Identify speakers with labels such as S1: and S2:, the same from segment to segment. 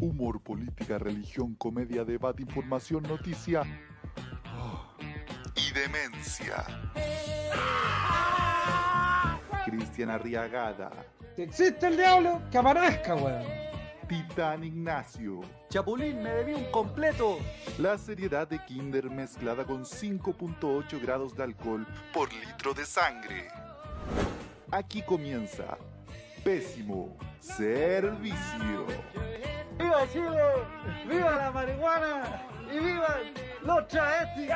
S1: humor, política, religión, comedia, debate, información, noticia ah, y demencia. Cristian Arriagada,
S2: Si existe el diablo, que aparezca, weón.
S1: Titán Ignacio.
S3: Chapulín, me debí un completo.
S1: La seriedad de Kinder mezclada con 5.8 grados de alcohol por litro de sangre. Aquí comienza Pésimo Servicio.
S3: ¡Viva Chile! ¡Viva la marihuana! ¡Y viva los travestis!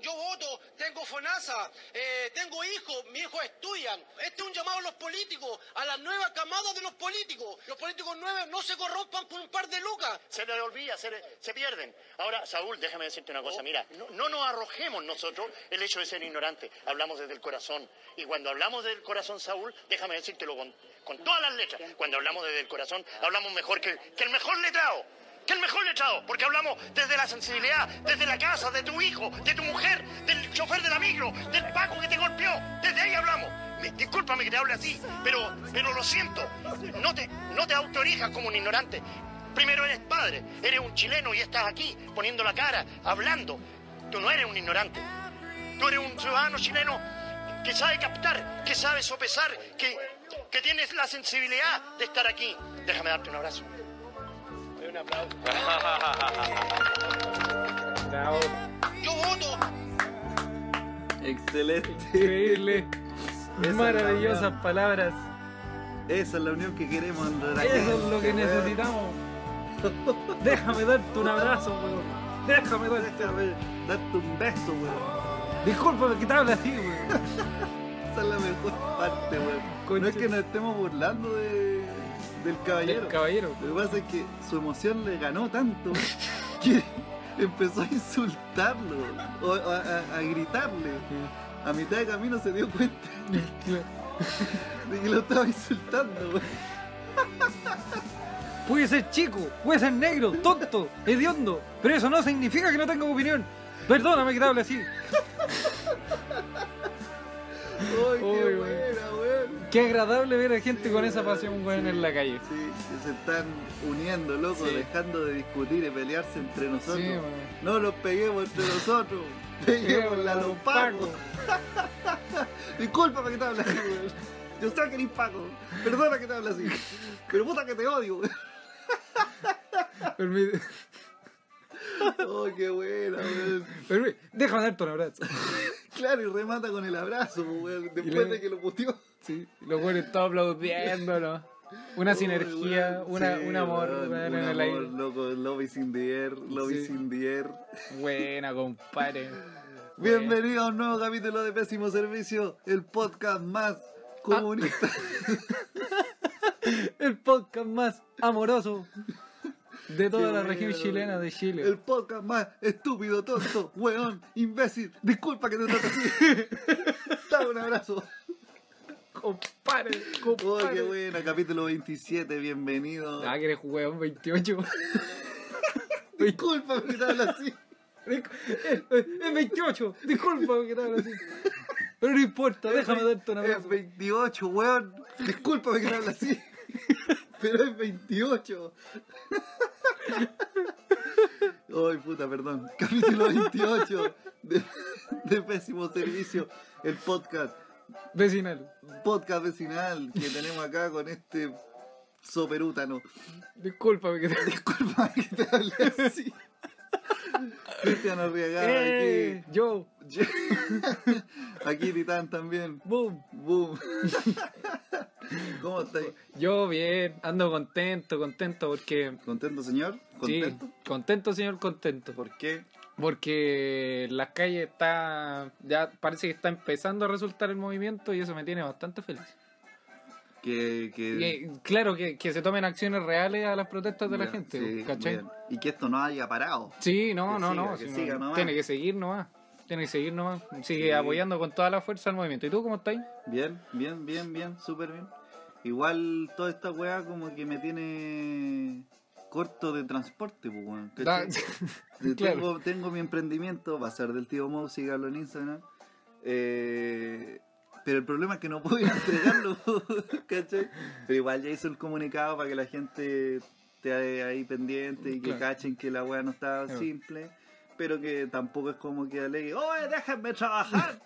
S4: Yo voto, tengo FONASA, eh, tengo hijos, mis hijos estudian. Este es un llamado a los políticos, a la nueva camada de los políticos. Los políticos nuevos no se corrompan con un par de lucas.
S5: Se les olvida, se, le- se pierden. Ahora, Saúl, déjame decirte una cosa. Mira, no, no nos arrojemos nosotros el hecho de ser ignorantes. Hablamos desde el corazón. Y cuando hablamos desde el corazón, Saúl, déjame decírtelo con, con todas las letras. Cuando hablamos desde el corazón, hablamos mejor que, que el mejor letrado. Que el mejor letrado. Porque hablamos desde la sensibilidad, desde la casa, de tu hijo, de tu mujer, del chofer de la micro, del Paco que te golpeó. Desde ahí hablamos. Me- discúlpame que te hable así, pero, pero lo siento. No te, no te autorijas como un ignorante. Primero eres padre, eres un chileno y estás aquí poniendo la cara, hablando. Tú no eres un ignorante. Tú eres un ciudadano chileno que sabe captar, que sabe sopesar, que, que tienes la sensibilidad de estar aquí. Déjame darte un abrazo.
S2: Bravo.
S4: Yo voto,
S6: Excelente.
S2: Increíble.
S6: Esa es la
S2: Maravillosas
S6: unión.
S2: palabras.
S6: Esa es la unión que queremos, Andorra.
S2: Eso es lo que necesitamos. Déjame darte un abrazo, weón. Déjame darte.
S6: Déjame darte un beso, weón.
S2: Discúlpame que te hable así, weón.
S6: Esa es la mejor parte, weón. No es
S2: Concha.
S6: que nos estemos burlando de... del caballero.
S2: Del caballero.
S6: Lo que pasa es que su emoción le ganó tanto que empezó a insultarlo o a, a- a gritarle. A mitad de camino se dio cuenta de que lo estaba insultando. weón.
S2: Puede ser chico, puede ser negro, tonto, hediondo, pero eso no significa que no tenga opinión. Perdóname que te hable así.
S6: ¡Ay, qué
S2: Uy, weón.
S6: buena, weón!
S2: Qué agradable ver a gente
S6: Sí,
S2: con esa
S6: weón,
S2: pasión, weón,
S6: sí.
S2: en la calle.
S6: Sí, que se están uniendo, loco,
S2: Sí.
S6: dejando de discutir y pelearse entre nosotros.
S2: Sí, weón.
S6: no los peguemos entre nosotros, peguémosla a los pacos. Disculpa que te hablas así, weón. Yo sé que eres paco, perdona que te hablas así, pero puta que te odio, weón.
S2: Permite-
S6: Oh, qué buena, weón.
S2: permite- Déjame darte un abrazo.
S6: Claro, y remata con el abrazo, weón, después
S2: le-
S6: de que lo puteó.
S2: Sí, los buenos están aplaudiéndolo. Una sinergia,
S6: Weón,
S2: una,
S6: sí,
S2: un amor,
S6: weón,
S2: weón,
S6: un
S2: en el aire.
S6: amor, loco, love is in the air, love is
S2: Sí.
S6: in the air.
S2: Buena, compadre.
S6: Bienvenido a un nuevo capítulo de Pésimo Servicio, el podcast más comunista.
S2: Ah, El podcast más amoroso de toda
S6: Qué
S2: la región
S6: bueno,
S2: chilena de Chile.
S6: El podcast más estúpido, tonto, weón, imbécil. Disculpa que te trate así. Dame un abrazo.
S2: Compadre,
S6: Oh, qué
S2: compadre.
S6: buena, capítulo 27, bienvenido.
S2: Ah, que eres hueón 28.
S6: Disculpa que te hablo así.
S2: eh, Es 28, disculpa que te hablo así. Pero no importa, déjame darte un
S6: Es
S2: abrazo.
S6: 28, weón. Disculpa que te hablo así. Pero es 28. Ay, puta, perdón. Capítulo 28 de, de Pésimo Servicio, el podcast.
S2: Vecinal,
S6: podcast vecinal que tenemos acá con este soperútano.
S2: discúlpame que te
S6: Disculpa que te hable así. Cristian Arriagada
S2: Eh, Yo,
S6: aquí. Aquí Titán también.
S2: boom.
S6: Boom. ¿Cómo estáis?
S2: Yo bien, ando contento, contento porque.
S6: ¿Contento, señor? ¿Contento?
S2: Sí, contento, señor, contento.
S6: ¿Por qué?
S2: Porque la calle está. Ya parece que está empezando a resultar el movimiento y eso me tiene bastante feliz.
S6: Que,
S2: Y,
S6: que...
S2: eh, claro, que, que se tomen acciones reales a las protestas de la
S6: Ya,
S2: gente,
S6: sí,
S2: ¿cachai?
S6: bien. Y que esto no haya parado.
S2: Sí, no,
S6: Que
S2: no,
S6: siga,
S2: no,
S6: que
S2: si no,
S6: siga nomás.
S2: Tiene que seguir nomás. Tiene que seguir nomás. Sigue
S6: Sí.
S2: apoyando con toda la fuerza el movimiento. ¿Y tú cómo estás?
S6: Bien, bien, bien, bien, súper bien. Igual toda esta weá como que me tiene corto de transporte, pues weón.
S2: Da-
S6: ¿cachai? Yo
S2: Claro.
S6: tengo, tengo mi emprendimiento, va a ser del tío Mouse, sígalo en Instagram. Eh, Pero el problema es que no puedo ir a entregarlo, ¿cachai? Pero igual ya hizo el comunicado para que la gente esté ahí pendiente y que
S2: Claro.
S6: cachen que la weá no está
S2: Claro.
S6: simple, pero que tampoco es como que alegue, ¡Oye, déjenme trabajar!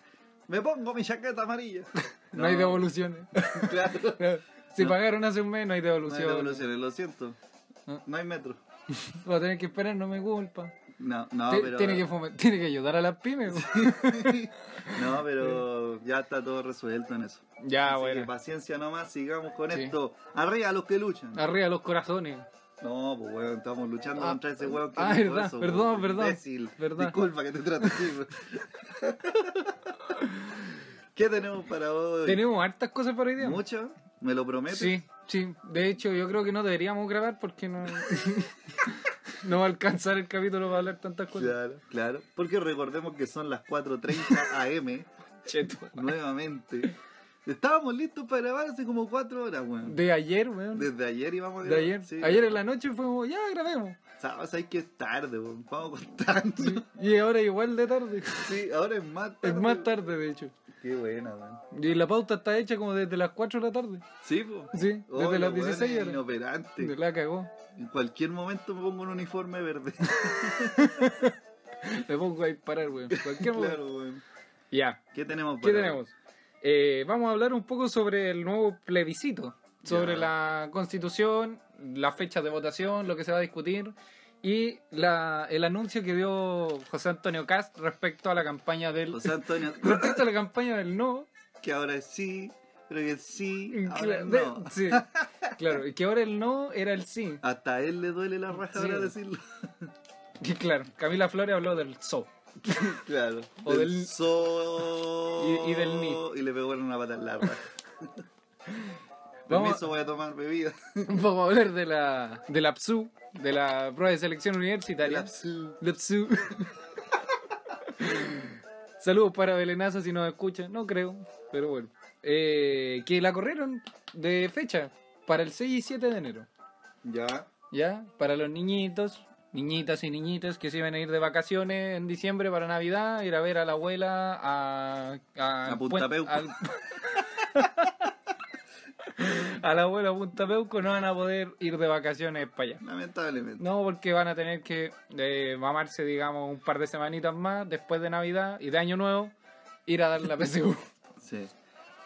S6: ¡Me pongo mi chaqueta amarilla!
S2: No, hay devoluciones.
S6: Claro,
S2: Si
S6: No.
S2: pagaron hace un mes, no hay
S6: no
S2: devolución.
S6: hay devoluciones, lo siento.
S2: Ah.
S6: No hay metro.
S2: Va a tener que esperar, no me culpa.
S6: No, no,
S2: Ti-
S6: pero...
S2: tiene, que fomen- tiene que ayudar a las pymes.
S6: no, pero ya está todo resuelto en eso.
S2: ya,
S6: Así que
S2: Ah, bueno.
S6: paciencia nomás, sigamos con
S2: Sí.
S6: esto. Arriba los que luchan.
S2: Arriba los corazones.
S6: No, pues weón, estamos luchando
S2: Ah,
S6: contra ese weón que
S2: ah,
S6: dijo
S2: verdad,
S6: eso,
S2: perdón,
S6: weón,
S2: perdón,
S6: imbécil.
S2: verdad.
S6: Disculpa que te trate así. weón. ¿Qué tenemos para hoy?
S2: Tenemos hartas cosas para hoy día.
S6: mucho, me lo prometes.
S2: Sí, sí. De hecho, yo creo que no deberíamos grabar porque no, no va a alcanzar el capítulo para hablar tantas cosas.
S6: Claro, claro. Porque recordemos que son las 4.30 AM
S2: Cheto.
S6: nuevamente. Estábamos listos para grabar hace como 4 horas, weón.
S2: De ayer, weón. De,
S6: Desde ayer íbamos a grabar.
S2: ayer.
S6: sí.
S2: ayer en la noche fue como, ya grabemos.
S6: Sabes, hay que es tarde, weón. Vamos contando.
S2: Sí. Y ahora igual de tarde.
S6: Sí, ahora es más tarde.
S2: Es más tarde, de hecho.
S6: Qué buena, weón.
S2: Y la pauta está hecha como desde las 4 de la tarde.
S6: Sí, po.
S2: Sí,
S6: Oh,
S2: desde
S6: la
S2: las
S6: weón
S2: 16
S6: es
S2: horas.
S6: inoperante.
S2: De la cagó.
S6: En cualquier momento me pongo un uniforme verde.
S2: Me pongo a disparar, weón. Cualquier momento.
S6: claro, weón.
S2: Ya,
S6: ¿Qué tenemos
S2: ¿qué
S6: para
S2: tenemos? Eh, vamos a hablar un poco sobre el nuevo plebiscito, sobre
S6: Ya.
S2: la constitución, las fechas de votación, lo que se va a discutir y la, el anuncio que dio José Antonio Cast respecto a la campaña del...
S6: José Antonio,
S2: Respecto a la campaña del no,
S6: que ahora sí, pero que sí, ahora
S2: Cla- de-
S6: no.
S2: sí, claro, y que ahora el no era el sí.
S6: Hasta a él le duele la raja
S2: Sí.
S6: ahora decirlo.
S2: Y claro, Camila Flores habló del so.
S6: claro.
S2: O del-
S6: so-
S2: y- y del ni.
S6: Y le pegó una pata en la raja.
S2: Vamos,
S6: Permiso, voy a tomar bebida.
S2: vamos a hablar de la, de la PSU, de la prueba de selección universitaria.
S6: Lapsu.
S2: Lapsu. Saludos para Belenazo si nos escucha. No creo, pero bueno. Eh, que la corrieron de fecha para el 6 y 7 de enero.
S6: Ya.
S2: ¿Ya? Para los niñitos, niñitas y niñitas que se iban a ir de vacaciones en diciembre para Navidad, ir a ver a la abuela, a. A,
S6: A
S2: puen-
S6: Punta Peuco.
S2: al- a la abuela a Punta Peuco no van a poder ir de vacaciones para allá.
S6: Lamentablemente.
S2: No, porque van a tener que eh, mamarse, digamos, un par de semanitas más después de Navidad y de Año Nuevo, ir a dar la PSU.
S6: Sí.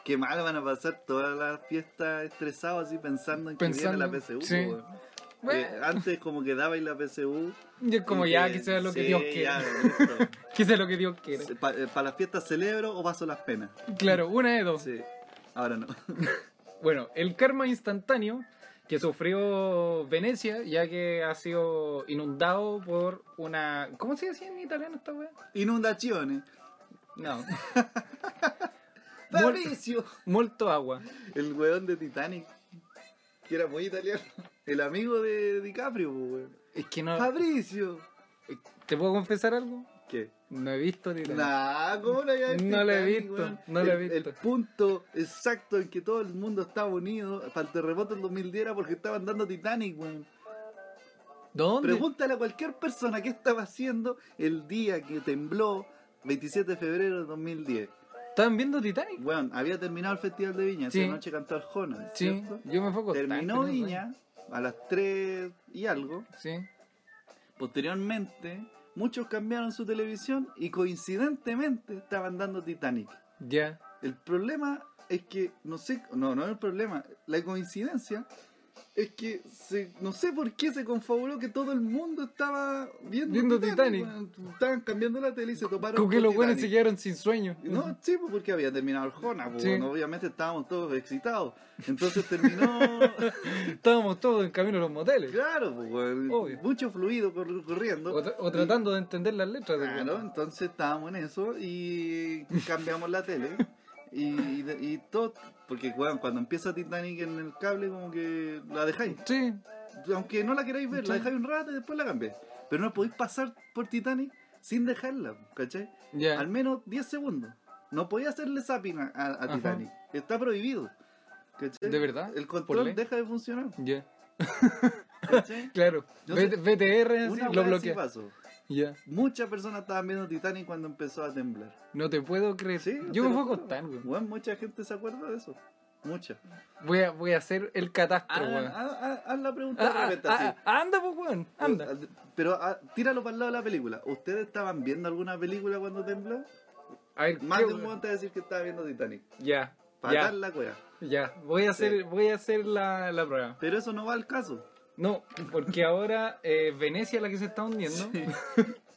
S6: Qué mal van a pasar todas las fiestas estresados así pensando en
S2: Pensando,
S6: que viene la PSU.
S2: sí.
S6: weón. Eh,
S2: Bueno,
S6: antes como que daba y la PSU.
S2: y es como
S6: y
S2: ya, que sea lo que
S6: sí,
S2: Dios quiera.
S6: ya,
S2: Que sea lo que Dios quiera.
S6: listo. Pa- eh, Para las fiestas celebro o paso las penas.
S2: Claro, una de dos.
S6: Sí. Ahora no.
S2: Bueno, el karma instantáneo que sufrió Venecia, ya que ha sido inundado por una. ¿Cómo se dice en italiano esta weá?
S6: Inundaciones.
S2: No. Mol-
S6: Fabricio.
S2: molto agua.
S6: El weón de Titanic. Que era muy italiano. El amigo de DiCaprio, pues, weón.
S2: Es que no.
S6: Fabricio.
S2: ¿Te puedo confesar algo?
S6: ¿Qué?
S2: No he visto ni
S6: Nah, ¿cómo lo había visto?
S2: No lo he
S6: Titanic,
S2: visto,
S6: weón?
S2: no lo he
S6: El-
S2: visto.
S6: El punto exacto en que todo el mundo estaba unido para el terremoto del 2010 era porque estaban dando Titanic, weón.
S2: ¿Dónde?
S6: Pregúntale a cualquier persona qué estaba haciendo el día que tembló, 27 de febrero de 2010.
S2: ¿Estaban viendo Titanic?
S6: Bueno, había terminado el Festival de Viña,
S2: Sí.
S6: esa noche cantó Arjona,
S2: Sí,
S6: ¿cierto?
S2: yo me foco.
S6: Terminó Viña a las 3 y algo.
S2: Sí.
S6: Posteriormente, muchos cambiaron su televisión y coincidentemente estaban dando Titanic.
S2: Ya.
S6: El problema es que, no sé, no, no es el problema, la coincidencia es que se- no sé por qué se confabuló que todo el mundo estaba viendo,
S2: Viendo Titanic.
S6: weón. Estaban cambiando la tele y se toparon
S2: Como que
S6: con
S2: los buenos se
S6: Titanic.
S2: quedaron sin sueño.
S6: No, sí, pues, porque había terminado Arjona, pues,
S2: Sí.
S6: bueno, obviamente estábamos todos excitados. Entonces terminó,
S2: Estábamos todos en camino a los moteles.
S6: claro, pues, weón,
S2: Obvio.
S6: mucho fluido cor- corriendo.
S2: O, tra- o
S6: Y-
S2: tratando de entender las letras. de-
S6: Claro, entonces estábamos en eso y cambiamos la tele. Y, y todo, porque weón, cuando empieza Titanic en el cable, como que la dejáis.
S2: Sí.
S6: Aunque no la queráis ver, la
S2: Sí.
S6: dejáis un rato y después la cambiáis. Pero no podéis pasar por Titanic sin dejarla, ¿cachai?
S2: Ya.
S6: Al menos 10 segundos. No podía hacerle zapping a, a- a
S2: Ajá.
S6: Titanic. Está prohibido. ¿cachai?
S2: ¿De verdad?
S6: El
S2: ¿Por
S6: control
S2: ley?
S6: deja de funcionar.
S2: Ya.
S6: ¿cachai?
S2: Claro.
S6: Yo sé-
S2: B- BTR así,
S6: Una
S2: lo
S6: weá así
S2: bloquea.
S6: pasó.
S2: Ya.
S6: Muchas personas estaban viendo Titanic cuando empezó a temblar.
S2: No te puedo creer.
S6: Sí,
S2: Yo me voy
S6: te lo
S2: a
S6: juro.
S2: acostar, weón.
S6: Weón, mucha gente se acuerda de eso. Mucha.
S2: Voy a, voy a hacer el
S6: Ah,
S2: catastro, weón.
S6: ah, ah, Haz la pregunta
S2: Ah,
S6: de
S2: ah, ah,
S6: sí.
S2: ah, anda, pues, weón. Anda.
S6: Pero ah, tíralo para el lado de la película. ¿Ustedes estaban viendo alguna película cuando tembló?
S2: A ver,
S6: Más
S2: ¿qué-
S6: de un momento a decir que estaba viendo Titanic.
S2: Ya. Ya,
S6: Pagar la cueva.
S2: ya. Voy a hacer,
S6: Sí.
S2: voy a hacer la, la prueba.
S6: Pero eso no va al caso.
S2: No, porque ahora eh, Venecia es la que se está hundiendo.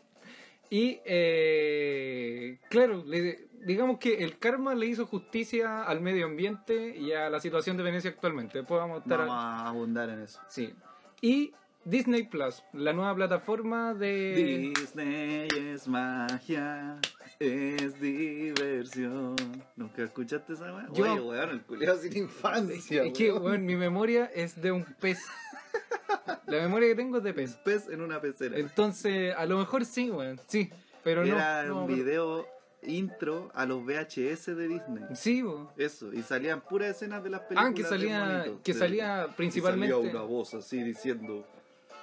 S2: y, eh, claro, le- digamos que el karma le hizo justicia al medio ambiente y a la situación de Venecia actualmente. Después vamos a estar...
S6: Vamos a abundar en eso.
S2: Sí. Y Disney Plus, la nueva plataforma de...
S6: Disney es magia, es diversión. ¿Nunca escuchaste esa weá?
S2: Yo-
S6: Oye, weón, el culiao sin infancia.
S2: es que,
S6: weón.
S2: weón, mi memoria es de un pez. la memoria que tengo es de pez.
S6: Pez en una pecera.
S2: Entonces, a lo mejor sí, weón, sí. Pero no-
S6: Era
S2: no.
S6: un
S2: me acuerdo.
S6: video intro a los VHS de Disney.
S2: Sí, weón.
S6: Eso, y salían puras escenas de las películas.
S2: Ah, que
S6: de
S2: salía,
S6: monito.
S2: que
S6: Sí.
S2: salía
S6: Y
S2: principalmente.
S6: salía una voz así diciendo: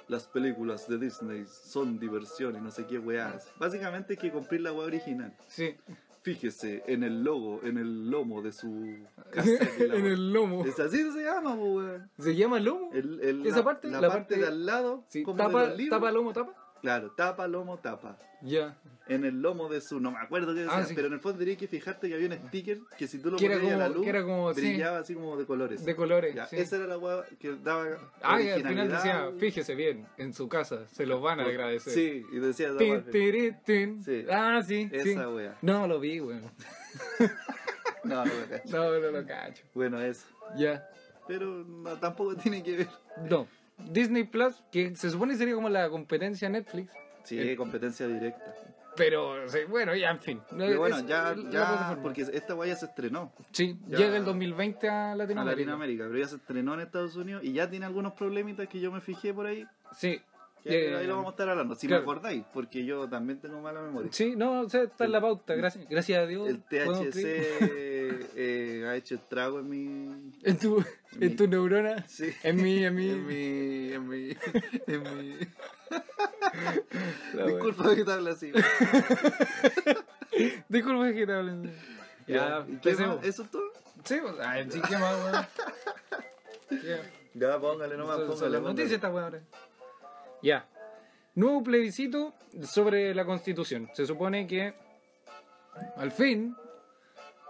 S6: Las películas de Disney son diversión y no sé qué
S2: Ah.
S6: weás. Básicamente hay que cumplir la weá original.
S2: Sí,
S6: Fíjese en el logo, en el lomo de su cassette, la
S2: en
S6: weá.
S2: el lomo.
S6: Es así que se llama, po, weón.
S2: ¿Se llama lomo?
S6: El- el-
S2: Esa
S6: la,
S2: parte,
S6: la
S2: la
S6: parte
S2: parte-
S6: de al lado,
S2: Sí,
S6: como de
S2: tapa,
S6: los libros.
S2: tapa, lomo, tapa.
S6: Claro, tapa, lomo, tapa.
S2: Ya.
S6: En el lomo de su, no me acuerdo qué decía,
S2: Ah, sí. Ah.
S6: pero en el fondo tenías que fijarte que había un sticker que si tú lo
S2: Que era
S6: ponías a la
S2: como-
S6: luz,
S2: que era como, sí.
S6: brillaba así como de colores.
S2: De colores.
S6: Ya,
S2: sí.
S6: Esa era la hueá que daba.
S2: Ah, y al final decía,
S6: originalidad. Oh,
S2: fíjese bien, en su casa, se los van a agradecer.
S6: Sí, y decía esa
S2: Tin,
S6: hueá.
S2: tiri, tin.
S6: Sí.
S2: Ah, sí. sí.
S6: Esa hueá.
S2: No lo vi, weón.
S6: No, no me cacho.
S2: No, no lo cacho.
S6: Bueno, eso.
S2: Ya.
S6: Pero no, tampoco tiene que ver.
S2: No. Disney Plus, que se supone sería como la competencia Netflix.
S6: Sí,
S2: El-
S6: competencia directa.
S2: Pero, o sea, bueno, ya, en fin. No,
S6: Pero bueno,
S2: es-
S6: ya,
S2: la
S6: ya
S2: plataforma.
S6: porque esta hueá ya se estrenó
S2: Sí,
S6: Ya.
S2: llega el 2020 a
S6: a
S2: Latinoamérica.
S6: Latinoamérica, pero ya se estrenó en Estados Unidos y ya tiene algunos problemitas que yo me fijé por ahí.
S2: Sí.
S6: que
S2: Eh,
S6: ahí lo vamos a estar hablando, si
S2: claro.
S6: me acordáis, porque yo también tengo mala memoria.
S2: Sí, no, o sea, está en la pauta, gracias, gracias a Dios.
S6: El
S2: podemos
S6: THC
S2: escribir.
S6: eh, ha hecho estrago en mi.
S2: En tu, en tu neurona.
S6: Sí.
S2: En mi, en mi.
S6: En mi. En mi. En mi. Disculpa que te hable así.
S2: Disculpa que te hablen. Ya,
S6: ¿Y qué
S2: empecemos.
S6: más? ¿Eso es todo?
S2: Sí, pues, ay, sí, qué más, weón. Ya.
S6: Ya, póngale nomás,
S2: Son- son
S6: póngale.
S2: las noticias
S6: póngale.
S2: esta weá ahora. Ya. Nuevo plebiscito sobre la constitución. Se supone que al fin,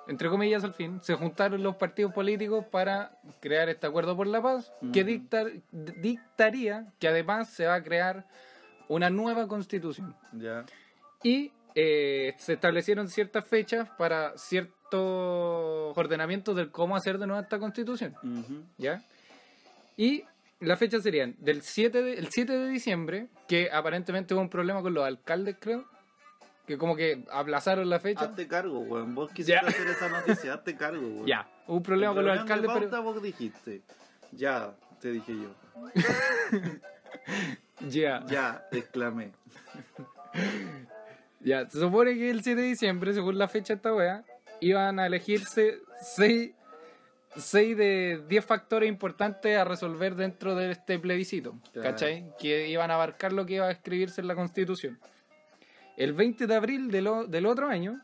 S2: entre comillas al fin, se juntaron los partidos políticos para crear este acuerdo por la paz que
S6: Ujú.
S2: dictar- dictaría que además se va a crear una nueva constitución.
S6: Ya.
S2: Y eh, se establecieron ciertas fechas para ciertos ordenamientos del cómo hacer de nuevo esta constitución.
S6: Ujú.
S2: ¿ya? Y las fechas serían del 7 de, el 7 de diciembre, que aparentemente hubo un problema con los alcaldes, creo, que como que aplazaron la fecha.
S6: Hazte cargo, weón. Vos quisiste
S2: Ya.
S6: hacer esa noticia, hazte cargo, weón.
S2: Ya, hubo un
S6: El
S2: problema con los
S6: programa de
S2: alcaldes,
S6: pauta
S2: pero...
S6: vos dijiste. Ya, te dije yo.
S2: Ya,
S6: Ya, exclamé.
S2: ya, se supone que el 7 de diciembre, según la fecha de esta wea, iban a elegirse 6, de 10 factores importantes a resolver dentro de este plebiscito,
S6: Claro.
S2: ¿cachai? Que iban a abarcar lo que iba a escribirse en la constitución. El 20 de abril del, o- del otro año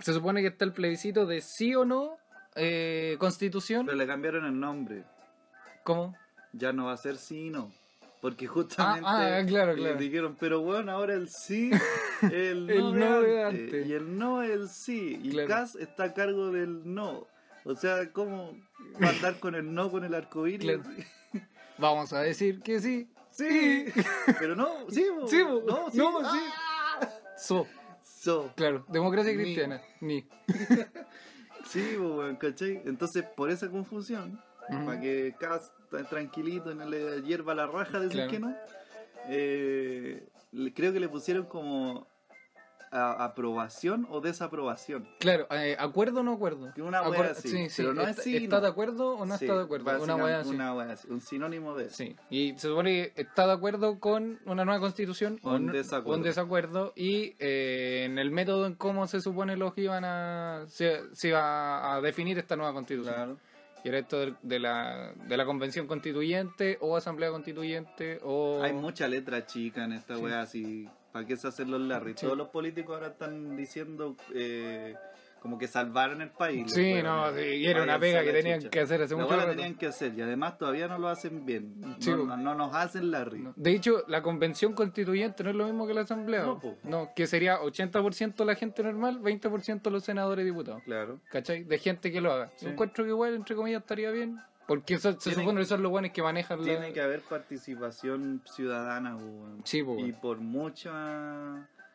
S2: se supone que está el plebiscito de sí o no eh, constitución.
S6: Pero le cambiaron el nombre.
S2: ¿Cómo?
S6: Ya no va a ser sí, no. Porque justamente
S2: Ah, ah, claro, claro.
S6: le dijeron, pero bueno, ahora el sí, el no,
S2: El
S6: de
S2: no de
S6: antes,
S2: antes.
S6: Y el no es el sí. Y
S2: Claro.
S6: Cas está a cargo del no. O sea, ¿cómo va a andar con el no con el arcoíris?
S2: Claro. Vamos a decir que sí.
S6: Sí. Pero no, sí, bo.
S2: Sí, bo.
S6: no, sí.
S2: No,
S6: Ah,
S2: sí. So,
S6: so.
S2: claro, democracia
S6: Ni.
S2: cristiana. Ni.
S6: Sí, bo, weón, ¿cachai? Entonces, por esa confusión,
S2: Ujú.
S6: para que Cas tan tranquilito no le hierva la raja de decir
S2: Claro.
S6: que no, eh, le- creo que le pusieron como a- aprobación o desaprobación.
S2: Claro, eh, acuerdo o no acuerdo.
S6: Que una
S2: Acuer-
S6: wea así, pero no
S2: está,
S6: es sí,
S2: ¿Está
S6: no.
S2: de acuerdo o Oh, no
S6: Sí,
S2: está de acuerdo? Una wea
S6: básicamente
S2: así.
S6: una wea así, Un sinónimo de eso.
S2: Sí, y se supone que está de acuerdo con una nueva constitución
S6: O en
S2: no-
S6: desacuerdo.
S2: un desacuerdo y eh, en el método en cómo se supone los que iban a se, se iba a definir esta nueva constitución.
S6: Claro.
S2: Y era esto del- de, la, de la convención constituyente o asamblea constituyente o
S6: Hay mucha letra chica en esta wea así. ¿Para qué se hacen los Larry?
S2: Sí.
S6: Todos los políticos ahora están diciendo eh, como que salvaron el país.
S2: Sí,
S6: los
S2: no,
S6: huevones.
S2: sí, y era una
S6: Váyanse a
S2: pega
S6: la
S2: que tenían
S6: chucha.
S2: que hacer hace
S6: La
S2: mucho
S6: hueá la
S2: rato.
S6: tenían que hacer y además todavía no lo hacen bien. No-
S2: Sí,
S6: no,
S2: po.
S6: no nos hacen Larry.
S2: No. De hecho, la convención constituyente no es lo mismo que la asamblea.
S6: No, po.
S2: No, que sería 80% la gente normal, 20% los senadores y diputados.
S6: Claro.
S2: ¿Cachai? De gente que lo haga.
S6: Sí.
S2: Encuentro que igual, entre comillas, estaría bien. Porque eso, se
S6: Tiene-
S2: supone que son los buenos que manejan la...
S6: Tiene que haber participación ciudadana, weón.
S2: Sí, po,
S6: Y
S2: weón.
S6: por mucha.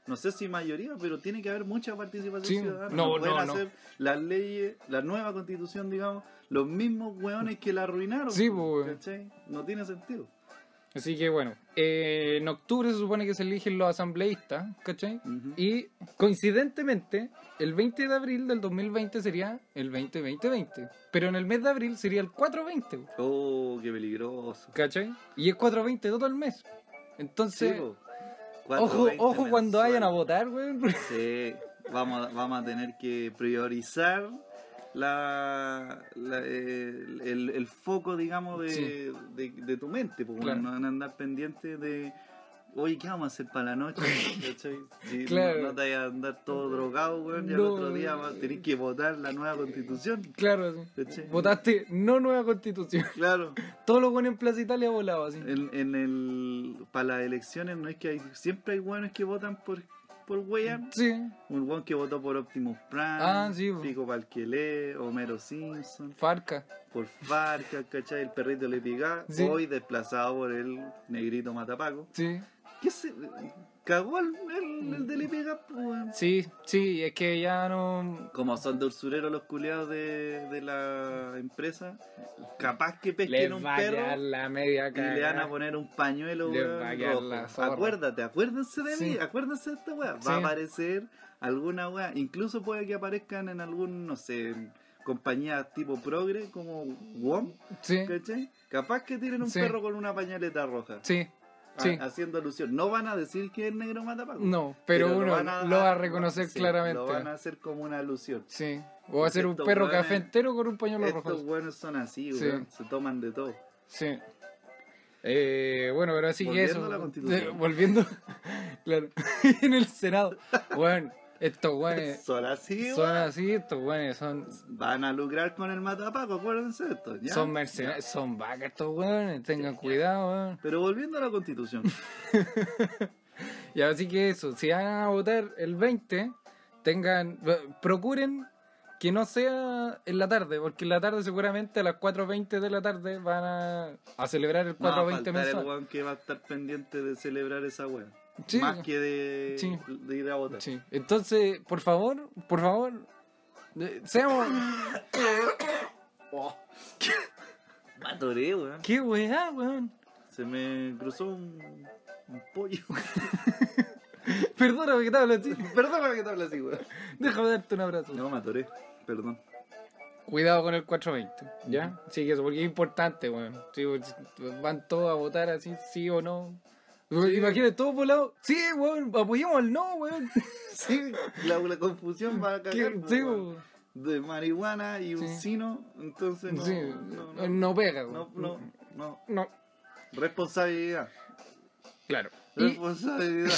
S6: No sé si mayoría, pero tiene que haber mucha participación
S2: Sí.
S6: ciudadana.
S2: No,
S6: pueden
S2: no, no.
S6: hacer las leyes, la nueva constitución, digamos, los mismos weones que la arruinaron.
S2: Sí,
S6: po,
S2: po, weón.
S6: ¿cachai? No tiene sentido.
S2: Así que bueno, eh, en octubre se supone que se eligen los asambleístas, ¿cachai?
S6: Ujú.
S2: Y coincidentemente, el 20 de abril del 2020 sería el 20-20-20. Pero en el mes de abril sería el 4-20, weón.
S6: Oh, qué peligroso.
S2: ¿cachai? Y es 4-20 de todo el mes.
S6: Sí, pues,
S2: Entonces,
S6: po.
S2: ojo,
S6: 4.20
S2: ojo cuando vayan a
S6: mensual.
S2: votar, weón.
S6: Sí, vamos a, vamos a tener que priorizar la, la- eh, el, el foco, digamos, de,
S2: Sí.
S6: de, de tu mente, porque
S2: Claro.
S6: no van a andar pendientes de, oye, ¿qué vamos a hacer para la noche? ¿Cachai? Sí, no-
S2: Claro.
S6: no, te vayas a andar todo drogado, weón, y al
S2: No.
S6: otro día vas a tener que votar la nueva constitución.
S2: Claro, sí.
S6: ¿cachai?
S2: Votaste no nueva constitución.
S6: Claro,
S2: Todo lo bueno en Plaza Italia volaba así.
S6: en, en el, para las elecciones no es que hay, siempre hay buenos que votan por, por weón.
S2: Sí,
S6: Un guan que votó por Optimus Prime,
S2: Ah, sí, po.
S6: Pico Palquelé, Homero Simpson,
S2: Farca.
S6: por Farca, ¿cachai? El perrito le picá,
S2: Sí.
S6: hoy desplazado por el negrito Matapaco.
S2: Sí.
S6: ¿Qué se... Cagó el, el, el de Lepigá, po, weón.
S2: Sí, sí, es que ya no.
S6: Como son dulzureros los culeados de, de la empresa, capaz que pesquen
S2: Les
S6: un
S2: va a quedar
S6: perro
S2: la media
S6: y le van a
S2: cara.
S6: poner un pañuelo
S2: Les
S6: weón,
S2: va a quedar
S6: rojo.
S2: la zorra.
S6: Acuérdate, acuérdense de mí,
S2: Sí.
S6: acuérdense de esta weá. Va
S2: Sí.
S6: a aparecer alguna weá. Incluso puede que aparezcan en algún, no sé, en compañías tipo progre como WOM,
S2: Sí,
S6: ¿cachai? Capaz que tienen un
S2: Sí.
S6: perro con una pañaleta roja.
S2: sí,
S6: ha-
S2: sí.
S6: haciendo alusión. No van a decir que es negro matapaco.
S2: No, pero,
S6: lo
S2: uno
S6: van a-
S2: lo va a reconocer
S6: sí,
S2: claramente.
S6: Lo van a hacer como una alusión.
S2: Sí. O va a ser un
S6: Estos
S2: perro
S6: hueones-
S2: café entero con un pañuelo
S6: Estos
S2: rojo.
S6: buenos son así,
S2: Sí.
S6: weón. Se toman de todo.
S2: Sí. Eh, bueno, pero así que
S6: Volviendo
S2: eso.
S6: a la Constitución.
S2: Eh, volviendo. claro. en el Senado. Bueno, estos güeyes
S6: Son así,
S2: Eh, son
S6: weón.
S2: así, estos güeyes son,
S6: Van a lucrar con el matapaco, acuérdense de esto. ¿ya?
S2: son mercenarios, son vacas estos güeyes. Tengan cuidado, weón.
S6: Pero volviendo a la constitución.
S2: Y así que eso, si van a votar el 20, tengan, eh, procuren que no sea en la tarde, porque en la tarde seguramente a las 4.20 de la tarde van a, a celebrar el
S6: no va a
S2: 4.20
S6: faltar el
S2: mensual.
S6: weón que va a estar pendiente de celebrar esa wea.
S2: Sí,
S6: Más que de,
S2: Sí.
S6: de ir a votar.
S2: sí. Entonces, por favor, por favor, eh, seamos...
S6: Me atoré, weón.
S2: ¡Qué weá, weón!
S6: Se me cruzó un, un pollo.
S2: Perdóname que te hablo así.
S6: Perdóname que te hable así, weón.
S2: Déjame darte un abrazo.
S6: No, me atoré. Perdón.
S2: Cuidado con el 420, ¿ya? Sí, que eso, porque es importante, weón. Sí, weón, si van todos a votar así, sí o no. Imagínate, todos volados. Sí, weón, apoyemos al no, weón.
S6: Sí, la, la confusión va a
S2: ¿Qué?
S6: cagar. po,
S2: sí,
S6: weón.
S2: weón.
S6: De marihuana y un
S2: Sí.
S6: sino, entonces no.
S2: Sí, eh,
S6: no, no,
S2: no pega,
S6: no,
S2: weón.
S6: no, no.
S2: No,
S6: Responsabilidad.
S2: claro. Y-
S6: Responsabilidad.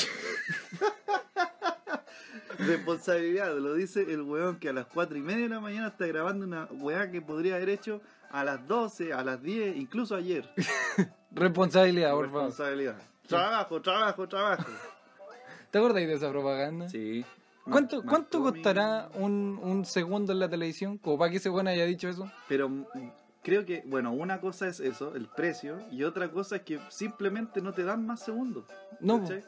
S6: Responsabilidad, lo dice el weón que a las 4 y media de la mañana está grabando una weá que podría haber hecho a las 12, a las 10, incluso ayer.
S2: responsabilidad, por favor.
S6: Responsabilidad. Trabajo, trabajo, trabajo.
S2: ¿Te acordáis de esa propaganda?
S6: Sí.
S2: ¿Cuánto,
S6: Mar-
S2: cuánto
S6: marcó mi-
S2: costará un, un segundo en la televisión? Como para que ese weón haya dicho eso.
S6: Pero mm, creo que, bueno, una cosa es eso, el precio, y otra cosa es que simplemente no te dan más segundos.
S2: No,
S6: ¿cachai?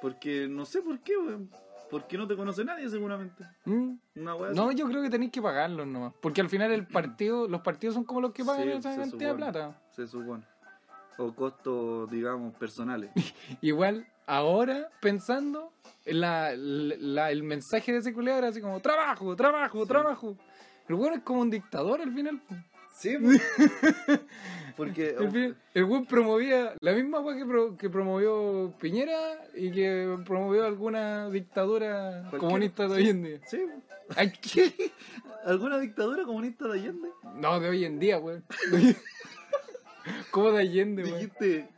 S6: Porque no sé por qué, weón. Porque no te conoce nadie seguramente.
S2: mm,
S6: Una weá
S2: No, yo creo que tenéis que pagarlos nomás. Porque al final el partido, los partidos son como los que pagan
S6: Sí,
S2: esa
S6: se
S2: cantidad de
S6: supone.
S2: plata.
S6: se supone. O costos, digamos, personales.
S2: Igual, ahora pensando, la, la- el mensaje de ese culiao era así como: trabajo, trabajo, trabajo. El weón es como un dictador al final. po.
S6: Sí, porque
S2: El, fin- el weón promovía la misma weá que, pro- que promovió Piñera y que promovió alguna dictadura
S6: Cualquiera,
S2: comunista de hoy en día.
S6: sí,
S2: Ay, ¿qué?
S6: alguna dictadura comunista de Allende.
S2: No, de hoy en día, weón. ¿Cómo de Allende, weón?
S6: Dijiste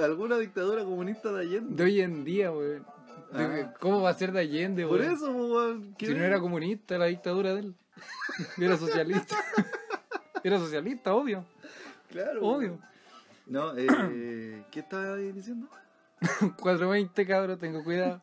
S6: alguna dictadura comunista de Allende.
S2: De hoy en día, weón. De-
S6: Ah.
S2: ¿Cómo va a ser de Allende,
S6: Por
S2: weón?
S6: eso, weón. ¿qué?
S2: Si no era comunista la dictadura de él. Era socialista. Era socialista, obvio.
S6: Claro.
S2: Obvio.
S6: No, eh, ¿qué estaba diciendo?
S2: 420, cabrón, tengo cuidado.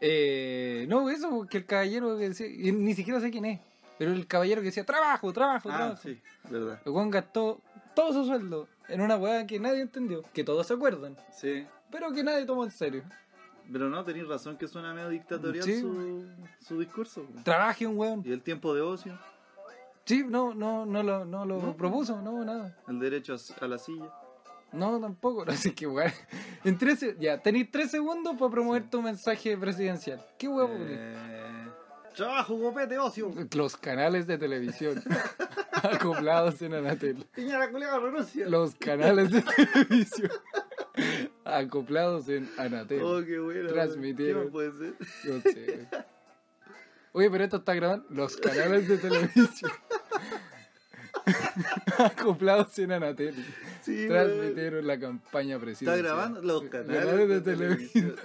S2: Eh, no, eso, que el caballero que decía, y ni siquiera sé quién es, pero el caballero que decía, trabajo, trabajo,
S6: Ah,
S2: trabajo.
S6: sí, verdad.
S2: El Juan gastó todo su sueldo en una weá que nadie entendió, que todos se acuerdan,
S6: Sí.
S2: pero que nadie tomó en serio.
S6: Pero no, tenéis razón que suena medio dictatorial
S2: Sí.
S6: su, su discurso. weón.
S2: Trabaje un weón.
S6: Y el tiempo de ocio,
S2: Sí, no, no, no lo, no lo
S6: No.
S2: propuso, no, nada.
S6: el derecho a, s- a la silla.
S2: No, tampoco. Así que, weón. En 13, ya, tenéis 3 segundos para promover
S6: Sí.
S2: tu mensaje presidencial. ¿Qué huevo?
S6: Eh, trabajo, copete, ocio.
S2: Los canales de televisión acoplados en Anatel.
S6: Piñera culiao, Oh, renuncia.
S2: Los canales de televisión acoplados en Anatel.
S6: Oh, qué bueno.
S2: Transmitieron.
S6: ¿Qué más puede ser?
S2: No sé. Oye, pero esto está grabando. Los canales de televisión acoplados en Anatel.
S6: Sí, weón.
S2: Transmitieron la campaña
S6: Está
S2: presidencial.
S6: grabando los canales,
S2: de televisión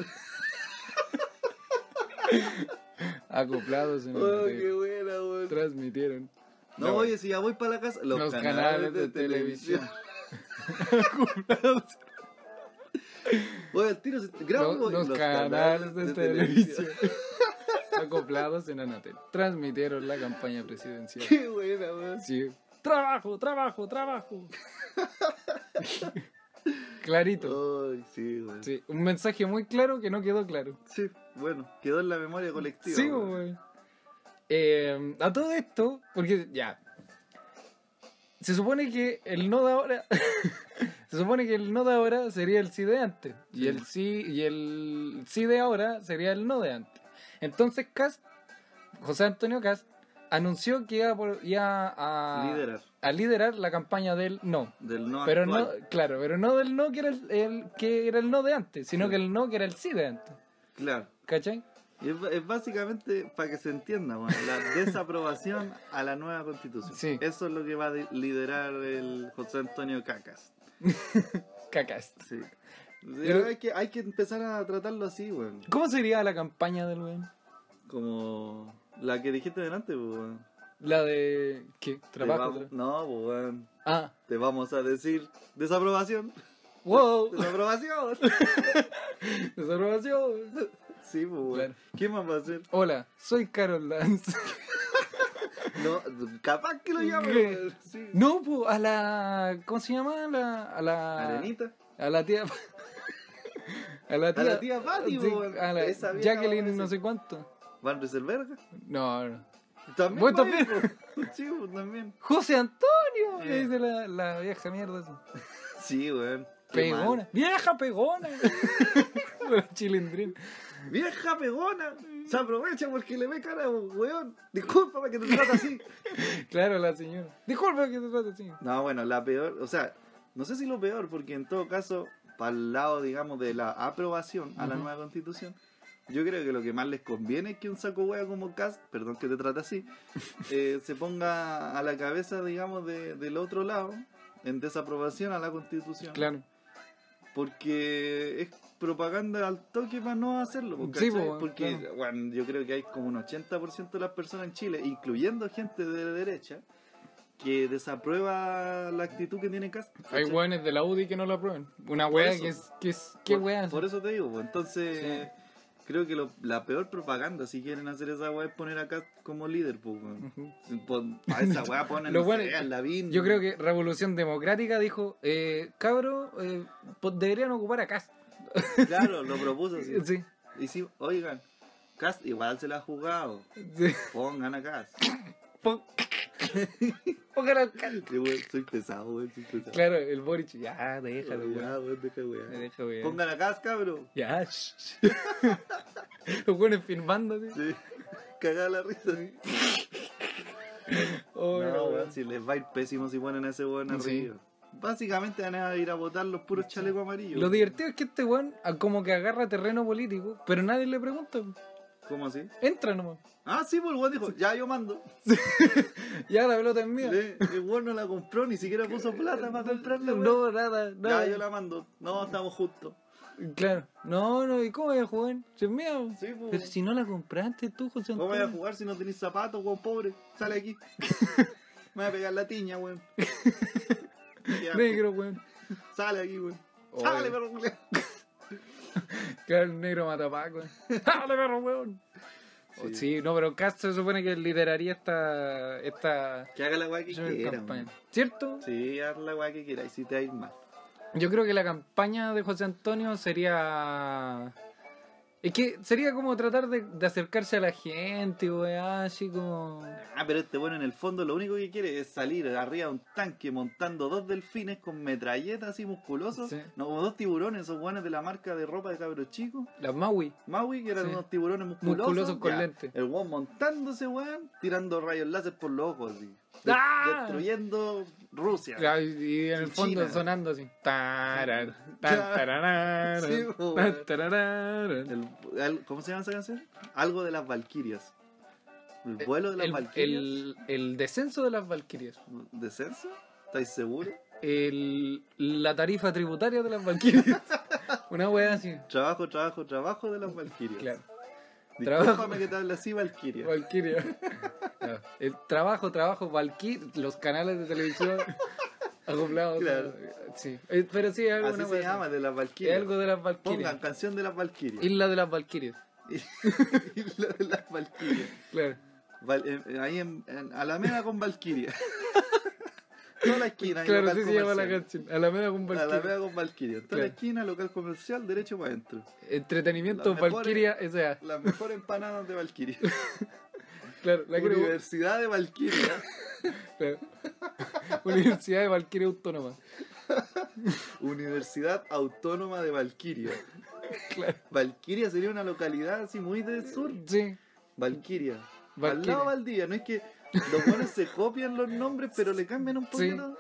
S2: acoplados en
S6: Oh, qué
S2: Anatel.
S6: buena, weón.
S2: Transmitieron
S6: No,
S2: No,
S6: oye, si ya voy para la casa, los,
S2: los, canales, de, televisión. acoplados
S6: Oye, el tiro se grabo
S2: Lo-
S6: weón,
S2: los, canales de, televisión acoplados en Anatel transmitieron la campaña presidencial.
S6: Qué buena, weón.
S2: Sí. Trabajo, trabajo, trabajo. Clarito.
S6: Ay, sí, weón. Sí.
S2: Sí, un mensaje muy claro que no quedó claro.
S6: bueno, quedó en la memoria colectiva.
S2: Sí,
S6: weón.
S2: güey. Eh, a todo esto, porque ya. Se supone que el no de ahora. se supone que el no de ahora sería el sí de antes. Y
S6: Sí.
S2: el sí. Y el sí de ahora sería el no de antes. Entonces Cast, José Antonio Cast, anunció que iba, por- iba a,
S6: Liderar.
S2: a liderar la campaña del no.
S6: Del no
S2: Pero no,
S6: actual.
S2: claro, pero no del no que era el, el- que era el no de antes, sino
S6: Sí.
S2: que el no que era el sí de antes.
S6: Claro.
S2: ¿Cachai?
S6: Y Es, es básicamente, para que se entienda, weón, la desaprobación a la nueva constitución.
S2: Sí.
S6: Eso es lo que va a de- liderar el José Antonio Cacas.
S2: Cacast.
S6: Sí. Sí,
S2: Pero-
S6: hay, que, hay que empezar a tratarlo así, weón.
S2: ¿Cómo sería la campaña del weón?
S6: Como la que dijiste delante, pues, weón.
S2: La de. ¿Qué?
S6: Te
S2: Trabajo.
S6: vamos-
S2: tra-
S6: No, pues, weón.
S2: Ah,
S6: Te vamos a decir desaprobación.
S2: wow,
S6: Desaprobación.
S2: desaprobación.
S6: Sí, pues, weón.
S2: Claro.
S6: ¿Qué más va a hacer?
S2: Hola, soy Carol Dance.
S6: No, capaz que lo llame,
S2: ¿Qué?
S6: weón. Sí.
S2: No, po, a la. ¿Cómo se llama? A la. A la.
S6: Arenita.
S2: A la tía. A la
S6: A
S2: tía.
S6: la tía Patty,
S2: sí,
S6: weón.
S2: a la
S6: Esa vieja
S2: Jacqueline,
S6: parece.
S2: no sé cuánto.
S6: Van Rieselberga.
S2: No, no.
S6: También.
S2: Bueno,
S6: va a ir,
S2: también.
S6: pues. Sí, pues, también.
S2: José Antonio,
S6: Eh.
S2: le dice la, la vieja mierda. esa.
S6: Sí, weón. Qué mal.
S2: Pegona, vieja pegona. La Chilindrina.
S6: Vieja pegona. Se aprovecha porque le ve cara, weón. Discúlpame que te trata así.
S2: Claro, la señora. Disculpa que te trate así.
S6: No, bueno, la peor, o sea, no sé si lo peor, porque en todo caso, para el lado, digamos, de la aprobación a la
S2: Ujú.
S6: nueva constitución, yo creo que lo que más les conviene es que un saco hueá como Cast, perdón que te trata así, eh, se ponga a la cabeza, digamos, de- del otro lado, en desaprobación a la constitución.
S2: Claro.
S6: Porque es propaganda al toque para no hacerlo, pues,
S2: Sí,
S6: ¿cachai?
S2: pues, bueno,
S6: porque
S2: claro.
S6: bueno, yo creo que hay como un 80% de las personas en Chile, incluyendo gente de derecha, que desaprueba la actitud que tiene Cast.
S2: Hay
S6: ¿cachai?
S2: hueones de la UDI que no lo aprueben. Una wea
S6: eso.
S2: que es. Que es ¿Qué
S6: por,
S2: wea?
S6: por eso te digo, pues, entonces creo que lo- la peor propaganda, si quieren hacer esa weá, es poner a Cast como líder. Pues, weón.
S2: Ujú.
S6: Pon- a esa weá ponen
S2: Lo
S6: no
S2: bueno-
S6: sé, al Lavín.
S2: Yo creo que Revolución Democrática dijo: eh, Cabro, eh, po- deberían ocupar a Cast.
S6: Claro, lo propuso. sí.
S2: Sí.
S6: Y sí, oigan, Cast igual se la ha jugado.
S2: sí.
S6: Pongan a Cast.
S2: Po- Ojalá-
S6: Sí, weón, soy pesado, weón, soy pesado.
S2: Claro, el Boric. Ya,
S6: Ya,
S2: déjalo, weón.
S6: weón, deja, weón.
S2: Deja, weón.
S6: Pongan a Cast, cabrón.
S2: Ya. shh. Los buenos firmando, tío.
S6: Sí. Cagada la risa.
S2: Oh,
S6: No,
S2: no,
S6: weón, si les va a ir pésimo si ponen a ese weón
S2: Sí.
S6: arriba. Básicamente van a ir a votar los puros chalecos amarillos.
S2: Lo divertido es que este weón ah, como que agarra terreno político, pero nadie le pregunta. weón.
S6: ¿Cómo así?
S2: Entra nomás.
S6: Ah, sí, pues el weón dijo, ya yo mando.
S2: Ya la pelota es mía.
S6: Le- El weón no la compró, ni siquiera puso plata para comprarla. weón.
S2: No, nada, nada.
S6: Ya yo la mando. No, estamos justos.
S2: Claro. No, no, ¿y cómo voy a jugar? Se mea.
S6: Sí, pues, po.
S2: Pero si no la compraste tú, José
S6: ¿Cómo
S2: Antonio.
S6: voy a jugar si no tenés zapatos, weón, pobre? Sale aquí. Me voy a pegar la tiña, weón. Ya,
S2: Negro, weón.
S6: Sale aquí, weón.
S2: Oye.
S6: Sale, perro culiao.
S2: Claro, el negro matapaco. ¡Dale, perro, weón! Oh, Sí.
S6: Sí.
S2: no, pero Cast se supone que lideraría esta, esta
S6: Que haga la weá que quiera,
S2: campaña.
S6: weón.
S2: ¿Cierto?
S6: Sí, haz la weá que quiera. Y si te va a ir mal.
S2: Yo creo que la campaña de José Antonio sería. Es que sería como tratar de, de acercarse a la gente, weá, así como.
S6: Ah, pero este bueno en el fondo lo único que quiere es salir arriba de un tanque montando dos delfines con metralletas así musculosos.
S2: Sí.
S6: No, como dos tiburones, esos guanes de la marca de ropa de cabros chicos.
S2: Las Maui.
S6: Maui, que eran
S2: Sí.
S6: unos tiburones musculosos.
S2: Musculosos con
S6: ya.
S2: lentes.
S6: El guan montándose, weón, tirando rayos láser por los ojos, así. De-
S2: ¡Ah!
S6: Destruyendo Rusia.
S2: Ah, Y y en el
S6: China.
S2: fondo sonando así. Taran, tan,
S6: Claro.
S2: tararán,
S6: Sí, po,
S2: tan,
S6: weón.
S2: tararán.
S6: El- al- ¿Cómo se llama esa canción? Algo de las Valquirias. El vuelo de las
S2: Eh, El,
S6: Valquirias.
S2: el- el descenso de las Valquirias.
S6: ¿Descenso? ¿Estáis seguros?
S2: El- la tarifa tributaria de las Valquirias. Una weá así.
S6: Trabajo, trabajo, trabajo de las Valquirias.
S2: Claro.
S6: Discúlpame
S2: Trabajo.
S6: que te hable así, Valquiria.
S2: Valquiria. No, El trabajo, trabajo, Valkyrie, los canales de televisión acoplados.
S6: Claro.
S2: Sí. Eh, Pero sí, es
S6: Así
S2: alguna
S6: se
S2: wea
S6: llama,
S2: así.
S6: de las
S2: Es
S6: Valquirias.
S2: algo de las
S6: Pongan
S2: Valquirias.
S6: canción de las Valquirias.
S2: Isla de las Valquirias.
S6: Isla de las Valquirias.
S2: Claro.
S6: Val- eh, eh, ahí en, en Alameda con Valquiria. Toda la esquina.
S2: Claro,
S6: local
S2: así se llama la
S6: comercial.
S2: canción. Alameda con Valquiria.
S6: Alameda con Valquiria. Toda la
S2: Claro.
S6: esquina, local comercial, derecho para adentro.
S2: Entretenimiento
S6: Las mejores-
S2: Valquiria S.A.
S6: Las mejores empanadas de Valquiria.
S2: Claro, la quiero-
S6: Universidad de Valquiria.
S2: claro. Universidad de Valquiria Autónoma.
S6: Universidad Autónoma de Valquiria.
S2: Claro.
S6: Valquiria sería una localidad así muy del sur.
S2: Sí.
S6: Valquiria. Al
S2: Valquiria.
S6: lado Valdivia, no es que los buenos se copian los nombres, pero le cambian un
S2: Sí.
S6: poquito.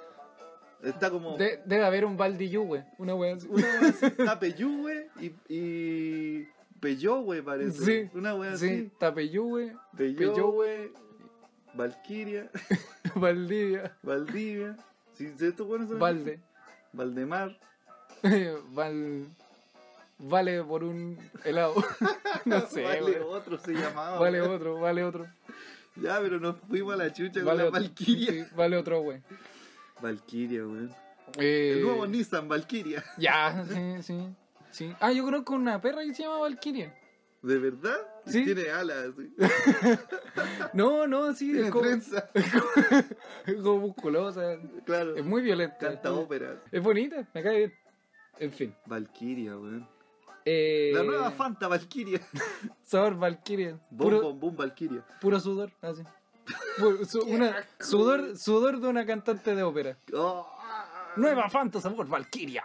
S6: Está como
S2: De- debe haber un Valdiyue, una wea así.
S6: una wea así, está Peyúgue y, y Peyúgue parece.
S2: Sí,
S6: Una wea
S2: Sí,
S6: así.
S2: Tapeyúe,
S6: Peyúgue, Valquiria,
S2: Valdivia,
S6: Valdivia. Sí, sí, estos buenos son-
S2: Valde.
S6: Valdemar.
S2: Val... Vale por un helado. No sé,
S6: vale,
S2: vale,
S6: otro se llamaba.
S2: vale
S6: wea.
S2: otro, vale otro.
S6: Ya, pero nos fuimos a la chucha
S2: Vale
S6: con la
S2: otro.
S6: Valquiria.
S2: Sí, vale otro, güey.
S6: Valquiria, weón.
S2: Eh,
S6: El nuevo Nissan Valquiria.
S2: Ya, sí, sí, sí. Ah, yo conozco una perra que se llama Valkyria.
S6: ¿De verdad? Y
S2: Sí.
S6: Tiene alas. sí.
S2: No, no, sí,
S6: Tiene ¿eh?
S2: es como,
S6: trenza.
S2: es como musculosa.
S6: Claro.
S2: Es muy violenta.
S6: Canta ópera.
S2: Es bonita, me cae bien. En fin.
S6: Valkyria, weón.
S2: Eh,
S6: La nueva Fanta Valkyria.
S2: Sabor Valkyria.
S6: Boom,
S2: Puro,
S6: boom, boom, Valkyria.
S2: puro sudor, así. Pu- su- una, sudor, sudor de una cantante de ópera.
S6: Oh,
S2: Nueva Fanta sabor Valkyria.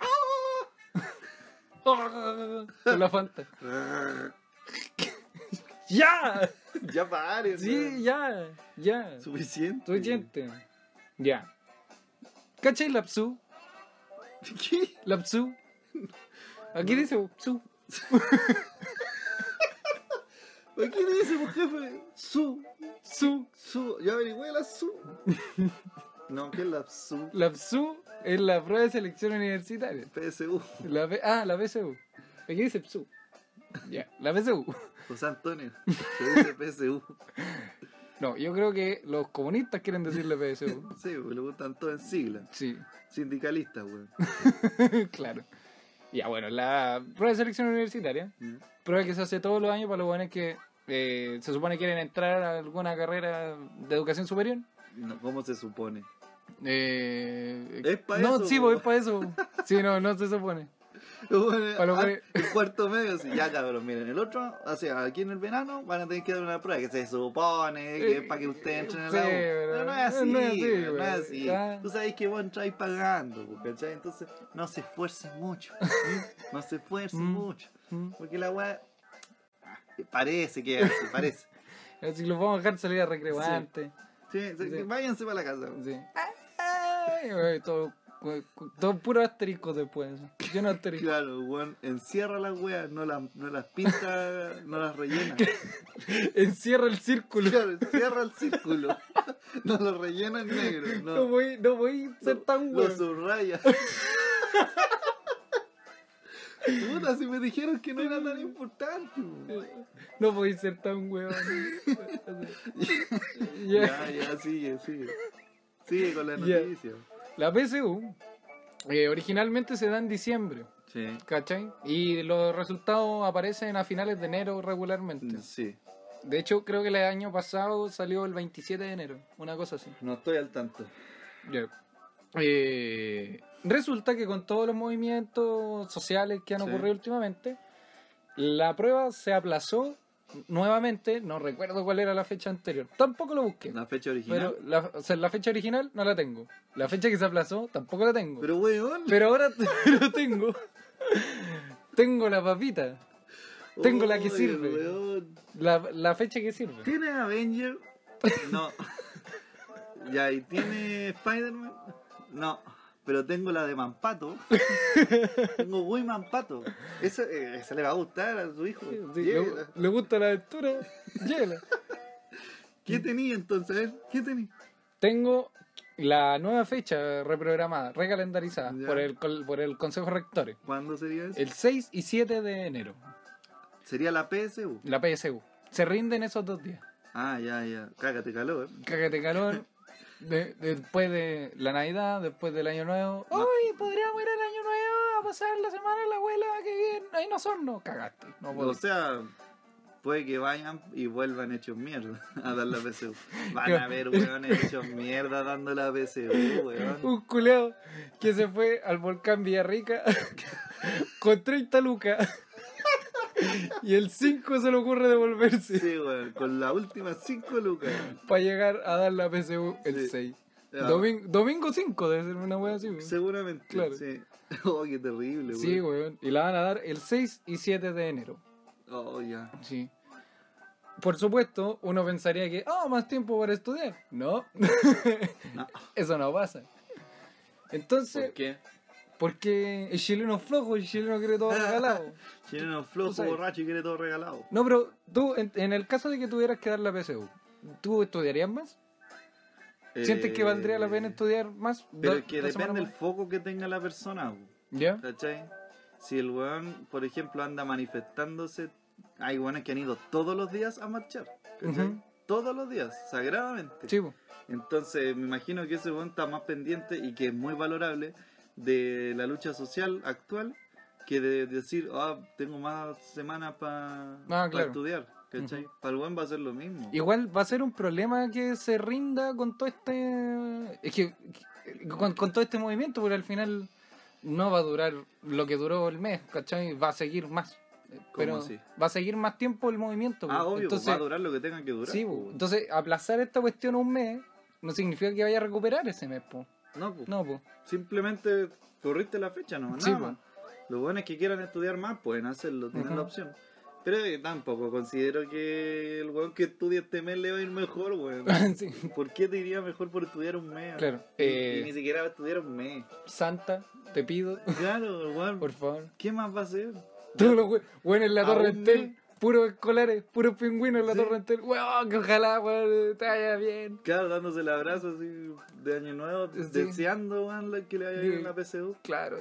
S6: ¡Ah!
S2: Con la Fanta. ¡Ya!
S6: ya paren.
S2: Sí,
S6: weón.
S2: ya, ya.
S6: Suficiente.
S2: Suficiente. Ya. ¿Cachai la psu?
S6: ¿Qué?
S2: La psu. Aquí dice psu.
S6: ¿Por ¿Qué le dice, pues, jefe? Su,
S2: Su.
S6: su. Yo averigüé la su. No, ¿qué es la su?
S2: La psu es la prueba de selección universitaria.
S6: PSU.
S2: La B- ah, la PSU. Aquí dice PSU. Ya, la PSU.
S6: José Antonio. Se dice PSU.
S2: No, yo creo que los comunistas quieren decirle PSU.
S6: Sí, weón, le gustan todo en siglas.
S2: Sí,
S6: Sindicalistas, weón.
S2: claro. Ya, bueno, la prueba de selección universitaria,
S6: ¿Mm?
S2: prueba que se hace todos los años para los jóvenes que eh, se supone quieren entrar a alguna carrera de educación superior.
S6: No, ¿Cómo se supone?
S2: Eh,
S6: Es pa'
S2: no,
S6: eso,
S2: sí,
S6: po.
S2: pues, es para eso. Sí, no, no se supone.
S6: Bueno,
S2: Para lo
S6: ah,
S2: que-
S6: el cuarto medio, así, ya cabrón, miren, el otro, o sea, aquí en el verano van a tener que dar una prueba que se supone que es para que usted entre en
S2: Eh, Sí,
S6: la U.
S2: pero-
S6: Pero no es así,
S2: no es así,
S6: güey, no
S2: güey.
S6: es así.
S2: Ya.
S6: Tú sabes que vos entráis pagando, pues, ¿cachai? Entonces, no se esfuercen mucho, ¿sí? no se esfuercen
S2: Mm.
S6: mucho,
S2: Mm.
S6: porque la weá ah, parece que es así, parece.
S2: Así que los vamos a dejar salir a recreo
S6: Sí.
S2: antes.
S6: Sí, sí,
S2: Sí.
S6: Váyanse para la casa. güey.
S2: Sí. Ay, ay, todo, cu- cu- todo puro asterisco después. Lleno de asterisco.
S6: Claro, weón, encierra las weas, no las, no las pinta, no las rellena.
S2: Encierra el círculo.
S6: Claro, cierra el círculo. No lo rellena en negro.
S2: No
S6: No,
S2: voy, no voy a ser tan
S6: lo
S2: bueno.
S6: subraya. Puta, si me dijeron que no era tan importante. po.
S2: No podéis ser tan huevón. Ya.
S6: Ya, ya, sigue, sigue. Sigue con la
S2: Ya.
S6: noticia.
S2: La PSU eh, originalmente se da en diciembre,
S6: Sí.
S2: ¿cachai? Y los resultados aparecen a finales de enero regularmente.
S6: Sí.
S2: De hecho, creo que el año pasado salió el 27 de enero, una cosa así.
S6: No estoy al tanto.
S2: Ya. Eh, resulta que con todos los movimientos sociales que han
S6: Sí.
S2: ocurrido últimamente, la prueba se aplazó nuevamente, no recuerdo cuál era la fecha anterior, tampoco lo busqué.
S6: La fecha
S2: Pero
S6: original.
S2: la, o sea, la fecha original no la tengo. La fecha que se aplazó tampoco la tengo.
S6: Pero,
S2: Pero,
S6: weón.
S2: ahora lo tengo. tengo la papita. tengo la que
S6: Oye,
S2: sirve.
S6: weón.
S2: La, la fecha que sirve.
S6: ¿Tiene Avenger? No. ya, ¿y tiene Spider-Man? No. Pero tengo la de Mampato. tengo Wii Mampato. Esa, eh, esa le va a gustar a su hijo.
S2: Sí,
S6: Llévela.
S2: le, le gusta la aventura. Llévela.
S6: ¿Qué tenía entonces? A ver, ¿Qué tenía?
S2: Tengo la nueva fecha reprogramada, recalendarizada
S6: Ya.
S2: por el, col- por el Consejo Rectores.
S6: ¿Cuándo sería eso?
S2: El 6 y 7 de enero,
S6: Sería la PSU.
S2: la PSU. Se rinden esos dos días.
S6: Ah, ya, ya. Cágate calor.
S2: Cágate calor. de- después de la Navidad, después del Año Nuevo. ¡Uy! Podríamos ir al Año Nuevo a pasar la semana en la abuela. ¡Qué bien! ¡Ahí no son! No, cagaste. No
S6: O
S2: podés.
S6: sea, puede que vayan y vuelvan hechos mierda a dar la PSU. Van a ver weones hechos mierda dando la PSU, weón.
S2: Un culeo que se fue al volcán Villarrica con 30 lucas. y el 5 se le ocurre devolverse.
S6: Sí, weón. Con las últimas 5 lucas.
S2: para llegar a dar la PSU el
S6: Sí.
S2: 6.
S6: Ya.
S2: Domin- domingo 5 debe ser una wea así. weón.
S6: Seguramente.
S2: Claro.
S6: Sí. Oh, qué terrible, weón.
S2: Sí, weón. Y la van a dar el 6 y 7 de enero.
S6: Oh, ya.
S2: Sí. Por supuesto, uno pensaría que, ah, más tiempo para estudiar. No.
S6: No.
S2: Eso no pasa. Entonces,
S6: qué?
S2: porque el chileno es flojo, el chileno quiere todo regalado.
S6: Chileno
S2: Tú
S6: flojo,
S2: sabes.
S6: borracho y quiere todo regalado.
S2: No, pero tú, en, en el caso de que tuvieras que dar la PSU, ¿tú estudiarías más? ¿Sientes que valdría la pena
S6: esto?
S2: estudiar más?
S6: Eh, Pero
S2: Do-
S6: es que
S2: dos semanas
S6: depende el
S2: más.
S6: foco que tenga la persona, weón.
S2: ¿Ya?
S6: ¿Cachai? Si el weón, por ejemplo, anda manifestándose, hay weones que han ido todos los días a marchar. ¿cachai?
S2: Ujú.
S6: Todos los días, sagradamente.
S2: Sí, po.
S6: Entonces, me imagino que ese weón está más pendiente y que es muy valorable de la lucha social actual que de decir, ah, tengo más semanas para
S2: Ah, claro.
S6: estudiar. ¿Cachai? Para el weón va a ser lo mismo.
S2: Igual va a ser un problema que se rinda con todo este. Es que. Con, con todo este movimiento, porque al final no va a durar lo que duró el mes, ¿cachai? Va a seguir más. Pero
S6: así?
S2: va a seguir más tiempo el movimiento.
S6: Ah,
S2: pues.
S6: obvio,
S2: entonces,
S6: va a durar lo que tenga que durar.
S2: sí,
S6: po,
S2: pues.
S6: weón.
S2: entonces aplazar esta cuestión un mes no significa que vaya a recuperar ese mes, po.
S6: No, po.
S2: No, pues.
S6: simplemente corriste la fecha, no,
S2: Sí,
S6: nada
S2: po.
S6: más. Los buenos que quieran estudiar más pueden hacerlo, tienen
S2: Ajá.
S6: la opción. Pero eh, tampoco considero que el weón que estudie este mes le va a ir mejor, weón.
S2: Sí,
S6: ¿Por qué te iría mejor por estudiar un mes?
S2: claro.
S6: Y,
S2: Eh,
S6: y ni siquiera va a estudiar un mes.
S2: Santa, te pido,
S6: Claro, el weón.
S2: por favor.
S6: ¿Qué más va a hacer?
S2: Todos los hue- bueno en la
S6: ¿A
S2: torre
S6: dónde?
S2: Entel, puros escolares, puros pingüinos en la
S6: Sí.
S2: torre Entel. Weón, que ojalá, weón, te vaya bien.
S6: Claro, dándose el abrazo así de año nuevo,
S2: Sí.
S6: deseando weón, la- que le vaya
S2: Sí.
S6: bien la PSU.
S2: Claro.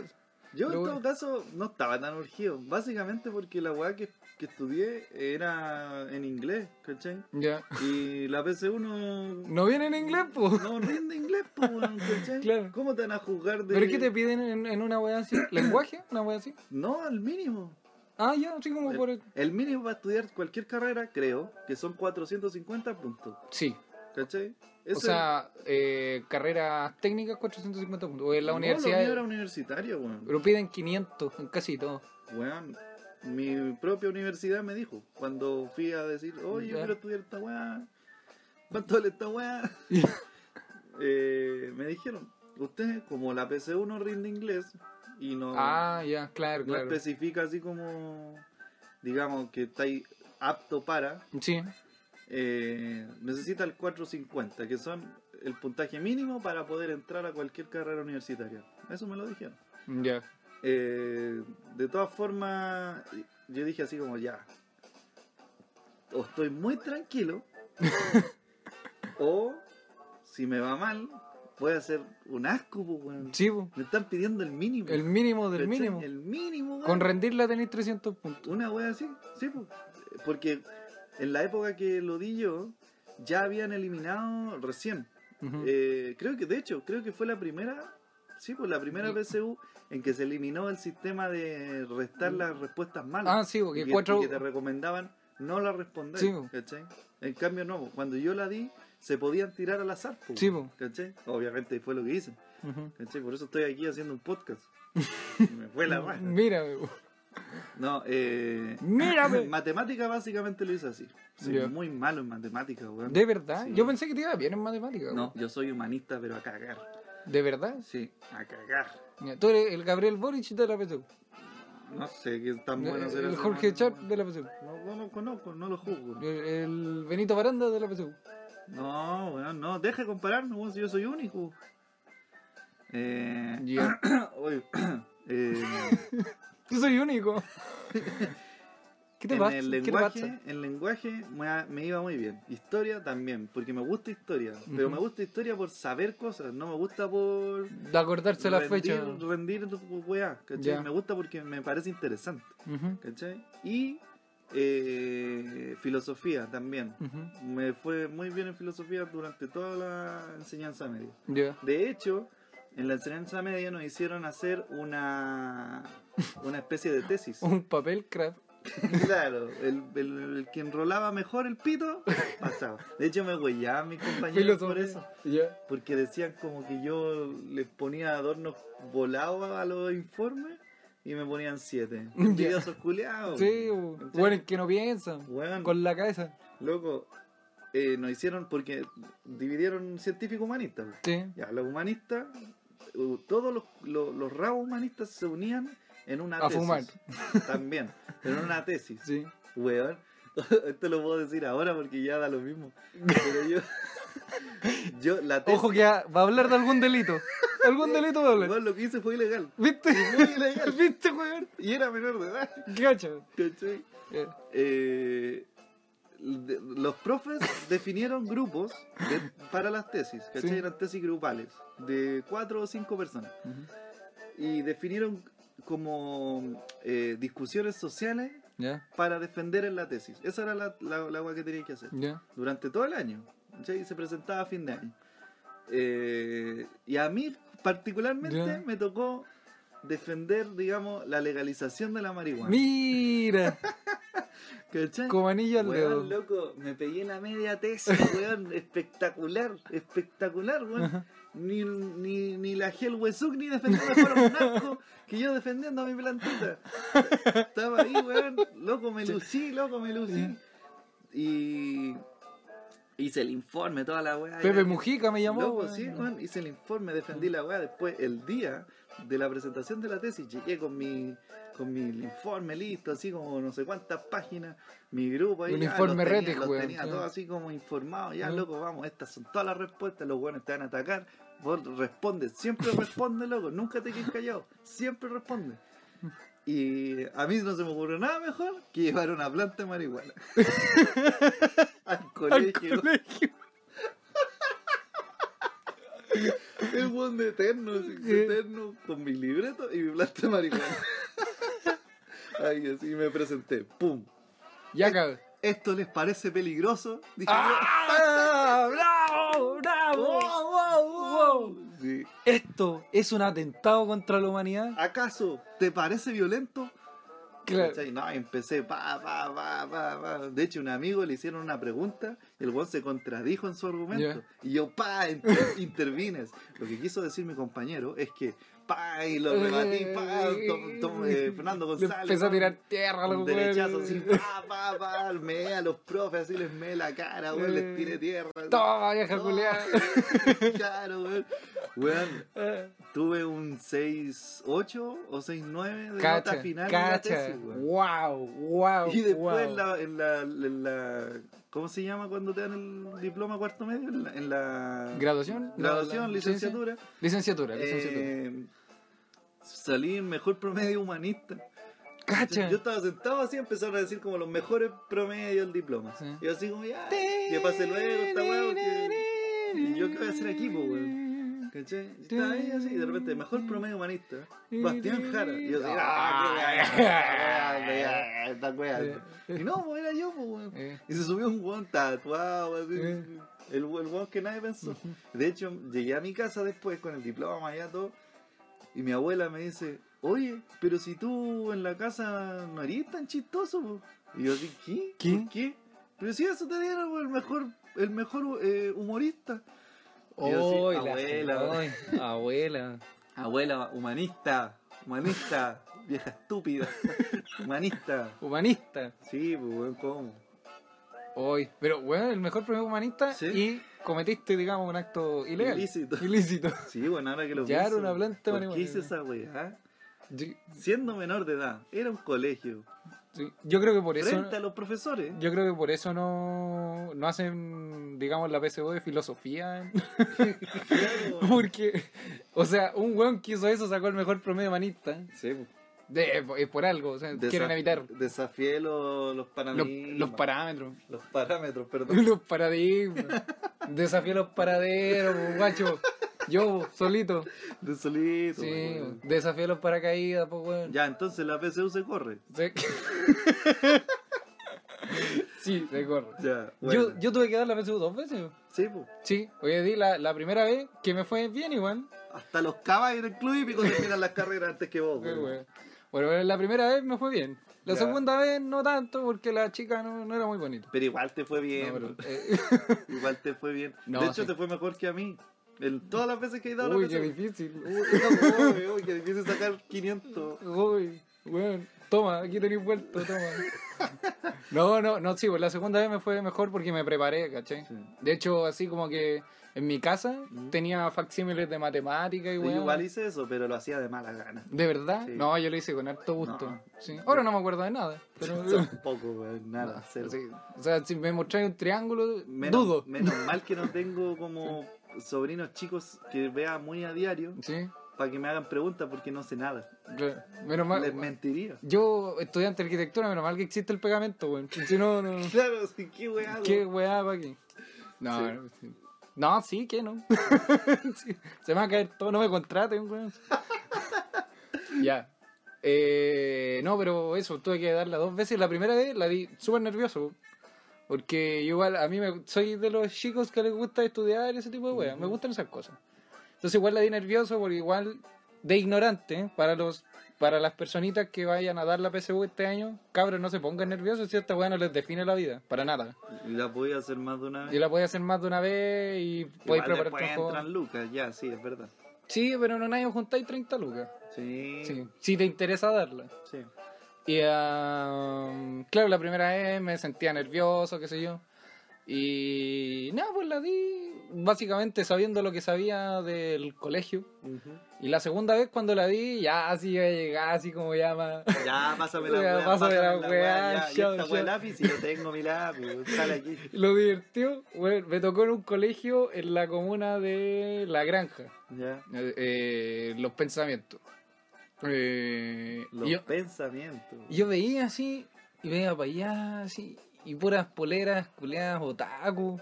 S6: Yo
S2: Lo
S6: en
S2: bueno.
S6: todo caso no estaba tan urgido, básicamente porque la weá que, que estudié era en inglés, ¿cachai?
S2: Ya.
S6: Y la PC1 no,
S2: No viene en inglés, po.
S6: no rinde inglés, po, weón, ¿cachai?
S2: Claro.
S6: ¿Cómo te van a juzgar de.?
S2: ¿Pero es que te piden en, en una weá así? ¿Lenguaje? ¿Una weá así?
S6: No, el mínimo.
S2: Ah, ya, así como
S6: Eh,
S2: por el...
S6: El mínimo para estudiar cualquier carrera, creo, que son 450 puntos,
S2: Sí.
S6: ¿cachai?
S2: O sea, eh, carreras técnicas 450 puntos. O en la
S6: No, lo mío era
S2: universidad...
S6: universitario, weón.
S2: Pero piden 500 en casi todo.
S6: Weón, mi propia universidad me dijo, cuando fui a decir, oye,
S2: Ya.
S6: yo quiero estudiar esta weá, ¿cuánto vale esta weá? Eh, me dijeron, usted, como la PC1 no rinde inglés y no,
S2: Ah, ya, claro,
S6: no
S2: claro.
S6: especifica así como, digamos, que está ahí apto para,
S2: Sí.
S6: eh, necesita el 450, que son el puntaje mínimo para poder entrar a cualquier carrera universitaria. Eso me lo dijeron.
S2: Ya.
S6: Eh, de todas formas, yo dije así como ya. O estoy muy tranquilo. o si me va mal, puede ser un asco, pues, weón.
S2: Sí, po.
S6: Me están pidiendo el mínimo.
S2: el mínimo del
S6: ¿cachai?
S2: mínimo.
S6: El mínimo, weón.
S2: Con rendirla tenéis 300 puntos.
S6: Una wea así, sí, po. porque en la época que lo di yo, ya habían eliminado recién.
S2: Ujú.
S6: Eh, creo que, de hecho, creo que fue la primera, sí, pues la primera
S2: Y-
S6: PSU en que se eliminó el sistema de restar las respuestas malas.
S2: Mm. ah, sí,
S6: Y
S2: porque
S6: que,
S2: cuatro.
S6: y que te recomendaban no la responder,
S2: Sí, po.
S6: ¿cachai? En cambio, no, po. cuando yo la di, se podían tirar al azar, po,
S2: Sí, po.
S6: ¿cachai? Obviamente fue lo que hice,
S2: Ujú.
S6: ¿cachai? Por eso estoy aquí haciendo un podcast. Me fue la raja.
S2: Mírame, po.
S6: No, eh... En
S2: mírame.
S6: matemática básicamente lo hice así. Soy
S2: Ya.
S6: muy malo en matemática, weón.
S2: De verdad,
S6: Sí.
S2: yo pensé que te iba bien en matemáticas.
S6: No,
S2: po.
S6: yo soy humanista, pero a cagar.
S2: De verdad.
S6: Sí, a cagar.
S2: Mira, tú eres el Gabriel Boric de la PSU.
S6: No sé qué tan bueno será
S2: El
S6: ese
S2: Eh, Jorge
S6: man,
S2: Char
S6: weón.
S2: de la PSU.
S6: No, no lo conozco, no lo juzgo.
S2: El, el Benito Baranda de la PSU.
S6: No, weón, no, deja de compararnos, weón, si yo soy único. Eh...
S2: Ya.
S6: oye, eh,
S2: Yo soy único. ¿Qué te
S6: en
S2: pasa?
S6: el
S2: ¿Qué te pasa?
S6: lenguaje, en lenguaje me, me iba muy bien. Historia también, porque me gusta historia. Pero
S2: Ujú.
S6: me gusta historia por saber cosas, no me gusta por...
S2: De acordarse la
S6: rendir,
S2: fecha.
S6: Rendir tu weá, ¿cachai?
S2: Ya.
S6: Me gusta porque me parece interesante,
S2: Ujú,
S6: ¿cachai? Y eh, filosofía también.
S2: ujú.
S6: Me fue muy bien en filosofía durante toda la enseñanza media.
S2: Ya.
S6: De hecho, en la enseñanza media nos hicieron hacer una, una especie de tesis.
S2: Un papel craft.
S6: claro, el, el- el que enrolaba mejor el pito pasaba. De hecho, me huellaban mis compañeros
S2: Filosofía.
S6: por eso.
S2: Ya.
S6: Porque decían como que yo les ponía adornos volados a los informes y me ponían siete.
S2: Ya.
S6: Envidiosos culiados.
S2: Sí,
S6: weón.
S2: o- bueno, el que no piensa.
S6: Weón,
S2: Con la cabeza.
S6: loco, eh, nos hicieron porque dividieron científico humanista. weón.
S2: Sí.
S6: Ya, los humanistas, eh, todos los, los, los rabos humanistas se unían en una
S2: A
S6: tesis.
S2: fumar.
S6: También, pero en una tesis.
S2: Sí.
S6: Weón. Esto lo puedo decir ahora porque ya da lo mismo. Pero yo. yo la tesis.
S2: Ojo que ah, va a hablar de algún delito. Algún delito va a hablar.
S6: weón, lo que hice fue ilegal.
S2: ¿Viste?
S6: Muy ilegal.
S2: ¿Viste, weón?
S6: Y era menor de edad.
S2: Gacho.
S6: ¿cachai?
S2: Eh,
S6: Eh, de- los profes definieron grupos de- para las tesis, ¿cachai?
S2: Sí.
S6: Eran tesis grupales de cuatro o cinco personas. Y definieron como eh, discusiones sociales
S2: Ya,
S6: para defender en la tesis. Esa era la, la, la hueá que tenían que hacer
S2: ya.
S6: durante todo el año. ¿cachai? Y se presentaba a fin de año. Eh, y a mí particularmente
S2: Ya.
S6: me tocó defender, digamos, la legalización de la marihuana.
S2: Mira,
S6: ¿Cachai?
S2: como anillo al
S6: Weón,
S2: dedo.
S6: loco, me pegué la media tesis, weón, espectacular, espectacular, weón.
S2: Ajá.
S6: Ni, ni, ni la Gel Huesuc ni defendiendo fueron un asco que yo defendiendo a mi plantita. Estaba ahí, weón, loco, me lucí, loco, me lucí. Y hice el informe, toda la weá.
S2: Pepe
S6: Era-
S2: Mujica me llamó.
S6: Loco,
S2: weón.
S6: sí, weón, hice el informe, defendí la weá. Después, el día de la presentación de la tesis, llegué con mi, con mi informe listo, así como no sé cuántas páginas, mi grupo ahí.
S2: Un
S6: ya,
S2: informe
S6: los tenía,
S2: retes,
S6: los
S2: weón,
S6: tenía
S2: sí.
S6: todo así como informado, ya,
S2: Ujú.
S6: loco, vamos, estas son todas las respuestas, los weones te van a atacar. Vos respondes, siempre responde, loco, nunca te quedes callado, siempre responde. Y a mí no se me ocurrió nada mejor que llevar una planta de marihuana. Al
S2: Al
S6: colegio.
S2: colegio.
S6: El buen de eterno,
S2: ¿Qué?
S6: eterno, con mi libreto y mi planta de marihuana. Ay, así me presenté. ¡Pum!
S2: Ya cabrón.
S6: ¿Esto les parece peligroso? Dije
S2: ¡Ah! ¡Bravo! ¡Bravo! ¡Wow!
S6: yo.
S2: ¡Wow!
S6: Sí.
S2: Esto es un atentado contra la humanidad.
S6: ¿Acaso te parece violento?
S2: Claro.
S6: ¿Cachai? No, empecé, pa, pa, pa, pa, pa. De hecho, un amigo le hicieron una pregunta, el weón se contradijo en su argumento. Y yo, pa, inter- intervines. Lo que quiso decir mi compañero es que, pa, y lo rebatí,
S2: Eh,
S6: pa, tom- tom- eh, Fernando
S2: Le
S6: González.
S2: Empezó a
S6: pa,
S2: tirar tierra a los
S6: Un derechazo
S2: weones.
S6: así, pa, pa, pa, meé a los profes, así les meé la cara, weón,
S2: Eh.
S6: les tiré tierra. así.
S2: Toma, vieja
S6: No,
S2: culiada.
S6: Claro, weón. Weón,
S2: Eh,
S6: tuve un 6-8 o 6-9 de nota
S2: Cacha,
S6: final de la
S2: cacha.
S6: tesis, weón.
S2: Wow, wow.
S6: Y después
S2: wow.
S6: en, la, en, la, en la- ¿Cómo se llama cuando te dan el diploma cuarto medio? En la. en la-
S2: ¿Graduación?
S6: Graduación,
S2: La- la-
S6: licenciatura.
S2: sí, sí. Licenciatura, licenciatura.
S6: Eh, salí en mejor promedio humanista.
S2: Cacha.
S6: Yo estaba sentado así, empezaron a decir como los mejores promedios del diploma.
S2: Sí.
S6: Y yo así como, ya, que pase luego esta weá. porque- ¿Y yo qué voy a hacer aquí, po, weón? ¿Cachai? Está ahí así, y de repente, mejor promedio humanista. Bastián Jara. Y yo así, ah, qué wea, esta wea. Y no, pues era yo, pues, weón.
S2: Eh.
S6: Y se subió un guan tatuado, así.
S2: Eh.
S6: El, el guan que nadie pensó. De hecho, llegué a mi casa después con el diploma y todo. Y mi abuela me dice, oye, pero si tú en la casa no eres tan chistoso, po". Y yo así, ¿qué?
S2: ¿Qué?
S6: ¿Por qué? Pero si eso te dieron, po, el mejor, el mejor eh, humorista. Y yo
S2: Oy,
S6: así,
S2: la-
S6: abuela,
S2: oy, abuela.
S6: abuela, humanista, humanista, vieja estúpida, humanista.
S2: Humanista.
S6: Sí, pues, weón, ¿cómo?
S2: Hoy. Pero, weón, el mejor premio humanista
S6: Sí.
S2: y cometiste, digamos, un acto ilegal.
S6: Ilícito.
S2: Ilícito.
S6: Sí, bueno, ahora que lo
S2: Ya era
S6: pienso,
S2: una planta
S6: ¿Por qué
S2: marihuana.
S6: hice esa weá? ¿Ah?
S2: Yo,
S6: Siendo menor de edad, era un colegio.
S2: sí, yo creo que por eso.
S6: Frente a los profesores.
S2: Yo creo que por eso no, no hacen, digamos, la PSU de filosofía. Porque, o sea, un weón que hizo eso sacó el mejor promedio humanista.
S6: Sí, pues.
S2: De- es por algo, o sea,
S6: Desa-
S2: quieren evitar
S6: Desafié los, los
S2: los,
S6: paradigmas.
S2: los parámetros,
S6: Los parámetros, perdón.
S2: los paradigmas. Desafío los paraderos, po, guacho. Yo, po, solito.
S6: De solito. pues,
S2: Sí, pues.
S6: weón.
S2: po. desafío los paracaídas, pues, weón.
S6: Ya, entonces la PSU se corre.
S2: Se- sí, se corre.
S6: Ya, bueno.
S2: Yo, yo tuve que dar la PSU dos veces.
S6: Sí, pues.
S2: Sí, oye, di la, la primera vez que me fue bien igual.
S6: Hasta los caballos del club hípico terminan las carreras antes que vos,
S2: Qué
S6: weón.
S2: wea. Bueno, pero la primera vez me fue bien. La
S6: Ya.
S2: segunda vez no tanto porque la chica no, no era muy bonita.
S6: Pero igual te fue bien.
S2: No, pero,
S6: weón.
S2: eh,
S6: Igual te fue bien.
S2: No,
S6: de hecho,
S2: sí.
S6: te fue mejor que a mí. En todas las veces que he dado
S2: uy,
S6: la
S2: qué
S6: PSU.
S2: difícil.
S6: Uy, no, uy, uy, que difícil sacar 500.
S2: Uy, weón. Toma, aquí tenéis vuelto, toma. No, no, no, sí, pues la segunda vez me fue mejor porque me preparé, ¿cachai?
S6: Sí.
S2: De hecho, así como que en mi casa
S6: Mm.
S2: tenía facsímiles de matemática y
S6: Yo
S2: weón.
S6: igual hice eso, pero lo hacía de mala gana.
S2: ¿De verdad?
S6: Sí.
S2: No, yo lo hice con harto gusto.
S6: No.
S2: Sí. Ahora no me acuerdo de nada. Pero...
S6: Tampoco, weón, nada.
S2: No,
S6: cero.
S2: Ah, sí. O sea, si me mostráis un triángulo,
S6: Menos,
S2: dudo.
S6: menos mal que no tengo como sobrinos chicos que vea muy a diario
S2: Sí,
S6: para que me hagan preguntas porque no sé nada.
S2: claro. Menos mal.
S6: Les mentiría.
S2: Yo, estudiante de arquitectura, menos mal que existe el pegamento, weón. Si no, no.
S6: Claro, sí, qué weá. hago?
S2: ¿Qué weá pa' aquí? No,
S6: Sí.
S2: no, sí. no, sí, que no. Sí, Se me va a caer todo, no me contraten, weón. ya. Eh, no, pero eso, tuve que darla dos veces. La primera vez la di súper nervioso. Porque yo igual, a mí me, soy de los chicos que les gusta estudiar y ese tipo de weas. Me gustan esas cosas. Entonces igual la di nervioso porque igual de ignorante ¿eh? para los para las personitas que vayan a dar la PSU este año, cabros, no se pongan nerviosos si esta weá no les define la vida, para nada.
S6: Y la podía hacer más de una vez.
S2: Y la podéis hacer más de una vez y podéis
S6: Igual
S2: preparar
S6: después
S2: tu juego.
S6: entran lucas, ya, sí, es verdad.
S2: Sí, pero en un año juntáis 30 lucas.
S6: Sí,
S2: Sí, si te interesa darla.
S6: sí.
S2: Y ah, claro, la primera vez me sentía nervioso, qué sé yo. Y nada, pues la di básicamente sabiendo lo que sabía del colegio.
S6: Ujú.
S2: Y la segunda vez cuando la di, ya así iba a llegar, así como llama.
S6: Ya, pásame la
S2: Ya,
S6: weá,
S2: pásame la weá,
S6: ya. Y
S2: chao,
S6: esta
S2: chao.
S6: weá lápiz, y yo tengo mi lápiz, sale aquí.
S2: Lo divertió, bueno, me tocó en un colegio en la comuna de La Granja.
S6: Ya.
S2: Eh, eh, los pensamientos. Eh,
S6: Los
S2: y yo,
S6: pensamientos.
S2: y yo veía así, y veía para allá, así, y puras poleras, culeadas, otaku.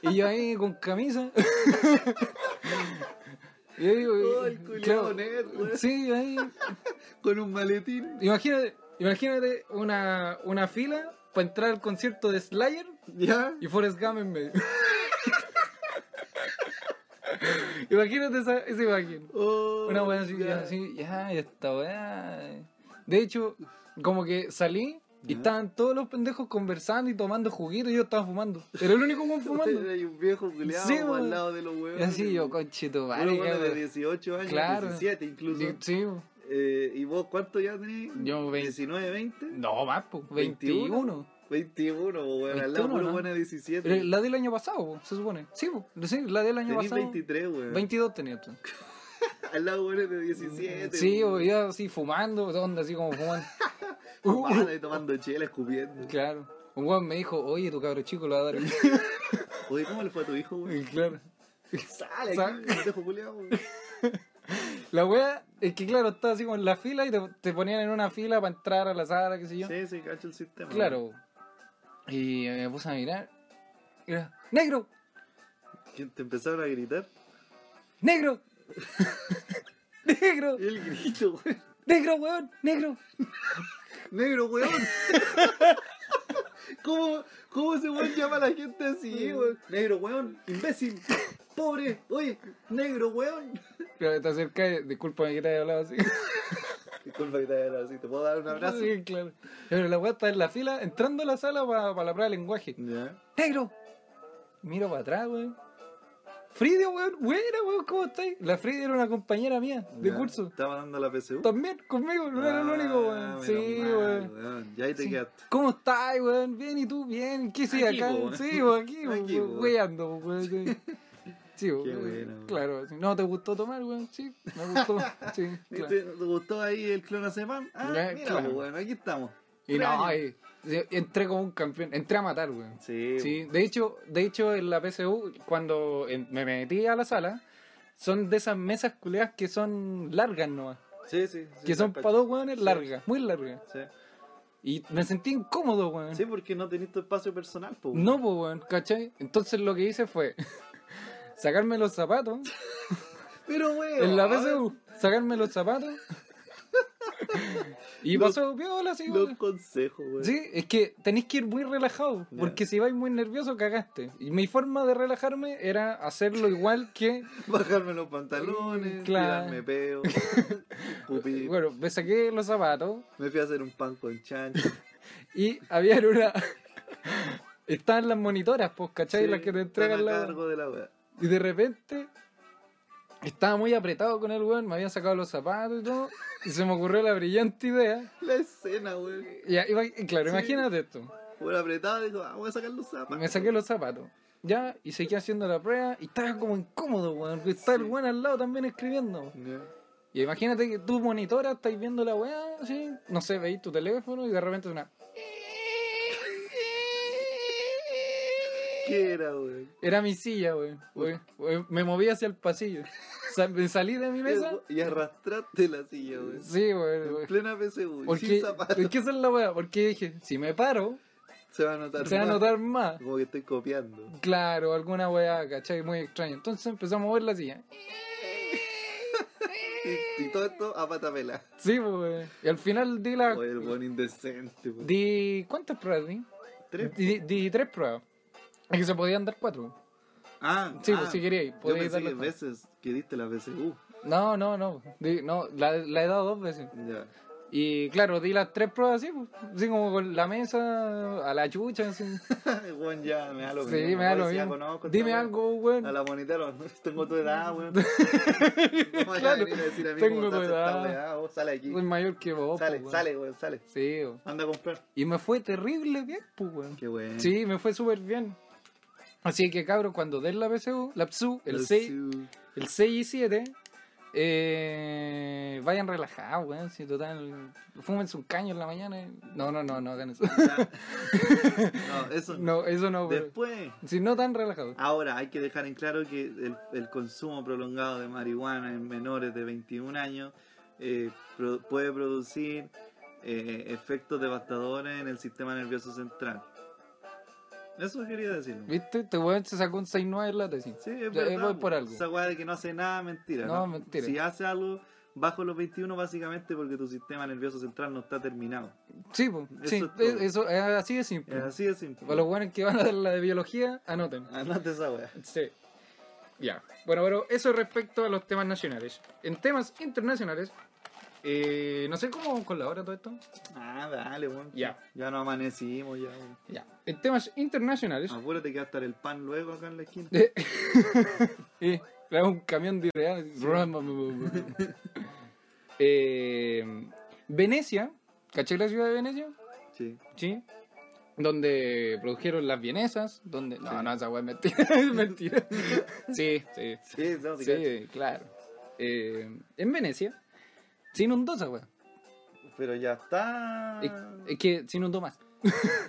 S2: y yo ahí con camisa. y yo digo,
S6: Oh,
S2: eh,
S6: el culiao
S2: claro,
S6: nerd, weón.
S2: Sí, yo ahí.
S6: Con un maletín.
S2: Imagínate, imagínate una, una fila para entrar al concierto de Slayer
S6: Ya.
S2: y Forrest Gump en medio. imagínate esa, esa imagen.
S6: Oh,
S2: Una weá así,
S6: ya.
S2: ya, así, ya, esta weá. De hecho, como que salí y
S6: Ya.
S2: estaban todos los pendejos conversando y tomando juguito y yo estaba fumando. Era el único weón fumando.
S6: Hay un viejo culiado
S2: Sí,
S6: al
S2: weón.
S6: lado de los
S2: Y
S6: huevos.
S2: así yo, conchito, vale.
S6: de 18 años,
S2: Claro.
S6: 17 incluso.
S2: Sí, bo.
S6: Eh, ¿Y vos cuánto ya tenés?
S2: Yo, vein-
S6: 19, 20.
S2: no, más, po,
S6: 21.
S2: 21.
S6: 21, weón. Al lado
S2: 21,
S6: puro
S2: ¿no?
S6: bueno de
S2: Pero
S6: 17.
S2: Eh, La del año pasado, bo, se supone. Sí, bo, sí, la del año
S6: Tenés
S2: pasado.
S6: 23, weón.
S2: 22 tenía tú.
S6: Al lado bueno de 17.
S2: Sí, bo,
S6: weón.
S2: yo así fumando, onda así como fumando. Uh,
S6: Fumando y tomando chela, escupiendo.
S2: claro. Un weón me dijo, oye, tu cabro chico lo va a dar.
S6: Oye, ¿cómo le fue a tu hijo, weón?
S2: Y claro.
S6: Sale,
S2: Sa-
S6: aquí, pendejo culiao, weón.
S2: La wea es que, claro, estaba así como en la fila y te, te ponían en una fila para entrar a la sala, qué sé yo.
S6: Sí, sí, cacho el sistema.
S2: Claro. Y eh, me puse a mirar. Y era, ¡Negro!
S6: ¿Quién te empezaron a gritar?
S2: ¡Negro! ¡Negro!
S6: El grito, weón.
S2: ¡Negro, weón! ¡Negro!
S6: Negro, weón. ¿Cómo, ¿Cómo ese weón llama a la gente así, weón? Negro, weón. Imbécil. Pobre. Oye, negro, weón.
S2: Pero te acercas, y- discúlpame que te haya hablado así.
S6: Disculpa que te haya hablado así. ¿Te puedo dar un abrazo?
S2: Sí, claro. Pero la weá está en la fila, entrando a la sala para la prueba de lenguaje.
S6: Ya.
S2: ¡Negro! Miro para atrás, weón. Fridio, weón. Buena, weón, ¿cómo estáis? La Fridia era una compañera mía de
S6: Ya.
S2: curso.
S6: Estaba dando la PSU.
S2: También conmigo, no era el único,
S6: Ah,
S2: weón.
S6: menos
S2: Sí,
S6: mal,
S2: weón.
S6: Ya ahí te
S2: Sí.
S6: quedaste.
S2: ¿Cómo estás, weón? Bien, ¿y tú? Bien. ¿Qué sí
S6: Aquí,
S2: acá?
S6: po, weón.
S2: Sí, weón, aquí, weón.
S6: Aquí, po, weón.
S2: Weando, po, weón. sí. Sí, weón.
S6: Qué bueno, weón.
S2: Claro, sí. no te gustó tomar, weón. Sí, me gustó. Sí, claro.
S6: ¿Te, te gustó ahí el clonazepam? Ah,
S2: Ya,
S6: mira,
S2: claro.
S6: pues, bueno, aquí estamos.
S2: Y no,
S6: Claro.
S2: ay, sí, entré como un campeón. Entré a matar, weón.
S6: Sí.
S2: Sí, de hecho, de hecho en la PSU, cuando en- me metí a la sala, son de esas mesas culeadas que son largas nomás.
S6: sí, sí. sí,
S2: que son
S6: cacho.
S2: para dos weones
S6: Sí.
S2: largas, muy largas.
S6: Sí.
S2: Y me sentí incómodo, weón.
S6: Sí, porque no tenés tu espacio personal, pues.
S2: No, pues, weón, ¿cachai? Entonces lo que hice fue sacarme los zapatos
S6: Pero, weón.
S2: en la PSU, sacarme los zapatos. y
S6: Los-
S2: pasó piola, así,
S6: Los
S2: weón.
S6: consejos, weón.
S2: Sí, es que tenéis que ir muy relajado,
S6: Ya.
S2: porque si vais muy nervioso cagaste. Y mi forma de relajarme era hacerlo igual que
S6: Bajarme los pantalones,
S2: Claro.
S6: tirarme peo, pupí.
S2: Bueno, me saqué los zapatos
S6: Me fui a hacer un pan con chancho.
S2: y había una. Estaban las monitoras, pues, ¿cachai?
S6: Sí,
S2: las que te
S6: están a
S2: entregan la.
S6: cargo de la weá.
S2: Y de repente. Estaba muy apretado con el weón, me había sacado los zapatos y todo. Y se me ocurrió la brillante idea.
S6: La escena, weón.
S2: Y, ahí va- y claro,
S6: Sí.
S2: imagínate esto.
S6: Por apretado, dijo, ah, voy a sacar los zapatos.
S2: Me saqué los zapatos. Ya, y seguí haciendo la prueba y estaba como incómodo, weón. porque Estaba el
S6: Sí.
S2: weón al lado también escribiendo.
S6: Ya.
S2: Y imagínate que tú monitora, estáis viendo la weá, así, no sé, veis tu teléfono y de repente una.
S6: ¿Qué era, weón?
S2: Era mi silla, güey. Güey, güey, Me moví hacia el pasillo. Sa- me salí de mi mesa.
S6: Y arrastraste la silla, weón.
S2: Sí, güey.
S6: En
S2: güey.
S6: plena PSU, y
S2: Porque,
S6: sin zapatos.
S2: es que esa es la weá. Porque dije, si me paro,
S6: Se va a notar.
S2: se va a
S6: más.
S2: notar más.
S6: Como que estoy copiando.
S2: Claro, alguna weá, ¿cachai? Muy extraña. Entonces empezó a mover la silla.
S6: Y, y todo esto a patapela.
S2: Sí, güey. Y al final di la.
S6: Oye, el buen indecente, weón.
S2: Ah. Di. ¿Cuántas pruebas di?
S6: Tres.
S2: Di, di tres pruebas. Es que se podían dar cuatro.
S6: Ah,
S2: Sí,
S6: ah,
S2: pues, si queréis,
S6: Yo
S2: podéis
S6: pensé
S2: dar
S6: que
S2: las cuatro.
S6: veces que diste la PSU.
S2: No, no, no. Di- no, la, la he dado dos veces.
S6: Ya.
S2: Y claro, di las tres pruebas así, pues, así como con la mesa, a la chucha, así.
S6: Weón, ya me da lo
S2: Sí,
S6: mismo.
S2: me da
S6: weón,
S2: lo
S6: si ya
S2: mismo.
S6: conozco esta
S2: Dime
S6: weá.
S2: algo, weón.
S6: A la monitora, no, tengo tu edad, weón. No me
S2: Claro,
S6: venir a decir a mí
S2: tengo
S6: cómo
S2: tu
S6: estás esta
S2: edad.
S6: weá, vos sale aquí.
S2: Soy mayor que vos.
S6: sale,
S2: pues, weón.
S6: sale, weón, sale.
S2: Sí, weón.
S6: Anda a comprar.
S2: Y me fue terrible bien, pues, weón.
S6: Qué bueno.
S2: Sí, me fue súper bien. Así que, cabros, cuando den la PSU, la PSU, el, 6,
S6: su-
S2: el 6 y 7, eh, vayan relajados, weón. Si total, fúmense un caño en la mañana. y- No, no, no, no hagan eso.
S6: No, eso no.
S2: No, eso no, weón.
S6: Después.
S2: Si no tan relajados.
S6: Ahora, hay que dejar en claro que el, el consumo prolongado de marihuana en menores de 21 años eh, pro- puede producir eh, efectos devastadores en el sistema nervioso central. Eso quería decirlo.
S2: ¿Viste? Este weón se sacó un 6-9 en la tesis.
S6: Sí, es
S2: Ya, eh,
S6: verdad.
S2: voy por
S6: po.
S2: algo.
S6: Esa weá de que no hace nada, mentira.
S2: No, mentira.
S6: Si hace algo bajo los 21, básicamente porque tu sistema nervioso central no está terminado.
S2: Sí, pues, sí,
S6: Eso
S2: eso,
S6: es todo.
S2: es así de simple.
S6: Es así de simple.
S2: Para los buenos que van a dar la de biología, anoten.
S6: Anota esa weá.
S2: Sí. Ya. Bueno, pero eso respecto a los temas nacionales. En temas internacionales, eh, no sé cómo vamos con la hora todo esto.
S6: Ah, dale, weón.
S2: Ya.
S6: Ya no amanecimos, ya, weón.
S2: Ya. En temas internacionales,
S6: Apúrate que va a estar el pan luego acá en la esquina.
S2: eh, eh, trae un camión de ideas. Eh, Venecia, ¿caché la ciudad de Venecia?
S6: Sí.
S2: Sí. Donde produjeron las vienesas, donde... No,
S6: Sí.
S2: no, esa weá es mentira. es mentira. Sí, sí.
S6: Sí, no, sí, cacho.
S2: Sí, claro. Eh, en Venecia se inundó esa weá.
S6: Pero ya está.
S2: Es, es que se inundó más.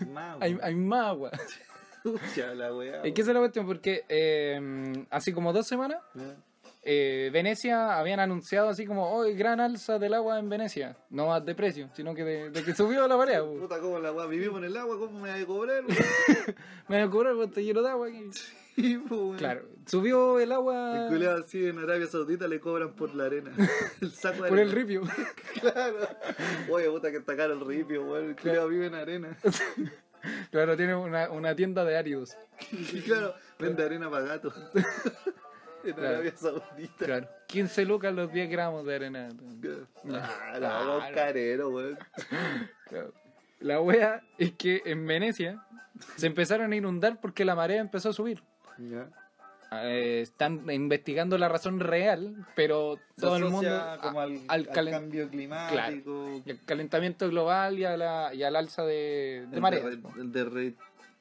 S6: Más,
S2: Hay, hay más agua.
S6: Escucha la weá.
S2: Es que esa es la cuestión, porque eh, hace como dos semanas
S6: weón.
S2: eh, Venecia habían anunciado así como, hoy gran alza del agua en Venecia. No más de precio, sino que de, de que subió la marea. po.
S6: Puta, cómo la weá. Vivimos en el agua, ¿cómo me voy a cobrar? weón?
S2: Me voy a cobrar porque está lleno de agua. aquí.
S6: Sí, pues, weón.
S2: Claro, subió el
S6: El
S2: agua
S6: culiao así en Arabia Saudita le cobran por la arena. El saco de
S2: por el
S6: arena.
S2: ripio.
S6: Claro. Oye, puta que está caro el ripio, weón. El culiao vive en arena.
S2: Claro, tiene una, una tienda de áridos.
S6: Y claro, vende arena para gatos. En
S2: Claro.
S6: Arabia Saudita.
S2: Claro, 15 lucas los 10 gramos de arena.
S6: Ah, la hago carero, weón.
S2: Claro. La wea es que en Venecia se empezaron a inundar porque la marea empezó a subir. Eh, están investigando la razón real, pero todo el mundo
S6: como
S2: a-
S6: al, al
S2: calen-
S6: cambio climático.
S2: y al calentamiento global y, a la, y al alza de, de marea.
S6: De, re- de, re-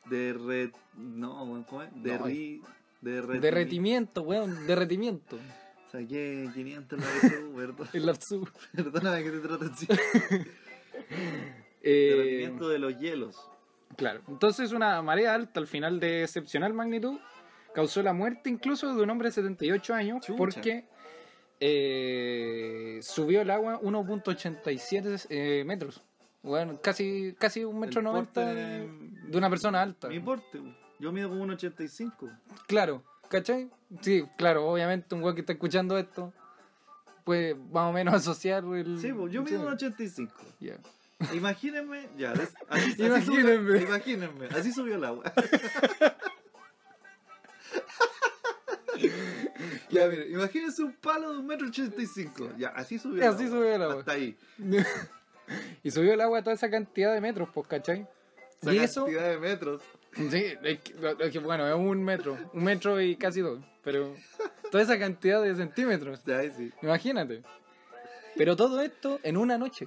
S6: de re- no, weón, ¿cómo es? De
S2: No,
S6: ri- de re-
S2: Derretimiento, weón, derretimiento.
S6: Saqué 500 la vez, perdón.
S2: El lapsus.
S6: Perdóname que te trate así.
S2: Eh,
S6: Derretimiento de los hielos.
S2: Claro. Entonces una marea alta al final de excepcional magnitud causó la muerte incluso de un hombre de 78 años
S6: Chucha.
S2: porque eh, subió el agua 1.87 eh, metros. Bueno, casi, casi un metro
S6: El
S2: noventa
S6: porte
S2: de,
S6: de-
S2: de una persona alta.
S6: Mi porte, weón. yo mido como 1,85.
S2: Claro, ¿cachai? Sí, claro, obviamente un weón que está escuchando esto puede más o menos asociar el...
S6: Sí, pues, yo
S2: Mm, sí.
S6: mido 1,85.
S2: Ya.
S6: Imagínenme, ya, des- así, así
S2: Imagínenme.
S6: subió- imagínenme, así subió el agua. ya, mira, imagínense un palo de un metro ochenta y cinco. Ya, así subió
S2: Así subió el agua.
S6: Hasta ahí.
S2: Y subió el agua toda esa cantidad de metros, pues, ¿cachai?
S6: Esa
S2: y eso...
S6: cantidad de metros.
S2: Sí, es que, lo- lo que, bueno, es un metro, un metro y casi dos, pero toda esa cantidad de centímetros,
S6: Ya, ahí sí.
S2: imagínate. Pero todo esto en una noche.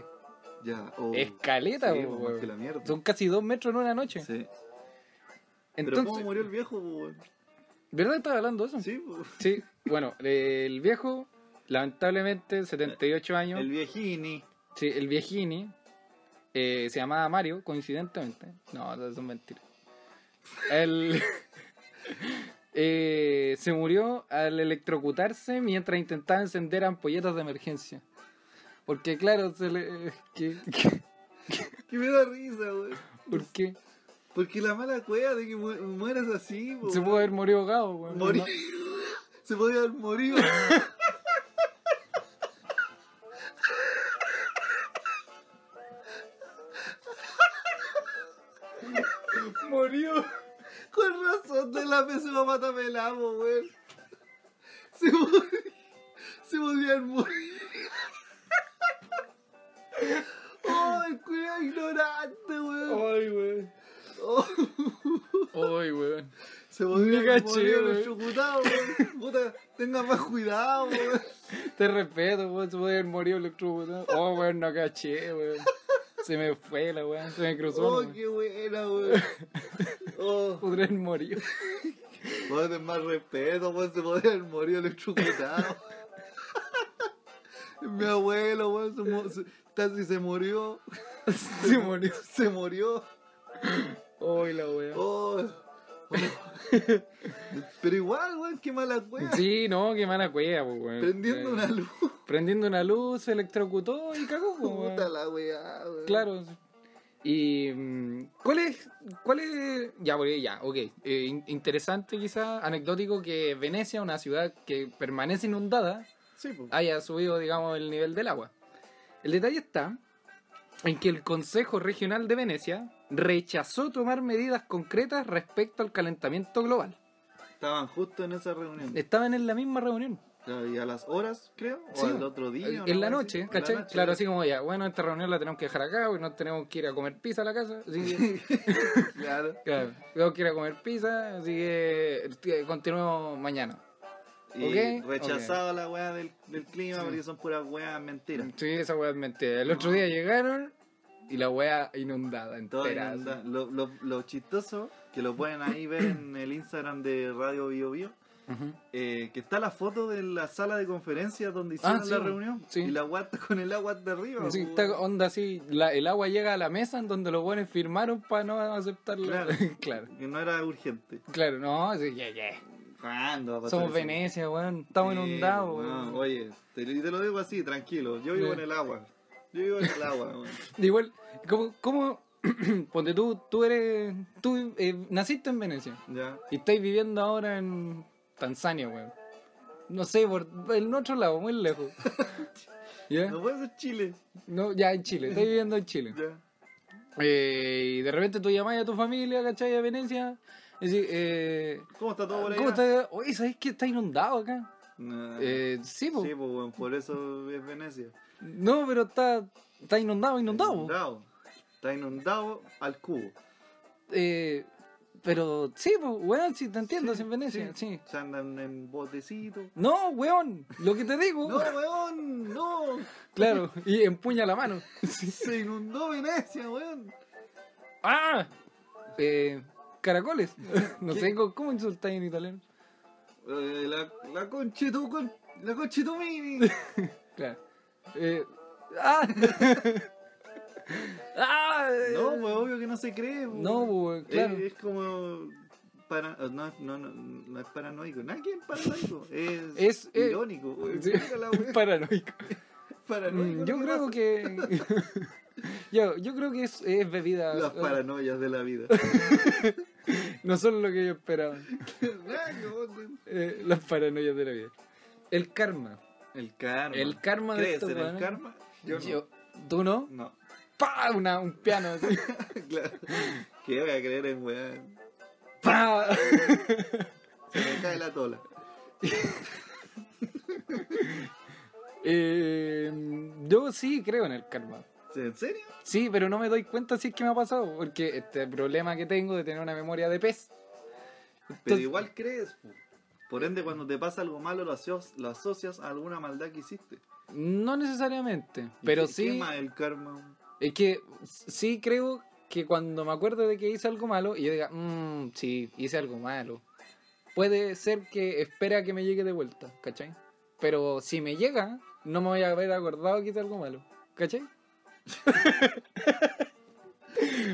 S6: Ya, oh,
S2: Escaleta,
S6: sí, pues,
S2: po,
S6: más
S2: weón.
S6: que la mierda.
S2: Son casi dos metros en una noche.
S6: Sí. Pero ¿cómo
S2: Entonces,
S6: murió el viejo? weón?
S2: ¿verdad estás hablando de eso?
S6: Sí, weón.
S2: Sí, bueno, eh, el viejo, lamentablemente, 78 años,
S6: el viejini.
S2: sí, el viejini, eh, se llamaba Mario, coincidentemente. No, eso es mentira. El, eh, se murió al electrocutarse mientras intentaba encender ampolletas de emergencia. Porque claro, se le... ¿qué? ¿Qué?
S6: Que me da risa, weón.
S2: ¿por qué?
S6: Porque la mala cueva de que mu- mueras así, weón.
S2: Se pudo haber morido ahogado, weón.
S6: Morir.
S2: ¿no?
S6: Se podía haber morido.
S2: Murió.
S6: Con razón de la vez se va a matar pelamo, weón. Se podía, se podía haber morido. Oh, el culiao ignorante, weón.
S2: Ay, weón.
S6: Oh,
S2: Ay, weón.
S6: se podía
S2: Me
S6: haber
S2: caché,
S6: morido
S2: weón.
S6: el chocutado, weón. Puta, tenga más cuidado, weón.
S2: Te respeto, weón. Se pudo haber morido electrocutado. Oh, weón, no caché, weón. Se me fue la weón. Se me cruzó.
S6: Oh,
S2: weón.
S6: qué buena, weón. Oh,
S2: Podría haber morido.
S6: weón, ten más respeto, weón. Se podía haber morido el chocutado. Mi abuelo, weón, se mu- se- casi se murió.
S2: Se murió.
S6: Se murió.
S2: Ay, la weón.
S6: Oh. Pero igual, weón, qué mala wea.
S2: Sí, no, qué mala cueva, po, weón.
S6: Prendiendo
S2: Eh,
S6: una luz.
S2: Prendiendo una luz, se electrocutó y cagó, po, weón.
S6: Puta la wea, weón.
S2: Claro. Y. mm, ¿Cuál es.? ¿Cuál es.? Ya, porque ya, ok. Eh, in- interesante, quizá, anecdótico que Venecia, una ciudad que permanece inundada,
S6: Sí, po.
S2: haya subido, digamos, el nivel del agua. El detalle está en que el Consejo Regional de Venecia rechazó tomar medidas concretas respecto al calentamiento global.
S6: Estaban justo en esa reunión.
S2: Estaban en la misma reunión.
S6: Claro, Y a las horas, creo. O
S2: Sí,
S6: al otro día.
S2: En-
S6: una
S2: en la
S6: wea
S2: noche,
S6: así. En la
S2: ¿cachai?
S6: noche.
S2: claro, así como ya, bueno, esta reunión la tenemos que dejar acá, porque nos tenemos que ir a comer pizza a la casa, así que,
S6: Claro.
S2: claro, tenemos que ir a comer pizza, así que eh, continuemos mañana.
S6: Y
S2: Ok,
S6: rechazada la wea del, del clima porque son puras weas mentiras.
S2: Sí, esa weá es mentira. El otro día llegaron y la weá inundada,
S6: Todo
S2: entera. así.
S6: inunda- lo, lo, lo chistoso que lo pueden ahí ver en el Instagram de Radio Bio Bio.
S2: Ujú.
S6: eh, que está la foto de la sala de conferencias donde hicieron
S2: Ah, sí,
S6: la
S2: bo.
S6: reunión
S2: Sí.
S6: y la guata con el agua de arriba.
S2: Sí,
S6: bo.
S2: está onda así, la- el agua llega a la mesa en donde los buenos firmaron para no aceptarla.
S6: Claro.
S2: Claro, claro,
S6: Que no era urgente.
S2: no, sí, ya, ya.
S6: ¿Cuándo va a pasar
S2: Somos
S6: eso?
S2: Venecia, weón, estamos
S6: Sí,
S2: inundados,
S6: bo, no,
S2: weón.
S6: oye, te, y te lo digo así, tranquilo. Yo vivo
S2: Ya.
S6: en el agua. Yo vivo en el agua. bo.
S2: Igual, ¿cómo, cómo Ponte tú, tú eres. Tú eh, naciste en Venecia
S6: Ya.
S2: y estáis viviendo ahora en Tanzania, weón. No sé, por el otro lado, muy lejos. ¿Ya?
S6: No puede ser Chile.
S2: No, ya en Chile, estáis viviendo en Chile.
S6: Ya.
S2: Eh, y de repente tú llamás a tu familia, ¿cachai? A Venecia. Y decís, eh,
S6: ¿Cómo está todo por allá?
S2: ¿cómo está? Oye, ¿sabes que está inundado acá?
S6: Nah.
S2: Eh, sí, po.
S6: Sí, pues bueno, por eso es Venecia.
S2: No, pero está, está inundado, inundado. po.
S6: Inundado. Está inundado al cubo.
S2: Eh, pero sí, pues, weón, sí, te entiendo, es en Venecia, sí.
S6: Se andan en botecitos.
S2: No, weón, lo que te digo.
S6: ¡No, weón! ¡No!
S2: Claro, y empuña la mano.
S6: Se inundó Venecia, weón.
S2: ¡Ah! Eh, caracoles. No sé cómo, cómo insultáis en italiano.
S6: Eh, la, la concha de tu con, la concha de tu mini.
S2: Claro. Eh, ¡Ah! ¡Ah!
S6: No, weón, obvio que no se cree, weón.
S2: No, weón,
S6: Es-
S2: claro.
S6: Es, como. Para, no, no, no, no es paranoico. Nadie es paranoico. Es,
S2: Es- eh,
S6: irónico. weón.
S2: Sí,
S6: Mira la weá,
S2: Paranoico.
S6: paranoico
S2: Mm,
S6: lo
S2: Yo creo
S6: pasa.
S2: que. Yo, yo creo que es, es bebida.
S6: Las paranoias de la vida.
S2: No son lo que yo esperaba. Eh, las paranoias de la vida. El karma.
S6: El karma.
S2: El karma de
S6: ¿Crees
S2: estos
S6: en el
S2: weones.
S6: karma? Yo,
S2: Yo- ¿Tú no?
S6: no. No,
S2: ¡Pa! Una, un piano así.
S6: claro. ¿Qué voy a creer en weá?
S2: ¡Pa!
S6: Se me cae la tola.
S2: Eh, yo sí creo en el karma.
S6: ¿En serio?
S2: Sí, pero no me doy cuenta si es que me ha pasado. Porque este problema que tengo de tener una memoria de pez.
S6: Pero
S2: Entonces-
S6: igual crees. po. Por ende, cuando te pasa algo malo, lo asocias, lo asocias a alguna maldad que hiciste.
S2: No necesariamente.
S6: ¿Y
S2: Pero
S6: qué-
S2: sí.
S6: ¿Qué más el karma?
S2: Es que sí creo que cuando me acuerdo de que hice algo malo y yo diga, mmm, sí, hice algo malo, puede ser que espera que me llegue de vuelta, ¿cachai? Pero si me llega, no me voy a haber acordado que hice algo malo, ¿cachai?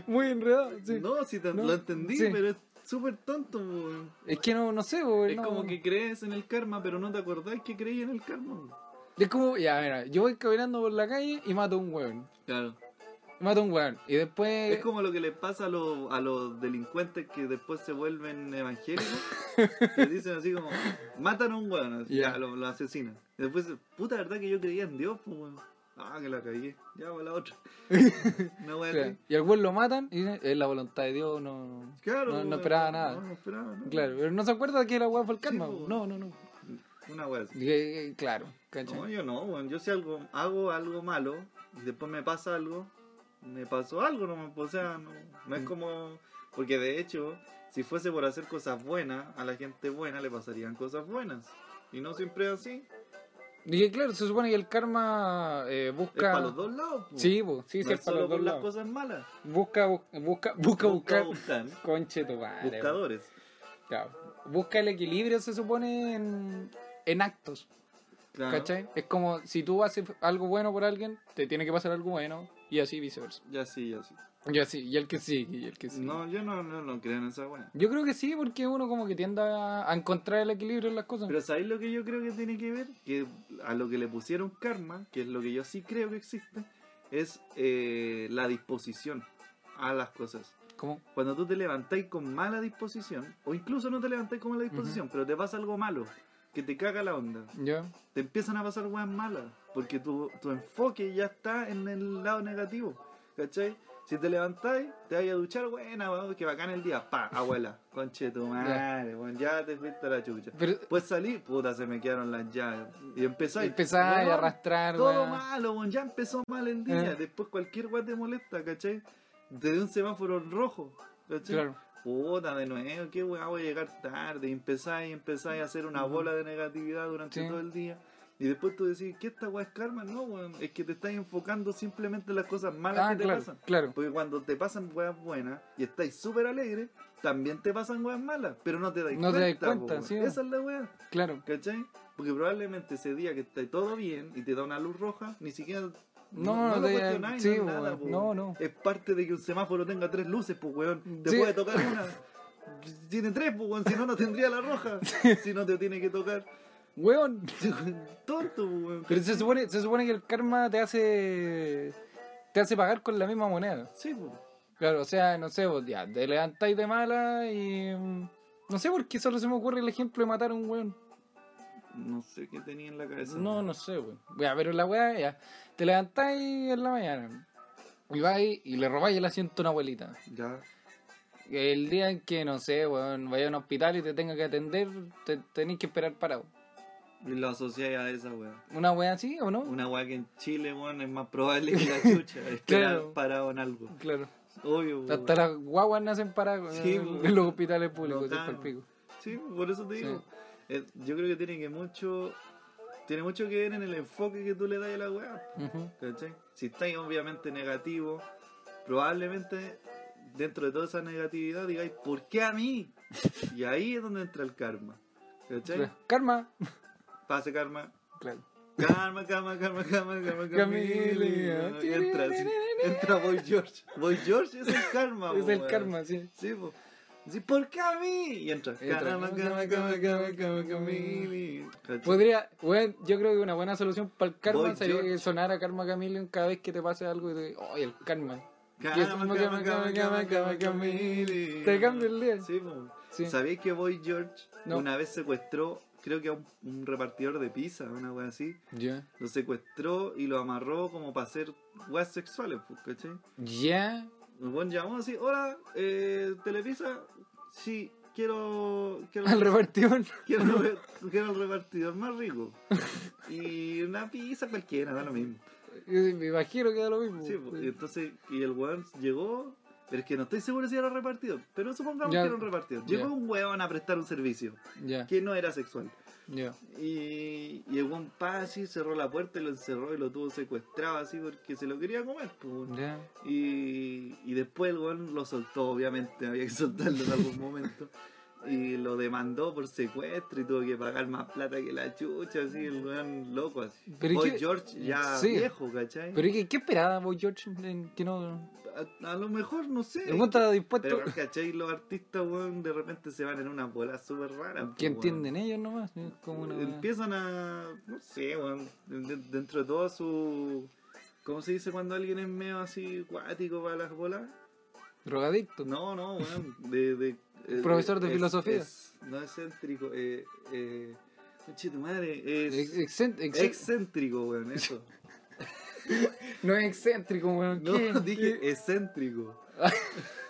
S2: Muy enredado, sí.
S6: No, si te-
S2: No,
S6: lo entendí,
S2: sí.
S6: pero es súper tonto. po, weón.
S2: Es que no, no sé, güey, Pues
S6: Es
S2: no.
S6: como que crees en el karma, pero no te acordás que creí en el karma. weón.
S2: Es como, ya, mira, yo voy caminando por la calle y mato a un hueón.
S6: Claro.
S2: Mato a un hueón. Y después...
S6: Es como lo que le pasa a los, a los delincuentes que después se vuelven evangélicos. que dicen así como, matan a un weón, así,
S2: Ya.
S6: ya, lo, lo asesinan. Y después, puta verdad que yo creía en Dios, pues weón. Ah, que la cagué. Ya, va la otra. Una weá
S2: Claro,
S6: así.
S2: Y al hueón lo matan y dicen, es la voluntad de Dios, no...
S6: Claro.
S2: No- no
S6: weón,
S2: esperaba nada.
S6: No, no esperaba nada.
S2: Claro, pero no se acuerda que la weá fue el
S6: Sí, pues.
S2: karma.
S6: po.
S2: po. no, no, no.
S6: Una weá así.
S2: Eh, eh, claro, ¿cachai?
S6: No, yo no, weón. Yo si algo, hago algo malo y después me pasa algo, me pasó algo, no, o sea, no, no
S2: Mm.
S6: es como... Porque de hecho, si fuese por hacer cosas buenas, a la gente buena le pasarían cosas buenas. Y no siempre es así.
S2: Dije, claro, se supone que el karma eh,
S6: Es
S2: busca.
S6: para los dos lados. po.
S2: Sí, po, sí,
S6: no
S2: sí,
S6: es
S2: es para
S6: solo
S2: los
S6: por
S2: dos
S6: las
S2: lados.
S6: cosas malas.
S2: Busca, bu- busca, busca buscar.
S6: buscar.
S2: Conche tu madre, po.
S6: Buscadores.
S2: Claro. Busca el equilibrio, se supone, en, en actos.
S6: Claro.
S2: ¿Cachai? Es como si tú haces algo bueno por alguien, te tiene que pasar algo bueno. Y así viceversa.
S6: Ya sí, ya sí.
S2: Y así, y el que sigue, y el que sigue.
S6: No, yo no, no, no creo en esa weá.
S2: Yo creo que sí, porque uno como que tiende a a encontrar el equilibrio en las cosas.
S6: Pero ¿sabéis lo que yo creo que tiene que ver? Que a lo que le pusieron karma, que es lo que yo sí creo que existe, es eh, la disposición a las cosas.
S2: ¿Cómo?
S6: Cuando tú te levantáis con mala disposición, o incluso no te levantáis con mala disposición, pero te pasa algo malo, que te caga la onda,
S2: ¿Ya?
S6: te empiezan a pasar weas malas, porque tu, tu enfoque ya está en el lado negativo, ¿cachai? Si te levantáis, te vais a duchar, buena, weón, que bacán el día, pa, abuela, conche tu madre, weón, ya te fuiste a la chucha.
S2: Pero
S6: Pues salí, puta, se me quedaron las llaves. Y empezó
S2: empezar a arrastrar,
S6: Todo
S2: weón.
S6: malo, weón, ya empezó mal el día.
S2: Eh.
S6: Después cualquier weón te molesta, ¿cachai? Te da un semáforo rojo, ¿cachai?
S2: Claro.
S6: Puta, de nuevo, qué weón, voy a llegar tarde. Y empezáis, empezáis a hacer una bola de negatividad durante
S2: Sí.
S6: todo el día. Y después tú decís, ¿qué esta weá es karma? No, weón, es que te estás enfocando simplemente en las cosas malas
S2: Ah,
S6: que te
S2: claro,
S6: pasan.
S2: claro.
S6: Porque cuando te pasan weas buenas y estáis súper alegres, también te pasan weas malas, pero no te dais
S2: No te
S6: cuenta.
S2: dais
S6: po,
S2: cuenta,
S6: weón.
S2: sí,
S6: Esa es la wea,
S2: Claro.
S6: ¿cachai? Porque probablemente ese día que está todo bien y te da una luz roja, ni siquiera.
S2: No,
S6: lo
S2: te-
S6: cuestionáis,
S2: sí,
S6: no es nada,
S2: weón.
S6: po,
S2: No,
S6: weón.
S2: no.
S6: Es parte de que un semáforo tenga tres luces, pues weón. Te
S2: Sí.
S6: puede tocar una. Tiene tres, pues weón, si no, no tendría la roja. si no te tiene que tocar.
S2: Weón.
S6: Tonto, po, weón.
S2: Pero se supone, se supone que el karma te hace. te hace pagar con la misma moneda.
S6: Sí, po.
S2: Claro, o sea, no sé, vos ya, te levantáis de mala y. mm, No sé por qué solo se me ocurre el ejemplo de matar a un weón.
S6: No sé qué tenía en la cabeza.
S2: No, no sé, weón. Ya, pero la weá, ya. Te levantáis en la mañana. Y vais y le robáis el asiento a una abuelita.
S6: Ya.
S2: El día en que, no sé, weón, vayas a un hospital y te tenga que atender, te tenéis que esperar parado.
S6: Y lo asociáis a esa weá.
S2: ¿Una weá así o no?
S6: Una weá que en Chile, weón, es más probable que la chucha. Esperar
S2: Claro.
S6: parado en algo.
S2: Claro.
S6: Obvio, weón.
S2: Hasta las guaguas nacen para eh,
S6: Sí, pues, weón.
S2: en los hospitales públicos,
S6: No,
S2: es
S6: claro.
S2: por pico.
S6: Sí, por eso te digo. Eh, yo creo que tiene que mucho. Tiene mucho que ver en el enfoque que tú le das a la weá.
S2: Ujú.
S6: ¿Cachai? Si estáis obviamente negativo, probablemente dentro de toda esa negatividad digáis, ¿por qué a mí? Y ahí es donde entra el karma. ¿Cachai?
S2: Claro. Karma.
S6: Pase karma.
S2: Claro.
S6: Karma, karma, karma, karma, karma,
S2: Camilia.
S6: karma. Y Entra, sí. entra Boy George. Boy George es el karma.
S2: es
S6: po,
S2: el
S6: weón.
S2: karma, sí.
S6: Sí, po. Sí, ¿por qué a mí? Y entra.
S2: Entra.
S6: Karma, karma, karma, karma, karma, Camille. ¿Cachai?
S2: Podría, weón, yo creo que una buena solución para el karma
S6: Boy
S2: sería
S6: George.
S2: que sonara Karma Chameleon cada vez que te pase algo y te oh, el karma. Y es
S6: Karma,
S2: como
S6: karma,
S2: que-
S6: karma, karma, karma, Camille.
S2: Camille. Te cambia el día.
S6: Sí, po.
S2: Sí.
S6: ¿Sabéis que Boy George
S2: No.
S6: una vez secuestró, creo que a un, un repartidor de pizza, una wea así?
S2: Ya.
S6: Lo secuestró y lo amarró como para hacer weas sexuales, pues, ¿cachai?
S2: Ya.
S6: El buen llamó así, hola, eh, Telepizza, sí, quiero... quiero
S2: Al repartidor.
S6: quiero, el re- quiero el repartidor más rico. Y una pizza cualquiera, da lo mismo.
S2: Eh, Me imagino que da lo mismo.
S6: Sí, pues, y entonces, y el weón llegó, pero es que no estoy seguro si era repartidor, pero supongamos
S2: Ya.
S6: que era un repartidor. Llegó
S2: Ya.
S6: un weón a prestar un servicio,
S2: Ya,
S6: que no era sexual.
S2: ya.
S6: Y, y el buen pa así cerró la puerta y lo encerró y lo tuvo secuestrado así porque se lo quería comer. pues, weón.
S2: Ya.
S6: Y, y después el weón lo soltó, obviamente, había que soltarlo en algún momento. Y lo demandó por secuestro y tuvo que pagar más plata que la chucha, así, el weón loco así.
S2: Pero ¿y
S6: Boy
S2: qué-
S6: George ya
S2: Sí.
S6: viejo, ¿cachai?
S2: Pero ¿y ¿qué, qué esperaba vos, George? en que no.
S6: A, a lo mejor, no sé.
S2: El weón estaba dispuesto.
S6: Pero, ¿cachai? Los artistas, weón, de repente se van en unas bolas súper
S2: Que
S6: raras. pues, weón.
S2: entienden ellos nomás. Es como una.
S6: Empiezan a. No sé, weón. de- Dentro de todo su. ¿Cómo se dice cuando alguien es medio así cuático para las bolas?
S2: Drogadicto.
S6: No, no, weón. De, de- eh,
S2: Profesor de
S6: es-
S2: filosofía.
S6: es- no es céntrico. Eh, eh, conche tu madre. Es
S2: Ex- excen- excen-
S6: excéntrico, weón. Eso.
S2: no es excéntrico, weón.
S6: No,
S2: ¿qué?
S6: dije excéntrico.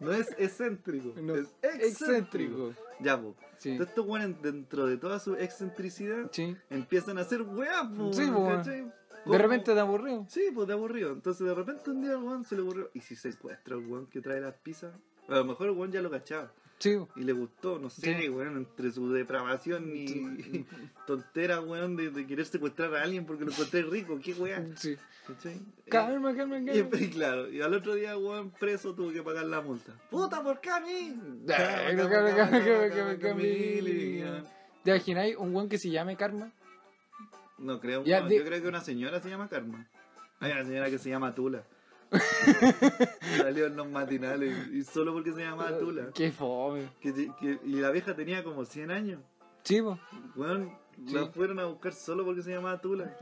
S6: No es excéntrico.
S2: No,
S6: Es excéntrico. Ya, po.
S2: Sí.
S6: Entonces estos weones, dentro de toda su excentricidad,
S2: Sí.
S6: empiezan a hacer weas, po,
S2: Sí,
S6: weón,
S2: po, weón.
S6: ¿cachai?
S2: De
S6: Como-
S2: repente te aburrido.
S6: Sí, pues de aburrido. Entonces de repente un día al weón se le ocurrió. ¿Y si secuestra al weón que trae las pizzas? A lo mejor el weón ya lo cachaba
S2: Sí. bo.
S6: y le gustó, no sé,
S2: Sí.
S6: weón, entre su depravación y y tontera, weón, de, de querer secuestrar a alguien porque lo encontré rico, qué weón.
S2: Sí.
S6: ¿Cachai? Eh,
S2: Calma, calma,
S6: y,
S2: calma.
S6: y claro, y al otro día, weón, preso tuvo que pagar la multa. ¡Puta, por qué a mí!
S2: Ay, no, calma, calma, calma, calma, calma. ¿Te imagináis un weón que se llame Karma?
S6: No creo,
S2: Ya,
S6: weón,
S2: di-
S6: yo creo que una señora se llama Karma. Hay una señora que se llama Tula. Salió en los matinales y solo porque se llamaba Tula.
S2: Qué fome.
S6: Que- que- y la vieja tenía como 100 años.
S2: Sí, bo.
S6: Weón,
S2: Sí.
S6: la fueron a buscar solo porque se llamaba Tula.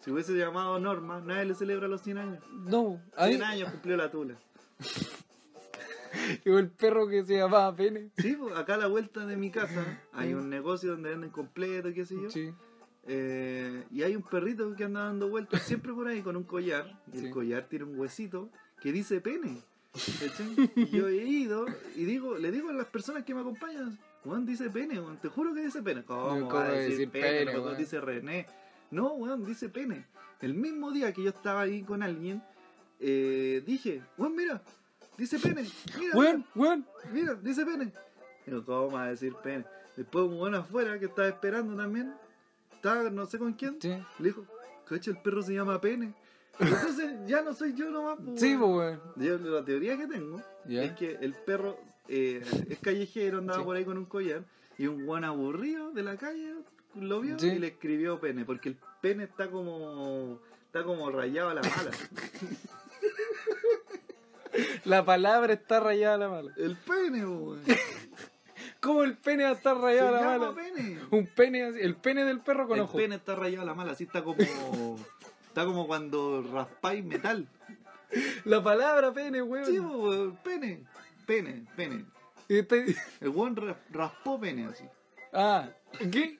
S6: Si hubiese llamado Norma, nadie le celebra los 100 años.
S2: No, bo. Ahí-
S6: 100 años cumplió la Tula.
S2: o el perro que se llamaba Pene.
S6: Sí, pues, acá a la vuelta de mi casa hay un negocio donde venden completo, qué sé yo.
S2: Sí.
S6: Eh, y hay un perrito que anda dando vueltas siempre por ahí con un collar. Y
S2: Sí.
S6: el collar tiene un huesito que dice pene. ¿cachai? Y yo he ido y digo, le digo a las personas que me acompañan, Juan dice pene, weón, te juro que dice pene. ¿Cómo,
S2: No,
S6: va a
S2: ¿cómo
S6: decir,
S2: decir
S6: pene?
S2: pene,
S6: Loco,
S2: weón?
S6: dice René. No, weón, dice pene. El mismo día que yo estaba ahí con alguien, eh, dije, weón, mira, dice pene. Mira,
S2: Weón, weón.
S6: Mira, dice pene. Digo, ¿cómo va a decir pene? Después un buen afuera que estaba esperando también. Estaba no sé con quién.
S2: Sí.
S6: Le dijo, coche, el perro se llama pene. Entonces ya no soy yo nomás. po,
S2: Sí,
S6: weón.
S2: bo, weón.
S6: Yo, la teoría que tengo
S2: Ya.
S6: es que el perro eh, es callejero, andaba
S2: Sí.
S6: por ahí con un collar. Y un buen aburrido de la calle lo vio
S2: Sí.
S6: y le escribió pene. Porque el pene está como... Está como rayado a la mala.
S2: La palabra está rayada a la mala.
S6: El pene, pues, weón.
S2: ¿Cómo el pene va a estar
S6: Se
S2: rayado a la
S6: llama
S2: mala?
S6: pene.
S2: Un pene así, el pene del perro con
S6: el
S2: ojo.
S6: pene está rayado a la mala, así está como. está como cuando raspáis metal.
S2: La palabra pene, weón.
S6: Sí, po, weón, pene. Pene, pene.
S2: Y este-
S6: El weón ra- raspó pene así.
S2: Ah, ¿qué?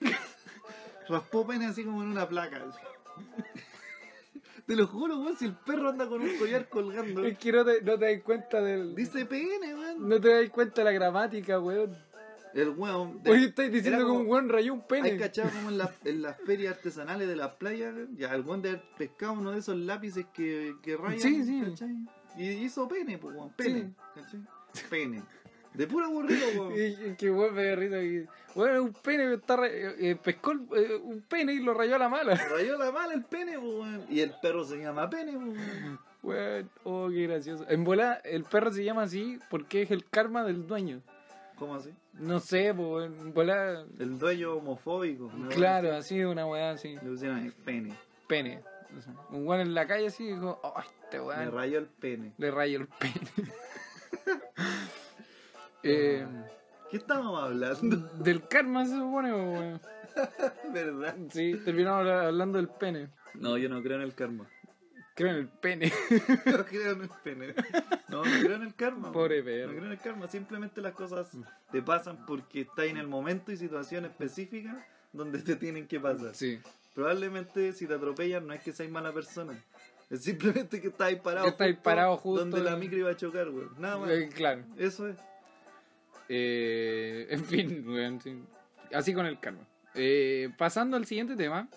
S6: Raspó pene así como en una placa. así. Te lo juro, weón, si el perro anda con un collar colgando.
S2: Es que no te, no te das cuenta del.
S6: Dice pene, weón.
S2: No te das cuenta de la gramática, weón.
S6: El weón.
S2: Oye, estáis diciendo
S6: Era
S2: que
S6: como-
S2: un weón rayó un
S6: Hay
S2: pene.
S6: cachado como en, la- en las ferias artesanales de las playas, ya el weón de haber pescado uno de esos lápices que, que rayan,
S2: Sí, sí.
S6: ¿cachai? Y hizo pene, pues, weón, pene,
S2: Sí.
S6: ¿cachai? Pene. De pura aburrido, weón.
S2: Y- y que weón me dio risa. que- Weón, es un pene que está. ra- eh, eh, pescó el- eh, un pene y lo rayó a la mala.
S6: Rayó la mala el pene, pues, weón. Y el perro se llama pene, pues, weón.
S2: Weón, oh, qué gracioso. En bola, el perro se llama así porque es el karma del dueño.
S6: ¿Cómo así?
S2: No sé, po, en bola.
S6: El dueño homofóbico. ¿no?
S2: Claro, así, una weá así.
S6: Le pusieron ahí, pene.
S2: Pene. Un weón en la calle así dijo, oh, este
S6: Me
S2: weón.
S6: rayó el pene.
S2: Le rayo el pene. Eh,
S6: ¿Qué estábamos hablando?
S2: del karma se supone, po, weón.
S6: ¿Verdad?
S2: Sí, terminamos habla- hablando del pene.
S6: No, yo no creo en el karma.
S2: Creo en el pene.
S6: No creo en el pene. No, no creo en el karma.
S2: Pobre
S6: güey.
S2: perro.
S6: No creo en el karma. Simplemente las cosas te pasan porque estás en el momento y situación específica donde te tienen que pasar.
S2: Sí.
S6: Probablemente si te atropellan no es que seas mala persona. Es simplemente que estás ahí parado.
S2: Que estás ahí parado justo
S6: Donde la
S2: en-
S6: micro iba a chocar, güey. Nada más.
S2: Eh, claro.
S6: Eso es.
S2: Eh, en fin, weón, sí. así con el karma. Eh, pasando al siguiente tema,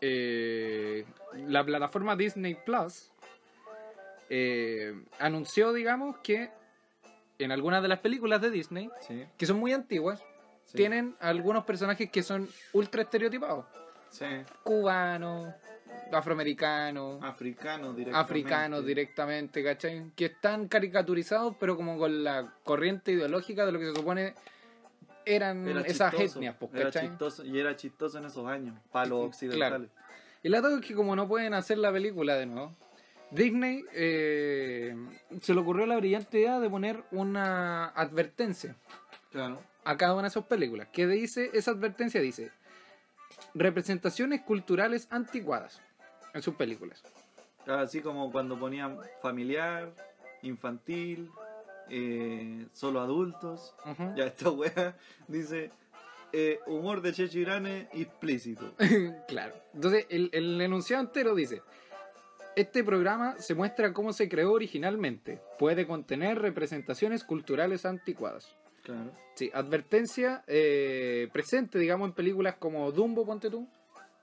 S2: eh, la plataforma Disney Plus eh, anunció, digamos, que en algunas de las películas de Disney,
S6: Sí.
S2: que son muy antiguas,
S6: Sí.
S2: tienen algunos personajes que son ultra estereotipados.
S6: Sí.
S2: Cubanos, afroamericanos,
S6: Africanos Ah, directamente.
S2: africanos directamente, ¿cachai? Que están caricaturizados, pero como con la corriente ideológica de lo que se supone eran
S6: Era
S2: esas
S6: chistoso.
S2: etnias, pues,
S6: Era
S2: ¿cachai?
S6: chistoso. Y era chistoso en esos años. Para los
S2: Claro.
S6: occidentales.
S2: Y la cosa es que como no pueden hacer la película de nuevo, Disney eh, se le ocurrió la brillante idea de poner una advertencia
S6: Claro.
S2: a cada una de sus películas, que dice, esa advertencia dice, representaciones culturales anticuadas en sus películas.
S6: Claro, así como cuando ponían familiar, infantil, eh, solo adultos.
S2: Ujú.
S6: Ya esta wea dice eh, humor de Chechirane explícito.
S2: Claro. Entonces, el, el enunciado entero dice: Este programa se muestra cómo se creó originalmente. Puede contener representaciones culturales anticuadas.
S6: Claro.
S2: Sí, advertencia eh, presente, digamos, en películas como Dumbo, ponte tú,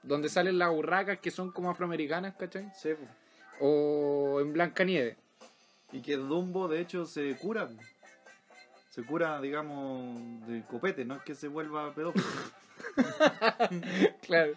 S2: donde salen las urracas que son como afroamericanas, ¿cachai?
S6: Sí, po.
S2: O en Blancanieves.
S6: Y que Dumbo de hecho se cura. po. Se cura, digamos, de copete, no es que se vuelva pedófilo.
S2: Claro.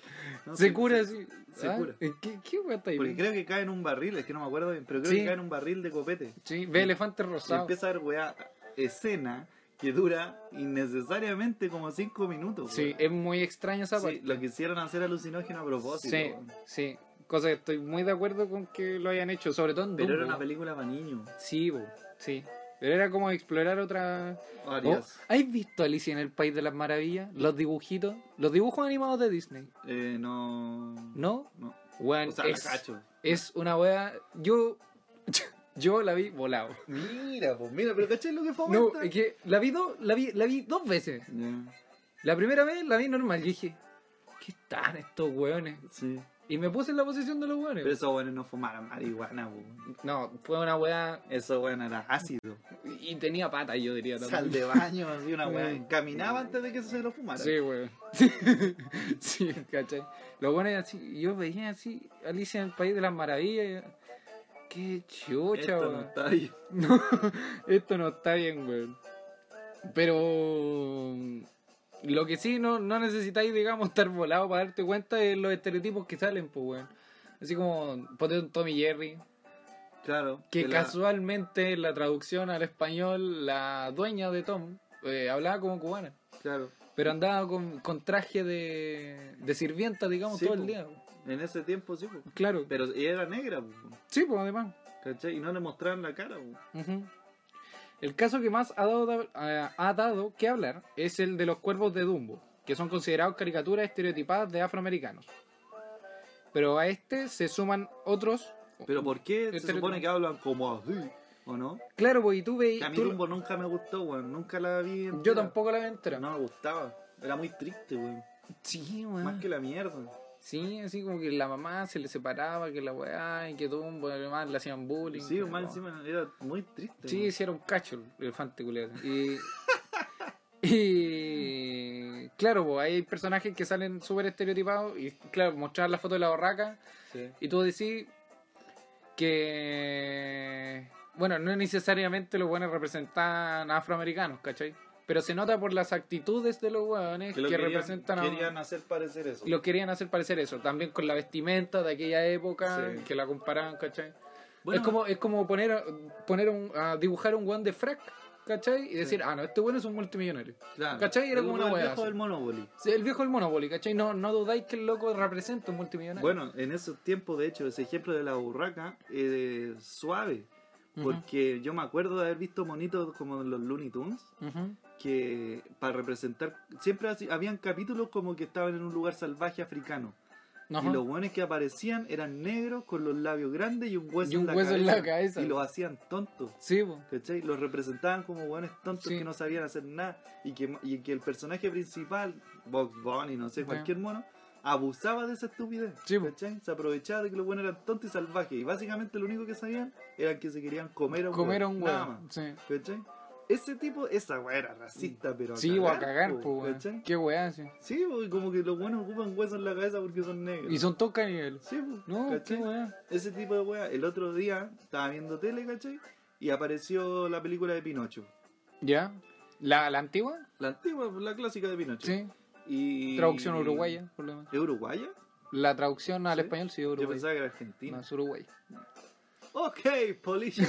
S6: No,
S2: se cura así.
S6: se
S2: Ah,
S6: cura.
S2: ¿Qué, qué weá está ahí?
S6: Porque creo que cae en un barril, es que no me acuerdo bien, pero creo
S2: Sí.
S6: que cae en un barril de copete.
S2: Sí, ve elefantes
S6: Y
S2: rosados.
S6: empieza a ver, weá, escena que dura innecesariamente como 5 minutos.
S2: Sí,
S6: weá.
S2: es muy extraña esa parte.
S6: Sí, lo quisieron hacer alucinógeno a propósito.
S2: Sí, sí. Cosa que estoy muy de acuerdo con que lo hayan hecho, sobre todo en
S6: Pero era
S2: Dumbo.
S6: una película para niños.
S2: Sí, bo, sí. Pero era como explorar otra...
S6: Varias.
S2: Oh, ¿Has visto Alicia en el País de las Maravillas? Los dibujitos. Los dibujos animados de Disney.
S6: Eh, no.
S2: ¿No?
S6: No.
S2: Weón,
S6: O sea,
S2: es,
S6: la cacho.
S2: es una wea... Yo... Yo la vi volado.
S6: Mira, pues mira, pero caché lo que fue.
S2: No, es que la vi, do- la, vi, la vi dos veces. La primera vez la vi normal. Yo dije, ¿qué están estos weones?
S6: Sí.
S2: Y me puse en la posición de los weones.
S6: Pero esos buenos no fumaron marihuana, pues.
S2: No, fue una wea...
S6: Eso bueno era ácido.
S2: Y tenía patas, yo diría. también.
S6: Sal de baño, así una
S2: Mm.
S6: weá. Caminaba antes de que se lo fumara.
S2: Sí, weón. sí, ¿cachai? Lo bueno es así, yo veía así, Alicia en el País de las Maravillas. y- Qué chucha,
S6: Esto no
S2: weón.
S6: está ahí.
S2: No, esto no está bien, weón. Pero lo que sí no, no necesitáis, digamos, estar volado para darte cuenta de los estereotipos que salen, pues, weón. Así como poner un Tommy Jerry,
S6: Claro.
S2: que
S6: de la-
S2: casualmente en la traducción al español, la dueña de Tom eh, hablaba como cubana.
S6: Claro.
S2: Pero andaba con, con traje de, de sirvienta, digamos,
S6: Sí,
S2: todo el
S6: po.
S2: día.
S6: En ese tiempo sí, pues.
S2: Claro.
S6: Pero ella era negra, pues.
S2: Sí, pues además.
S6: ¿Cachai? Y no le mostraban la cara, pues.
S2: Ujú. El caso que más ha dado, eh, ha dado que hablar es el de los cuervos de Dumbo, que son considerados caricaturas estereotipadas de afroamericanos. Pero a este se suman otros
S6: Pero ¿por qué
S2: Este
S6: se
S2: lo-
S6: supone que hablan como así? ¿O no?
S2: Claro, pues, y tú veis.
S6: Que a mí
S2: tú-
S6: Dumbo nunca me gustó, weón. Nunca la vi. entera.
S2: Yo tampoco la veo entera.
S6: No me gustaba. Era muy triste, weón.
S2: Sí, weón.
S6: Más que la mierda.
S2: Sí, así como que la mamá se le separaba, que la weá, y que Dumbo, además le hacían bullying.
S6: Sí,
S2: que
S6: más
S2: no.
S6: encima era muy triste.
S2: Sí,
S6: weón.
S2: sí, era un cacho el elefante culiado. Y. y. Claro, pues, hay personajes que salen súper estereotipados. Y claro, mostrar la foto de la borraca.
S6: Sí.
S2: Y tú decís que. Bueno, no necesariamente los buenos representan a afroamericanos, ¿cachai? Pero se nota por las actitudes de los hueones que,
S6: lo querían-
S2: representan a.
S6: Querían hacer parecer eso.
S2: Lo querían hacer parecer eso. También con la vestimenta de aquella época,
S6: Sí.
S2: que la comparaban, ¿cachai?
S6: Bueno,
S2: es como, es como poner, a- poner un- a dibujar un guan de frac, ¿cachai? Y decir, ah, no, este bueno es un multimillonario.
S6: claro,
S2: ¿cachai? Era
S6: el-
S2: como una
S6: el
S2: wea
S6: viejo
S2: así.
S6: del Monopoly.
S2: Sí, El viejo del Monopoly, ¿cachai? No, no dudáis que el loco representa un multimillonario.
S6: Bueno, en esos tiempos, de hecho, ese ejemplo de la burraca eh, suave.
S2: Ujú,
S6: Porque yo me acuerdo de haber visto monitos como en los Looney Tunes.
S2: ujú.
S6: que para representar siempre así- habían capítulos como que estaban en un lugar salvaje africano
S2: Ajá.
S6: y los buenos que aparecían eran negros con los labios grandes y un hueso,
S2: Y un
S6: en, la
S2: hueso en
S6: cabeza,
S2: la cabeza.
S6: y los hacían tontos
S2: Sí, po.
S6: ¿Cachai? Los representaban como buenos tontos
S2: Sí.
S6: que no sabían hacer nada y que, y que el personaje principal, Box Bunny, no sé,
S2: Ya.
S6: cualquier mono, abusaba de esa estupidez.
S2: Sí, po.
S6: ¿cachai? Se aprovechaba de que los buenos eran tontos y salvajes y básicamente lo único que sabían era que se querían comer a un
S2: comer a
S6: hueón,
S2: un
S6: nada
S2: huevo.
S6: más.
S2: Sí,
S6: ¿Cachai? Ese tipo, esa weá era racista, pero.
S2: Mm. sí o a cagar,
S6: po,
S2: pues,
S6: ¿cachai?
S2: Qué weá, sí.
S6: Sí, porque como que los buenos ocupan huesos en la cabeza porque son negros.
S2: Y son todos caníbales.
S6: Sí, po,
S2: No,
S6: ¿cachai?
S2: qué weá.
S6: Ese tipo de weá. El otro día estaba viendo tele, ¿cachai? Y apareció la película de Pinocho.
S2: ¿Ya? ¿La, la antigua?
S6: La antigua, la clásica de Pinocho.
S2: Sí.
S6: Y...
S2: Traducción uruguaya, por lo menos.
S6: ¿Es uruguaya?
S2: La traducción al
S6: ¿Sí?
S2: español sí,
S6: Yo
S2: uruguaya.
S6: pensaba que era
S2: No,
S6: argentina.
S2: es Uruguay.
S6: Ok, Polisha.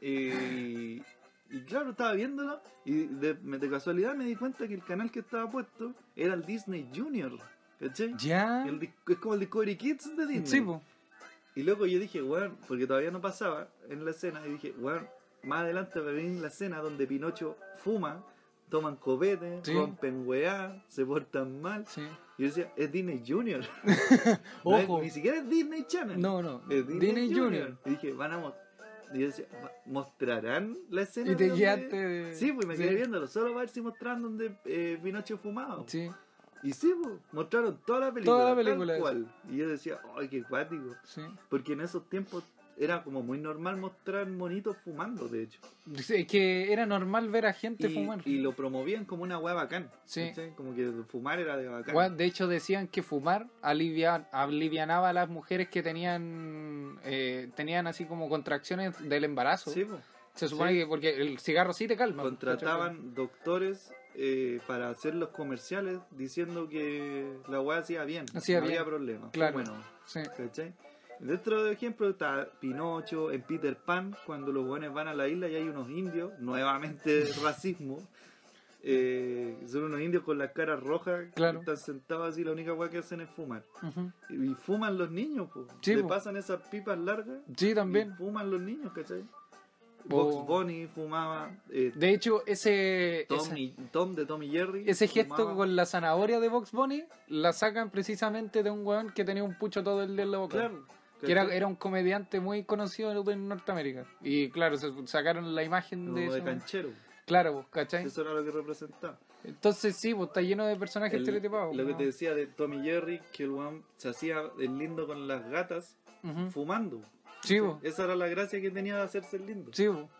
S6: y, y claro, estaba viéndolo y de, me- de casualidad me di cuenta que el canal que estaba puesto era el Disney Junior. ¿Cachai?
S2: ¿Ya?
S6: El dis- es como el Discovery Kids de Disney.
S2: Sí, po.
S6: Y loco, yo dije, weón, porque todavía no pasaba en la escena, y dije, weón, más adelante va a venir la escena donde Pinocho fuma, toman copete,
S2: Sí.
S6: rompen weá, se portan mal.
S2: Sí.
S6: Y yo decía, es Disney Junior. No es-
S2: Ojo.
S6: ni siquiera es Disney Channel.
S2: No, no.
S6: Eh,
S2: Disney Junior.
S6: Y dije, van a mos- y yo decía, "Va- ¿mostrarán la escena?
S2: Y te
S6: donde-"
S2: guiaste. de-
S6: Sí, pues me quedé viéndolo, solo para ver si mostraron donde eh, Pinocho fumaba.
S2: Sí,
S6: Y sí, pues, mostraron toda la película.
S2: Toda la
S6: tal
S2: película, eso.
S6: cual. Y yo decía, ¡ay, qué cuático!
S2: sí.
S6: Porque en esos tiempos era como muy normal mostrar monitos fumando, de hecho.
S2: Es que era normal ver a gente
S6: Y,
S2: fumar.
S6: y lo promovían como una hueá bacán.
S2: Sí.
S6: ¿cachai? Como que fumar era de bacán.
S2: Weón, de hecho decían que fumar alivia, alivianaba a las mujeres que tenían eh, tenían así como contracciones del embarazo.
S6: Sí, pues.
S2: Se supone
S6: sí.
S2: que porque el cigarro sí te calma.
S6: contrataban doctores eh, para hacer los comerciales diciendo que la weá hacía bien,
S2: Hacía
S6: no
S2: bien.
S6: había problema.
S2: Claro.
S6: Bueno,
S2: Sí.
S6: ¿cachai? Dentro de ejemplo está Pinocho, en Peter Pan, cuando los buenos van a la isla y hay unos indios, nuevamente racismo. eh, son unos indios con las caras rojas
S2: Claro.
S6: que están sentados así, la única weá que hacen es fumar.
S2: Ujú.
S6: Y fuman los niños, pues.
S2: Sí,
S6: Le
S2: po.
S6: pasan esas pipas largas
S2: Sí,
S6: y
S2: también.
S6: fuman los niños, ¿cachai?
S2: O-
S6: Box Bunny fumaba, eh,
S2: De hecho, ese
S6: Tom,
S2: esa-
S6: y- Tom de Tom y Jerry.
S2: ese gesto
S6: fumaba.
S2: con la zanahoria de Box Bunny la sacan precisamente de un weón que tenía un pucho todo el día en la boca.
S6: Claro.
S2: Que era, era un comediante muy conocido en Norteamérica. Y claro, se sacaron la imagen
S6: Como
S2: de,
S6: de,
S2: eso.
S6: canchero.
S2: Claro, pues, ¿cachai?
S6: Eso era lo que representaba.
S2: Entonces sí, pues está lleno de personajes
S6: El-
S2: estereotipados.
S6: lo que
S2: ¿no?
S6: te decía de Tom y Jerry, que el weón se hacía el lindo con las gatas
S2: Ujú.
S6: fumando.
S2: Sí, pues.
S6: Esa era la gracia que tenía de hacerse el lindo.
S2: Sí, pues. po.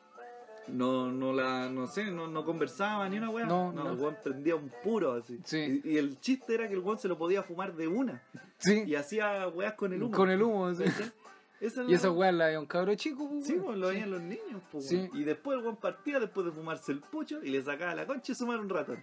S6: No, no la, no sé, no, no conversaba ni una weá.
S2: No, no.
S6: el weón prendía un puro así.
S2: Sí.
S6: Y, y el chiste era que el weón se lo podía fumar de una.
S2: sí.
S6: Y hacía weás con el humo.
S2: Con el humo, sí.
S6: ¿Cachai? Esa era
S2: Y
S6: la
S2: esa weá la había un cabro chico, po,
S6: Sí,
S2: weón.
S6: pues lo
S2: Sí.
S6: veían los niños, pues.
S2: Sí.
S6: weón. Y después el weón partía después de fumarse el pucho y le sacaba la concha y sumar un ratón.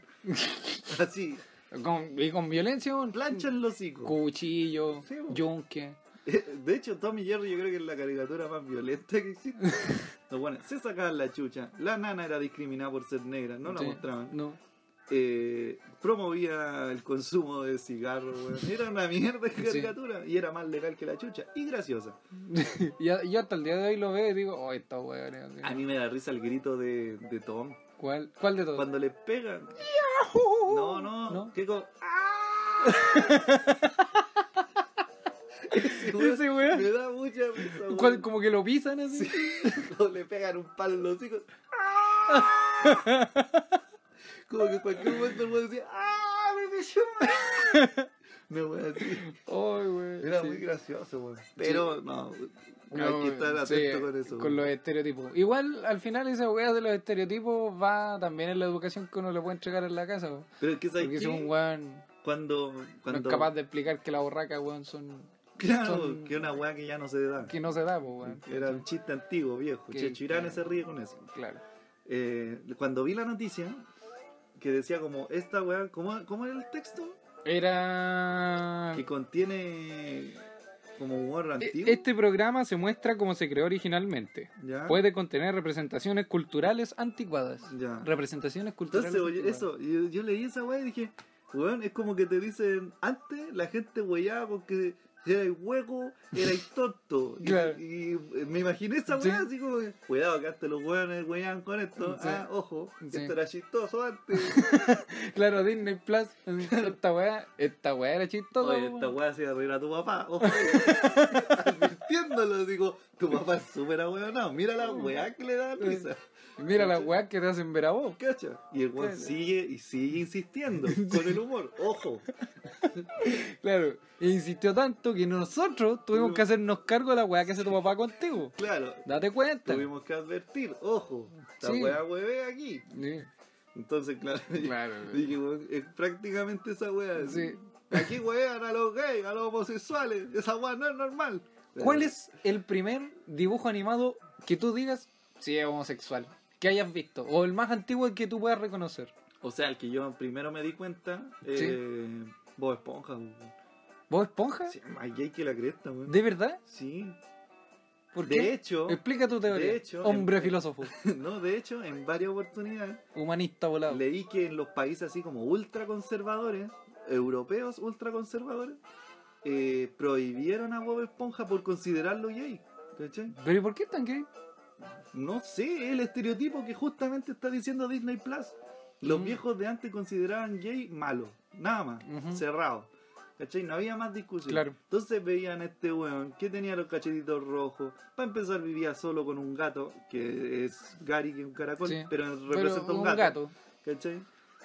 S6: Así,
S2: Con- y con violencia, weón.
S6: plancha en los hijos.
S2: Cuchillo,
S6: Sí, pues. po.
S2: yunque.
S6: De hecho, Tommy Jerry yo creo que es la caricatura más violenta que existe. Los buenos se sacaban la chucha. La nana era discriminada por ser negra, no la
S2: Sí.
S6: mostraban.
S2: No.
S6: Eh, promovía el consumo de cigarros, weón. Era una mierda de caricatura y era más legal que la chucha y graciosa.
S2: y a- yo hasta el día de hoy lo veo y digo, oh, esta weá. era así".
S6: A mí me da risa el grito de, de Tom.
S2: ¿Cuál, ¿Cuál de todos?
S6: Cuando le pegan. No, no,
S2: ¿No?
S6: ¿Qué co- ¡Ah! weón,
S2: Ese weón.
S6: Me da mucha risa, weón.
S2: Cual- Como que lo pisan así.
S6: O le pegan un palo en los hijos. Como que en cualquier momento el weón decía, ¡ah! ¡Me pilló! No, weón, así.
S2: Ay, güey,
S6: Era
S2: sí.
S6: muy gracioso, weón. Pero no, hay que estar
S2: güey,
S6: atento
S2: sí,
S6: con eso.
S2: Con
S6: weón.
S2: los estereotipos. Igual, al final, esa weá de los estereotipos va también en la educación que uno le puede entregar en la casa. weón.
S6: Pero es que sabes
S2: Porque si
S6: qué?
S2: un weón
S6: cuando,
S2: no es
S6: cuando
S2: capaz de explicar que la borraca, weón, son.
S6: Claro,
S2: son-
S6: que una weá que ya no se da.
S2: que no se da, pues, weón.
S6: Era un chiste antiguo, viejo.
S2: Que-
S6: Checho Irane se ríe con eso.
S2: Claro.
S6: Eh, cuando vi la noticia, que decía como, esta weá, ¿cómo, cómo era el texto?
S2: Era.
S6: Que contiene como humor antiguo.
S2: Este programa se muestra como se creó originalmente.
S6: ¿Ya?
S2: Puede contener representaciones culturales anticuadas.
S6: Ya.
S2: Representaciones culturales.
S6: Entonces, oye,
S2: anticuadas.
S6: eso, yo, yo leí esa weá y dije, weón, es como que te dicen, antes la gente weyaba porque erais hueco, erais tonto. Y-
S2: Claro.
S6: Y, eh, me imaginé esa weá,
S2: Sí.
S6: así como, que, cuidado, que antes los weones weyaban con esto.
S2: Sí.
S6: Ah, ojo,
S2: Sí.
S6: esto era chistoso antes.
S2: Claro, Disney Plus. Esta weá, esta weá era chistosa.
S6: Oye,
S2: po,
S6: esta
S2: weón.
S6: weá se arregla a tu papá, ojo. Advirtiéndolo, digo, tu papá es súper ahueonado, mira la weá que le da risa.
S2: Mira la weá que te hacen ver a vos.
S6: ¿Cacha? Y el weón
S2: Claro.
S6: sigue y sigue insistiendo con el humor, ojo.
S2: Claro. E insistió tanto que nosotros tuvimos que hacernos cargo de la weá que hace tu papá contigo.
S6: Claro,
S2: Date cuenta.
S6: Tuvimos que advertir, ojo, la
S2: Sí.
S6: weá hueve aquí.
S2: Sí,
S6: Entonces, claro,
S2: Claro.
S6: dije, weón, es prácticamente esa weá.
S2: sí.
S6: Aquí wean a los gays, a los homosexuales, esa weá no es normal.
S2: ¿Cuál es el primer dibujo animado que tú digas si es homosexual? Que hayas visto. O el más antiguo que tú puedas reconocer.
S6: O sea, el que yo primero me di cuenta, eh, Bob Esponja, weón.
S2: ¿Vos esponja?
S6: Sí, más gay que la cresta, weón.
S2: ¿De verdad?
S6: Sí.
S2: ¿Por
S6: de
S2: qué? Eh,
S6: hecho,
S2: Explica tu teoría.
S6: de hecho,
S2: Hombre
S6: en-
S2: filósofo.
S6: no, de hecho, en varias oportunidades
S2: Humanista volado.
S6: leí que en los países así como ultraconservadores, europeos ultraconservadores, eh, prohibieron a Bob Esponja por considerarlo gay. ¿Cachai?
S2: ¿Pero y por qué tan gay?
S6: No sé, es el estereotipo que justamente está diciendo Disney Plus. Los
S2: Mm.
S6: viejos de antes consideraban gay malo, nada más,
S2: Ujú.
S6: cerrado. ¿Cachai? No había más discusión.
S2: Claro.
S6: Entonces veían a este weón que tenía los cachetitos rojos. Para empezar, vivía solo con un gato, que es Gary, que es un caracol,
S2: Sí.
S6: pero representa
S2: Pero
S6: un gato. ¿Cachai?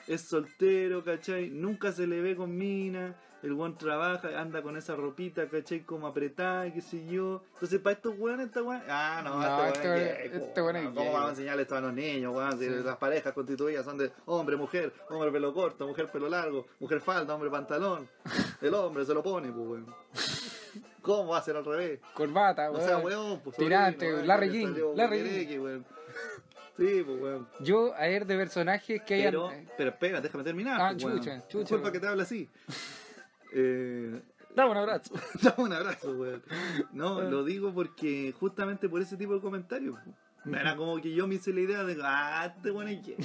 S6: Es soltero, ¿cachai? Nunca se le ve con mina. El weón trabaja, anda con esa ropita, ¿cachai? Como apretada, qué sé yo. Entonces, para estos weones, esta weón. Ah, no,
S2: No,
S6: este weón es
S2: este-
S6: gay,
S2: este weón es
S6: ¿Cómo
S2: gay,
S6: vamos a
S2: weón.
S6: enseñarle esto a los niños, weón? Si
S2: Sí.
S6: las parejas constituidas son de hombre, mujer, hombre pelo corto, mujer pelo largo, mujer falda, hombre pantalón. El hombre se lo pone, pues, weón. ¿Cómo va a ser al revés?
S2: Corbata,
S6: O
S2: Ah, weón.
S6: sea, weón, pues.
S2: Tirante,
S6: sobrino, weón,
S2: Larry
S6: que le
S2: King,
S6: salió
S2: Larry
S6: Buquereque, weón. Sí, pues, weón.
S2: Yo, a ver, de personajes que hayan.
S6: Pero, pero espera, déjame terminar.
S2: Ah,
S6: pues, weón.
S2: chucha, chucha,
S6: Disculpa
S2: weón.
S6: que te habla así. Eh,
S2: Dame un abrazo.
S6: dame un abrazo, weón. No,
S2: Ah.
S6: lo digo porque justamente por ese tipo de comentarios. po. No era como que yo me hice la idea de, ah, este weón es gay.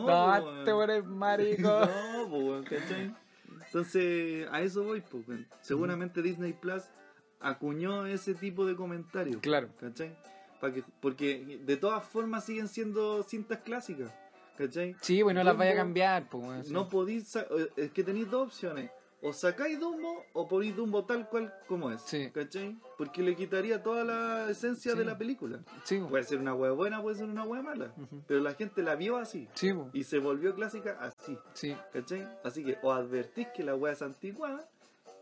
S2: No,
S6: po,
S2: este weón es marico.
S6: No, po, weón, ¿cachai? Entonces, a eso voy, po, weón. Seguramente Disney Plus acuñó ese tipo de comentarios.
S2: Claro.
S6: ¿Cachai? Pa' que- porque de todas formas siguen siendo cintas clásicas. ¿Cachai?
S2: Sí, bueno, las vaya a
S6: Dumbo-
S2: cambiar, pues, weón. sí.
S6: No podéis. sa- eh, Es que tenéis dos opciones. O sacáis Dumbo o ponéis Dumbo tal cual como es.
S2: Sí.
S6: ¿Cachai? Porque le quitaría toda la esencia
S2: Sí.
S6: de la película.
S2: Sí, po.
S6: Puede ser una hueá buena, puede ser una hueá mala.
S2: Ujú.
S6: Pero la gente la vio así.
S2: Sí, po.
S6: Y se volvió clásica así.
S2: Sí.
S6: ¿Cachai? Así que o advertís que la hueá es antigua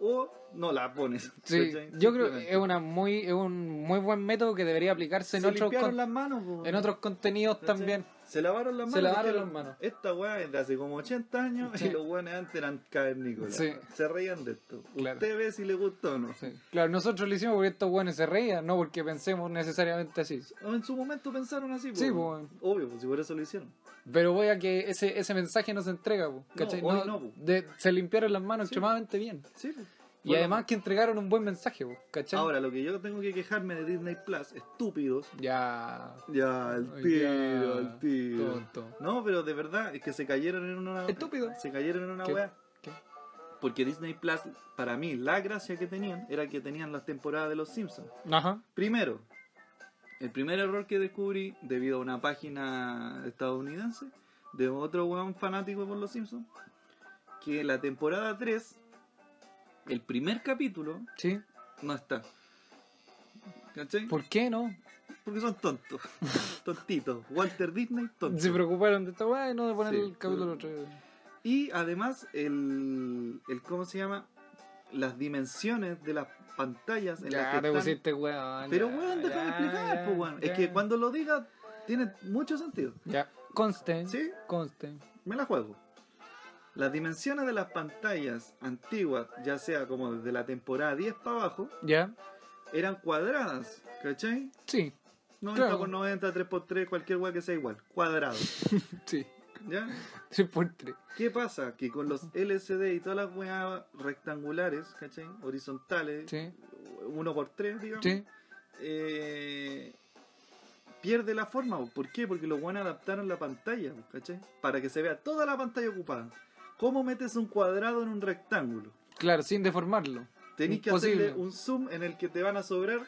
S6: o no la pones.
S2: Sí,
S6: ¿cachai?
S2: yo creo que
S6: Simplemente.
S2: es una muy es un muy buen método que debería aplicarse en
S6: Se
S2: otros
S6: limpiaron
S2: con-
S6: las manos, po.
S2: en otros contenidos
S6: ¿Cachai?
S2: también.
S6: Se lavaron las
S2: Se
S6: manos.
S2: lavaron las
S6: dijeron,
S2: manos.
S6: Esta weá es de hace como 80 años
S2: Sí.
S6: y los weones antes eran carnícolas.
S2: Sí.
S6: Se reían de esto.
S2: Claro.
S6: Usted ve si le gustó o no.
S2: Sí. Claro, nosotros lo hicimos porque estos weones se reían, no porque pensemos necesariamente así.
S6: O En su momento pensaron así,
S2: Sí,
S6: po.
S2: po, weón.
S6: Obvio, pues si por eso lo hicieron.
S2: Pero voy a que ese, ese mensaje no se entrega, po, ¿cachai?
S6: hoy no, po.
S2: de- se limpiaron las manos
S6: Sí.
S2: extremadamente bien.
S6: Sí, pues.
S2: Y
S6: Bueno,
S2: además que entregaron un buen mensaje, po, ¿cachai?
S6: Ahora, lo que yo tengo que quejarme de Disney Plus, estúpidos.
S2: Ya.
S6: Ya,
S2: ya,
S6: al tiro, al tiro.
S2: Tonto.
S6: No, pero de verdad, es que se cayeron en una.
S2: Estúpido.
S6: Se cayeron en una
S2: ¿Qué?
S6: weá.
S2: ¿Qué?
S6: Porque Disney Plus, para mí, la gracia que tenían era que tenían las temporadas de los Simpsons.
S2: Ajá.
S6: Primero, el primer error que descubrí debido a una página estadounidense de otro weón fanático por los Simpsons, que la temporada 3, el primer capítulo,
S2: Sí.
S6: no está. ¿Cachai?
S2: ¿Por qué no?
S6: Porque son tontos. Tontitos. Walter Disney, tonto.
S2: Se preocuparon de esta weá y no de poner
S6: Sí,
S2: el capítulo otro.
S6: Y además, el, el. ¿Cómo se llama? Las dimensiones de las pantallas en las que
S2: Ya te
S6: están-
S2: pusiste weón.
S6: Pero
S2: ya,
S6: weón, déjame
S2: ya,
S6: explicar,
S2: ya,
S6: pues weón. Es
S2: ya.
S6: que cuando lo diga, tiene mucho sentido.
S2: Ya, conste.
S6: ¿Sí?
S2: Conste.
S6: Me la juego. Las dimensiones de las pantallas antiguas, ya sea como desde la temporada 10 para abajo,
S2: Ya,
S6: eran cuadradas, ¿cachai?
S2: sí,
S6: 90
S2: Claro.
S6: por 90, 3 por 3, cualquier weá que sea igual, cuadrado,
S2: sí.
S6: ¿ya?
S2: Sí, por tres.
S6: ¿Qué pasa? Que con los LCD y todas las weas rectangulares, ¿cachai? Horizontales,
S2: Sí,
S6: 1 por 3, digamos.
S2: sí.
S6: eh, pierde la forma. bo. ¿Por qué? Porque los buenos adaptaron la pantalla, bo, ¿cachai? Para que se vea toda la pantalla ocupada. ¿Cómo metes un cuadrado en un rectángulo?
S2: Claro, sin deformarlo.
S6: Tenéis que
S2: Imposible.
S6: hacerle un zoom en el que te van a sobrar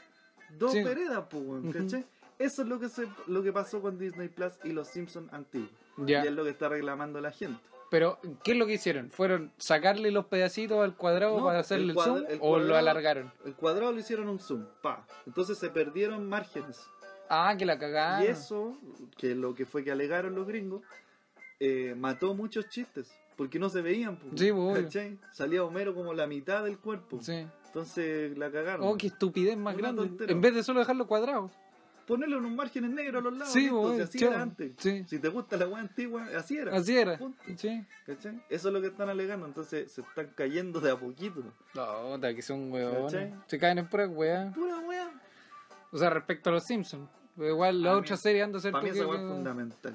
S6: dos
S2: Sí.
S6: veredas, po, weón, ¿cachai? Eso es lo que, se, lo que pasó con Disney Plus y los Simpsons antiguos.
S2: Ya.
S6: Y es lo que está reclamando la gente.
S2: Pero, ¿qué es lo que hicieron? ¿Fueron sacarle los pedacitos al cuadrado
S6: No,
S2: para
S6: el
S2: hacerle el,
S6: cuadra-
S2: zoom
S6: el
S2: o lo
S6: cuadrado-
S2: alargaron?
S6: El cuadrado lo hicieron un zoom, pa. Entonces se perdieron márgenes.
S2: Ah, que la cagada.
S6: Y eso, que lo que fue que alegaron los gringos, eh, mató muchos chistes, porque no se veían. po,
S2: Sí, po, obvio.
S6: ¿cachai? Salía Homero como la mitad del cuerpo.
S2: Sí.
S6: Entonces la cagaron.
S2: Oh, qué estupidez más
S6: Una
S2: grande.
S6: tontera.
S2: En vez de solo dejarlo cuadrado.
S6: Ponerle unos márgenes negros a los lados.
S2: Sí,
S6: listo,
S2: po,
S6: si
S2: eh,
S6: así
S2: chao.
S6: era antes.
S2: Sí.
S6: Si te gusta la weá antigua, así era.
S2: Así era.
S6: Punto,
S2: Sí.
S6: ¿cachai? Eso es lo que están alegando, entonces se están cayendo de a poquito.
S2: No, puta, que son huevones.
S6: ¿Cachai?
S2: Se caen en puras weas.
S6: Pura weá.
S2: O sea, respecto a los Simpsons. Igual la
S6: Para
S2: otra
S6: mí-
S2: serie anda a ser
S6: Para mí
S2: porque-
S6: esa weá es fundamental.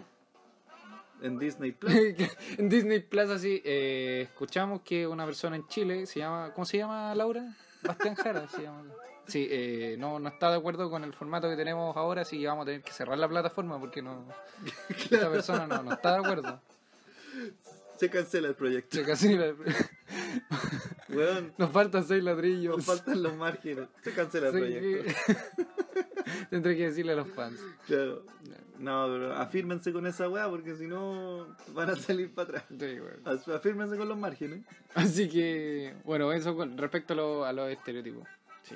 S6: En Disney Plus.
S2: en Disney Plus así eh, escuchamos que una persona en Chile se llama ¿cómo se llama Laura? Bastián Jara se llama sí eh, no no está de acuerdo con el formato que tenemos ahora así que vamos a tener que cerrar la plataforma porque no esta persona no, no está de acuerdo
S6: se cancela el proyecto.
S2: Se cancela.
S6: Weón,
S2: nos faltan seis
S6: nos
S2: ladrillos
S6: faltan los márgenes. Se cancela el
S2: Así
S6: proyecto.
S2: que- tendré que decirle a los fans
S6: Claro. No, pero afírmense con esa weá porque si no van a salir para atrás.
S2: Sí, bueno.
S6: As- Afírmense con los márgenes.
S2: Así que, bueno, eso con respecto a, lo- a los estereotipos. Sí.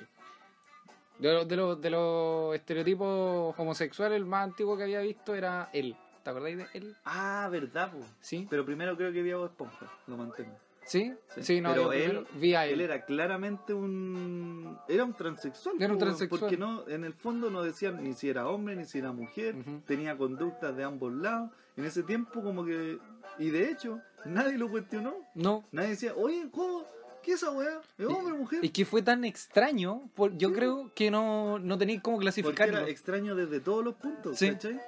S2: De, lo- de, lo- de los estereotipos homosexuales, el más antiguo que había visto era él. ¿Te acordáis de él?
S6: Ah, verdad, po.
S2: Sí.
S6: Pero primero creo que vi a Bob Esponja, lo mantengo.
S2: Sí,
S6: Sí.
S2: sí, no,
S6: Pero
S2: yo
S6: él-
S2: primero vi a él.
S6: Él era claramente un. Era un transexual.
S2: Era un
S6: po,
S2: transexual.
S6: Porque no, en el fondo no decían ni si era hombre ni si era mujer.
S2: Ujú.
S6: Tenía conductas de ambos lados. En ese tiempo, como que. Y de hecho, nadie lo cuestionó.
S2: No.
S6: Nadie decía, oye, ¿cómo? ¿Qué es esa weá? ¿Es hombre o mujer?
S2: Y que fue tan extraño, por, yo creo que no, no tenéis cómo
S6: Porque
S2: clasificarlo.
S6: era extraño desde todos los puntos,
S2: Sí.
S6: ¿cachai?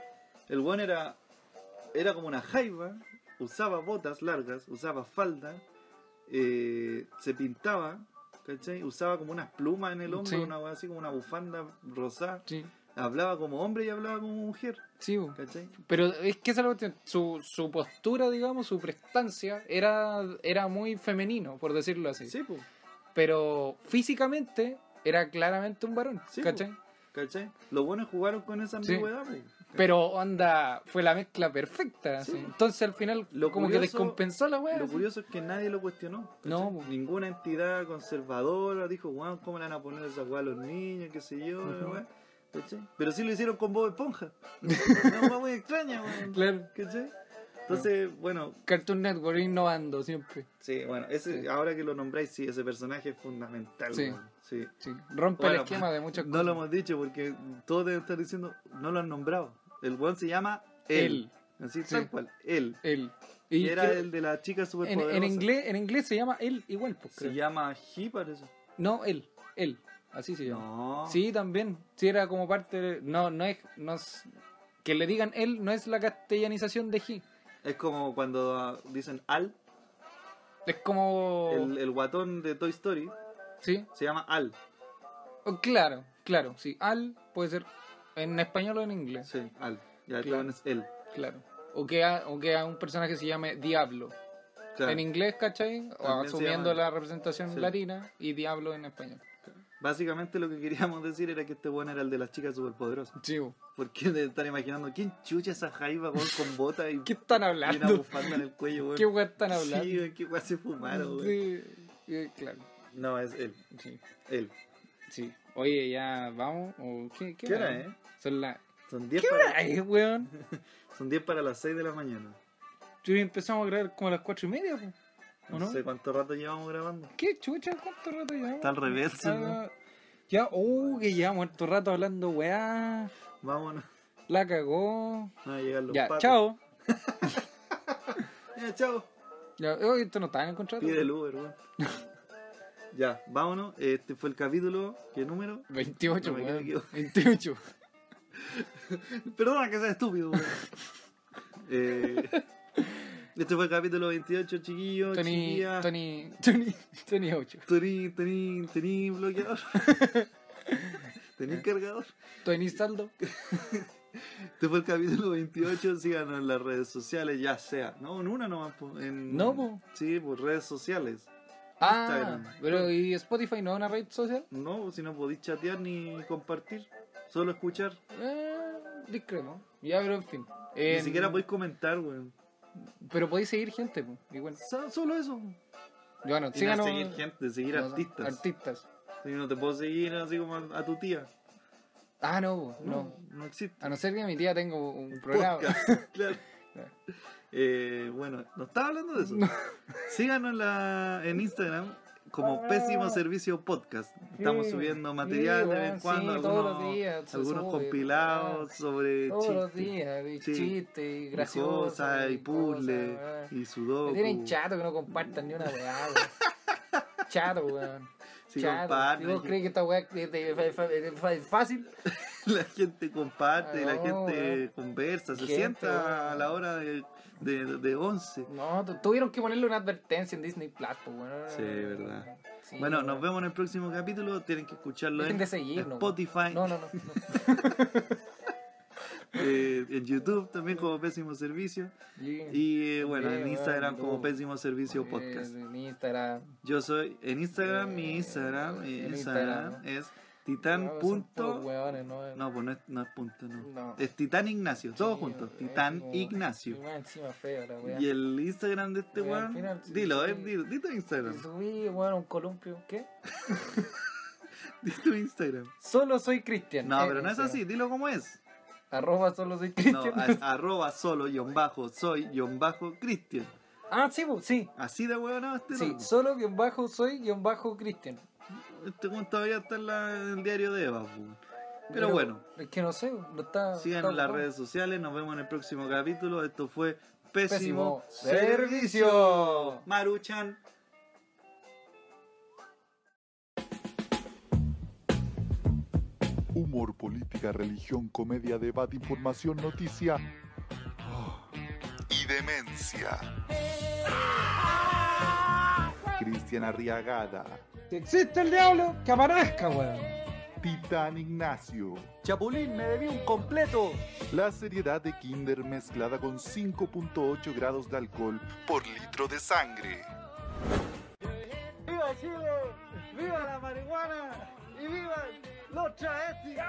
S6: El weón era, era como una jaiba, usaba botas largas, usaba falda, eh, se pintaba, ¿cachai? Usaba como unas plumas en el hombro,
S2: Sí.
S6: una weá así como una bufanda rosada.
S2: Sí,
S6: Hablaba como hombre y hablaba como mujer,
S2: sí, bo.
S6: ¿cachai?
S2: pero es que esa es la cuestión. Su, su postura, digamos, su prestancia era, era muy femenino, por decirlo así.
S6: Sí, pues,
S2: pero físicamente era claramente un varón,
S6: Sí,
S2: ¿cachai?
S6: ¿cachai? Los buenos jugaron con esa
S2: Sí.
S6: ambigüedad, po.
S2: Pero onda, fue la mezcla perfecta.
S6: Sí.
S2: así. Entonces al final
S6: Lo
S2: como que
S6: curioso-
S2: descompensó la weá.
S6: Lo
S2: así.
S6: curioso es que nadie lo cuestionó. ¿cachai?
S2: No, po.
S6: pues, Ninguna entidad conservadora dijo, wow, ¿cómo le van a poner esa weá a los niños? ¿Qué sé yo? la weá", ¿cachai? Pero sí lo hicieron con Bob Esponja. Una weá muy extraña, weón.
S2: Claro.
S6: ¿Cachai? Entonces, bueno,
S2: Cartoon Network innovando siempre.
S6: sí, bueno, ese,
S2: Sí.
S6: ahora que lo nombráis, sí, ese personaje es fundamental.
S2: Sí.
S6: weón, sí.
S2: Sí, Rompe
S6: Bueno,
S2: el esquema de muchas
S6: No
S2: cosas.
S6: lo hemos dicho porque todos deben estar diciendo, no lo han nombrado. El weón se llama él.
S2: Él.
S6: Así
S2: Sí.
S6: tal cual, él.
S2: Él.
S6: Y era
S2: creo-
S6: el de la chica
S2: en,
S6: superpoderosa.
S2: en inglés, en inglés se llama él igual, pues,
S6: Se
S2: creo.
S6: llama He, parece.
S2: No, él. Él. Así se llama.
S6: No.
S2: Sí, también. Sí, era como parte de... No, no es... No es- Que le digan él no es la castellanización de he.
S6: Es como cuando ah, dicen Al,
S2: Es como...
S6: el, el guatón de Toy Story
S2: Sí.
S6: se llama Al.
S2: Oh, claro, claro, sí. Al puede ser en español o en inglés,
S6: Sí, Al. Ya
S2: Claro.
S6: el cabrón es él.
S2: claro. O que, a, o que a un personaje se llame Diablo.
S6: Claro.
S2: En inglés, ¿cachai? O
S6: También se
S2: asumiendo
S6: llama-
S2: la representación
S6: sí.
S2: latina y Diablo en español.
S6: Básicamente lo que queríamos decir era que este bueno era el de las chicas superpoderosas.
S2: Sí, bo.
S6: Porque deben estar imaginando quién chucha esa jaiba weón, con bota y,
S2: ¿Qué están
S6: y una
S2: hablando?
S6: bufanda en el cuello, weón.
S2: ¿Qué weá están hablando?
S6: Sí, weón, qué weón se fumaron, weón.
S2: Sí, eh, claro.
S6: No, es él,
S2: Sí.
S6: él.
S2: Sí. Oye, ya vamos. ¿O ¿Qué, qué,
S6: ¿Qué
S2: hora
S6: hora
S2: es?
S6: eh?
S2: Son las.
S6: Son 10
S2: ¿Qué hora
S6: para,
S2: es, weón?
S6: son 10 para las 6 de la mañana.
S2: Yo empezamos a grabar como a las cuatro y media, po.
S6: No,
S2: ¿O no?
S6: sé cuánto rato llevamos grabando.
S2: ¿Qué chucha? ¿Cuánto rato llevamos?
S6: Está al revés,
S2: Ah,
S6: ¿no?
S2: Ya, uh, que llevamos harto rato hablando, weá.
S6: Vámonos.
S2: La cagó.
S6: Van a llegar los
S2: ya,
S6: pacos.
S2: chao.
S6: Ya, chao.
S2: Ya, oh, esto no estaba en el contrato.
S6: Pide el Uber, weón. ya, vámonos. Este fue el capítulo. ¿Qué número?
S2: 28,
S6: No me
S2: weón.
S6: equivoco.
S2: 28.
S6: Perdona que sea estúpido, weón. Eh, este fue el capítulo 28, chiquillos.
S2: Tony,
S6: chiquillas.
S2: Tony, Tony, Tony 8.
S6: Tení, tení, tení bloqueador. tení cargador.
S2: Tony Saldo.
S6: Este fue el capítulo 28. Síganos en las redes sociales, ya sea. No, en una nomás. po, En,
S2: No, po.
S6: Sí, por redes sociales.
S2: Ah,
S6: Instagram.
S2: pero ¿y Spotify no es una red social?
S6: No, si no podéis chatear ni compartir. Solo escuchar.
S2: Eh, discrepo. Ya, pero en fin. En-
S6: Ni siquiera podéis comentar, weón.
S2: Pero podéis seguir gente, po, igual.
S6: Sa- Solo eso.
S2: Bueno,
S6: Y no
S2: síganos.
S6: seguir gente, seguir
S2: no,
S6: artistas.
S2: Artistas.
S6: Sí, no te puedo seguir así como a, a tu tía.
S2: Ah, no, po,
S6: No,
S2: no.
S6: no, existe.
S2: A no ser que mi tía tenga un programa.
S6: Podcast, claro.
S2: Claro.
S6: Eh, bueno, no estaba hablando de eso. Síganos en, la- en Instagram como Pésimo Servicio Podcast. Estamos
S2: Ah. Sí,
S6: subiendo
S2: sí,
S6: material de vez
S2: weón,
S6: en
S2: sí,
S6: cuando,
S2: todos
S6: algunos,
S2: los días se
S6: algunos
S2: sube,
S6: compilados
S2: weón.
S6: sobre
S2: Todos los
S6: chistes,
S2: días, y
S6: sí.
S2: chistes, y
S6: y
S2: graciosos.
S6: cosas, y puzzles,
S2: cosas,
S6: y
S2: weón.
S6: sudoku.
S2: Me tienen chato que no compartan ni una weá, weón. Chato, weón.
S6: Sí,
S2: chato.
S6: compartan.
S2: ¿Y vos crees que esta weá es de- fa- fa- de- fa- fácil?
S6: La gente comparte, la
S2: No,
S6: gente
S2: weón.
S6: conversa, se
S2: Gente,
S6: sienta a
S2: weón.
S6: la hora de, de, de 11.
S2: No, tu- tuvieron que ponerle una advertencia en Disney Plus, pues, weón.
S6: Sí, verdad.
S2: Sí,
S6: Bueno, nos
S2: weón.
S6: vemos en el próximo capítulo. Tienen que escucharlo
S2: Dejen
S6: en
S2: de seguirnos,
S6: Spotify,
S2: No, no, no. no.
S6: eh, en YouTube también como Pésimo Servicio. Y eh, bueno, en
S2: Sí,
S6: Instagram
S2: bueno,
S6: como
S2: YouTube.
S6: Pésimo Servicio Podcast.
S2: Eh, En Instagram.
S6: Yo soy en Instagram, mi
S2: Eh,
S6: Instagram, mi
S2: en
S6: Instagram
S2: Instagram.
S6: es
S2: No,
S6: Titán.
S2: son
S6: Punto...
S2: puros weones, no,
S6: No, pues no es, no es punto, no.
S2: No.
S6: Es Titán Ignacio, todos
S2: Sí,
S6: juntos.
S2: es
S6: Titán
S2: como-
S6: Ignacio.
S2: y más encima feo la weá.
S6: Y el Instagram de este
S2: Weón, al
S6: weón.
S2: final, sí,
S6: Dilo,
S2: sí.
S6: eh, dilo, di tu
S2: Y
S6: Instagram.
S2: subí, weón, un columpio. ¿Qué?
S6: Di tu Instagram.
S2: Solo soy Cristian.
S6: No,
S2: Eh,
S6: pero no es
S2: Instagram.
S6: así, dilo como es.
S2: Arroba solo soy
S6: No, ah,
S2: Cristian.
S6: a- arroba solo guión bajo, soy guión bajo Cristian.
S2: ah, sí, pues, sí.
S6: Así de huevonado este
S2: Sí,
S6: loco.
S2: solo guión bajo soy guión bajo Cristian.
S6: Este weón todavía está en, la- en el diario de Eva, weón. Pero, bueno,
S2: Es que no sé, no está.
S6: síganos en
S2: está
S6: las
S2: ocupado.
S6: redes sociales, nos vemos en el próximo capítulo. Esto fue
S2: Pésimo
S6: Pésimo, Servicio.
S2: Servicio.
S6: Maruchan.
S1: Humor, política, religión, comedia, debate, información, noticia ah, y demencia. Cristian Arriagada,
S3: Si existe el diablo, que aparezca, weón.
S1: Titán Ignacio.
S3: Chapulín, me debí un completo.
S1: La seriedad de Kinder mezclada con 5.8 grados de alcohol por litro de sangre.
S3: ¡Viva Chile! ¡Viva la marihuana! ¡Y viva los travestis!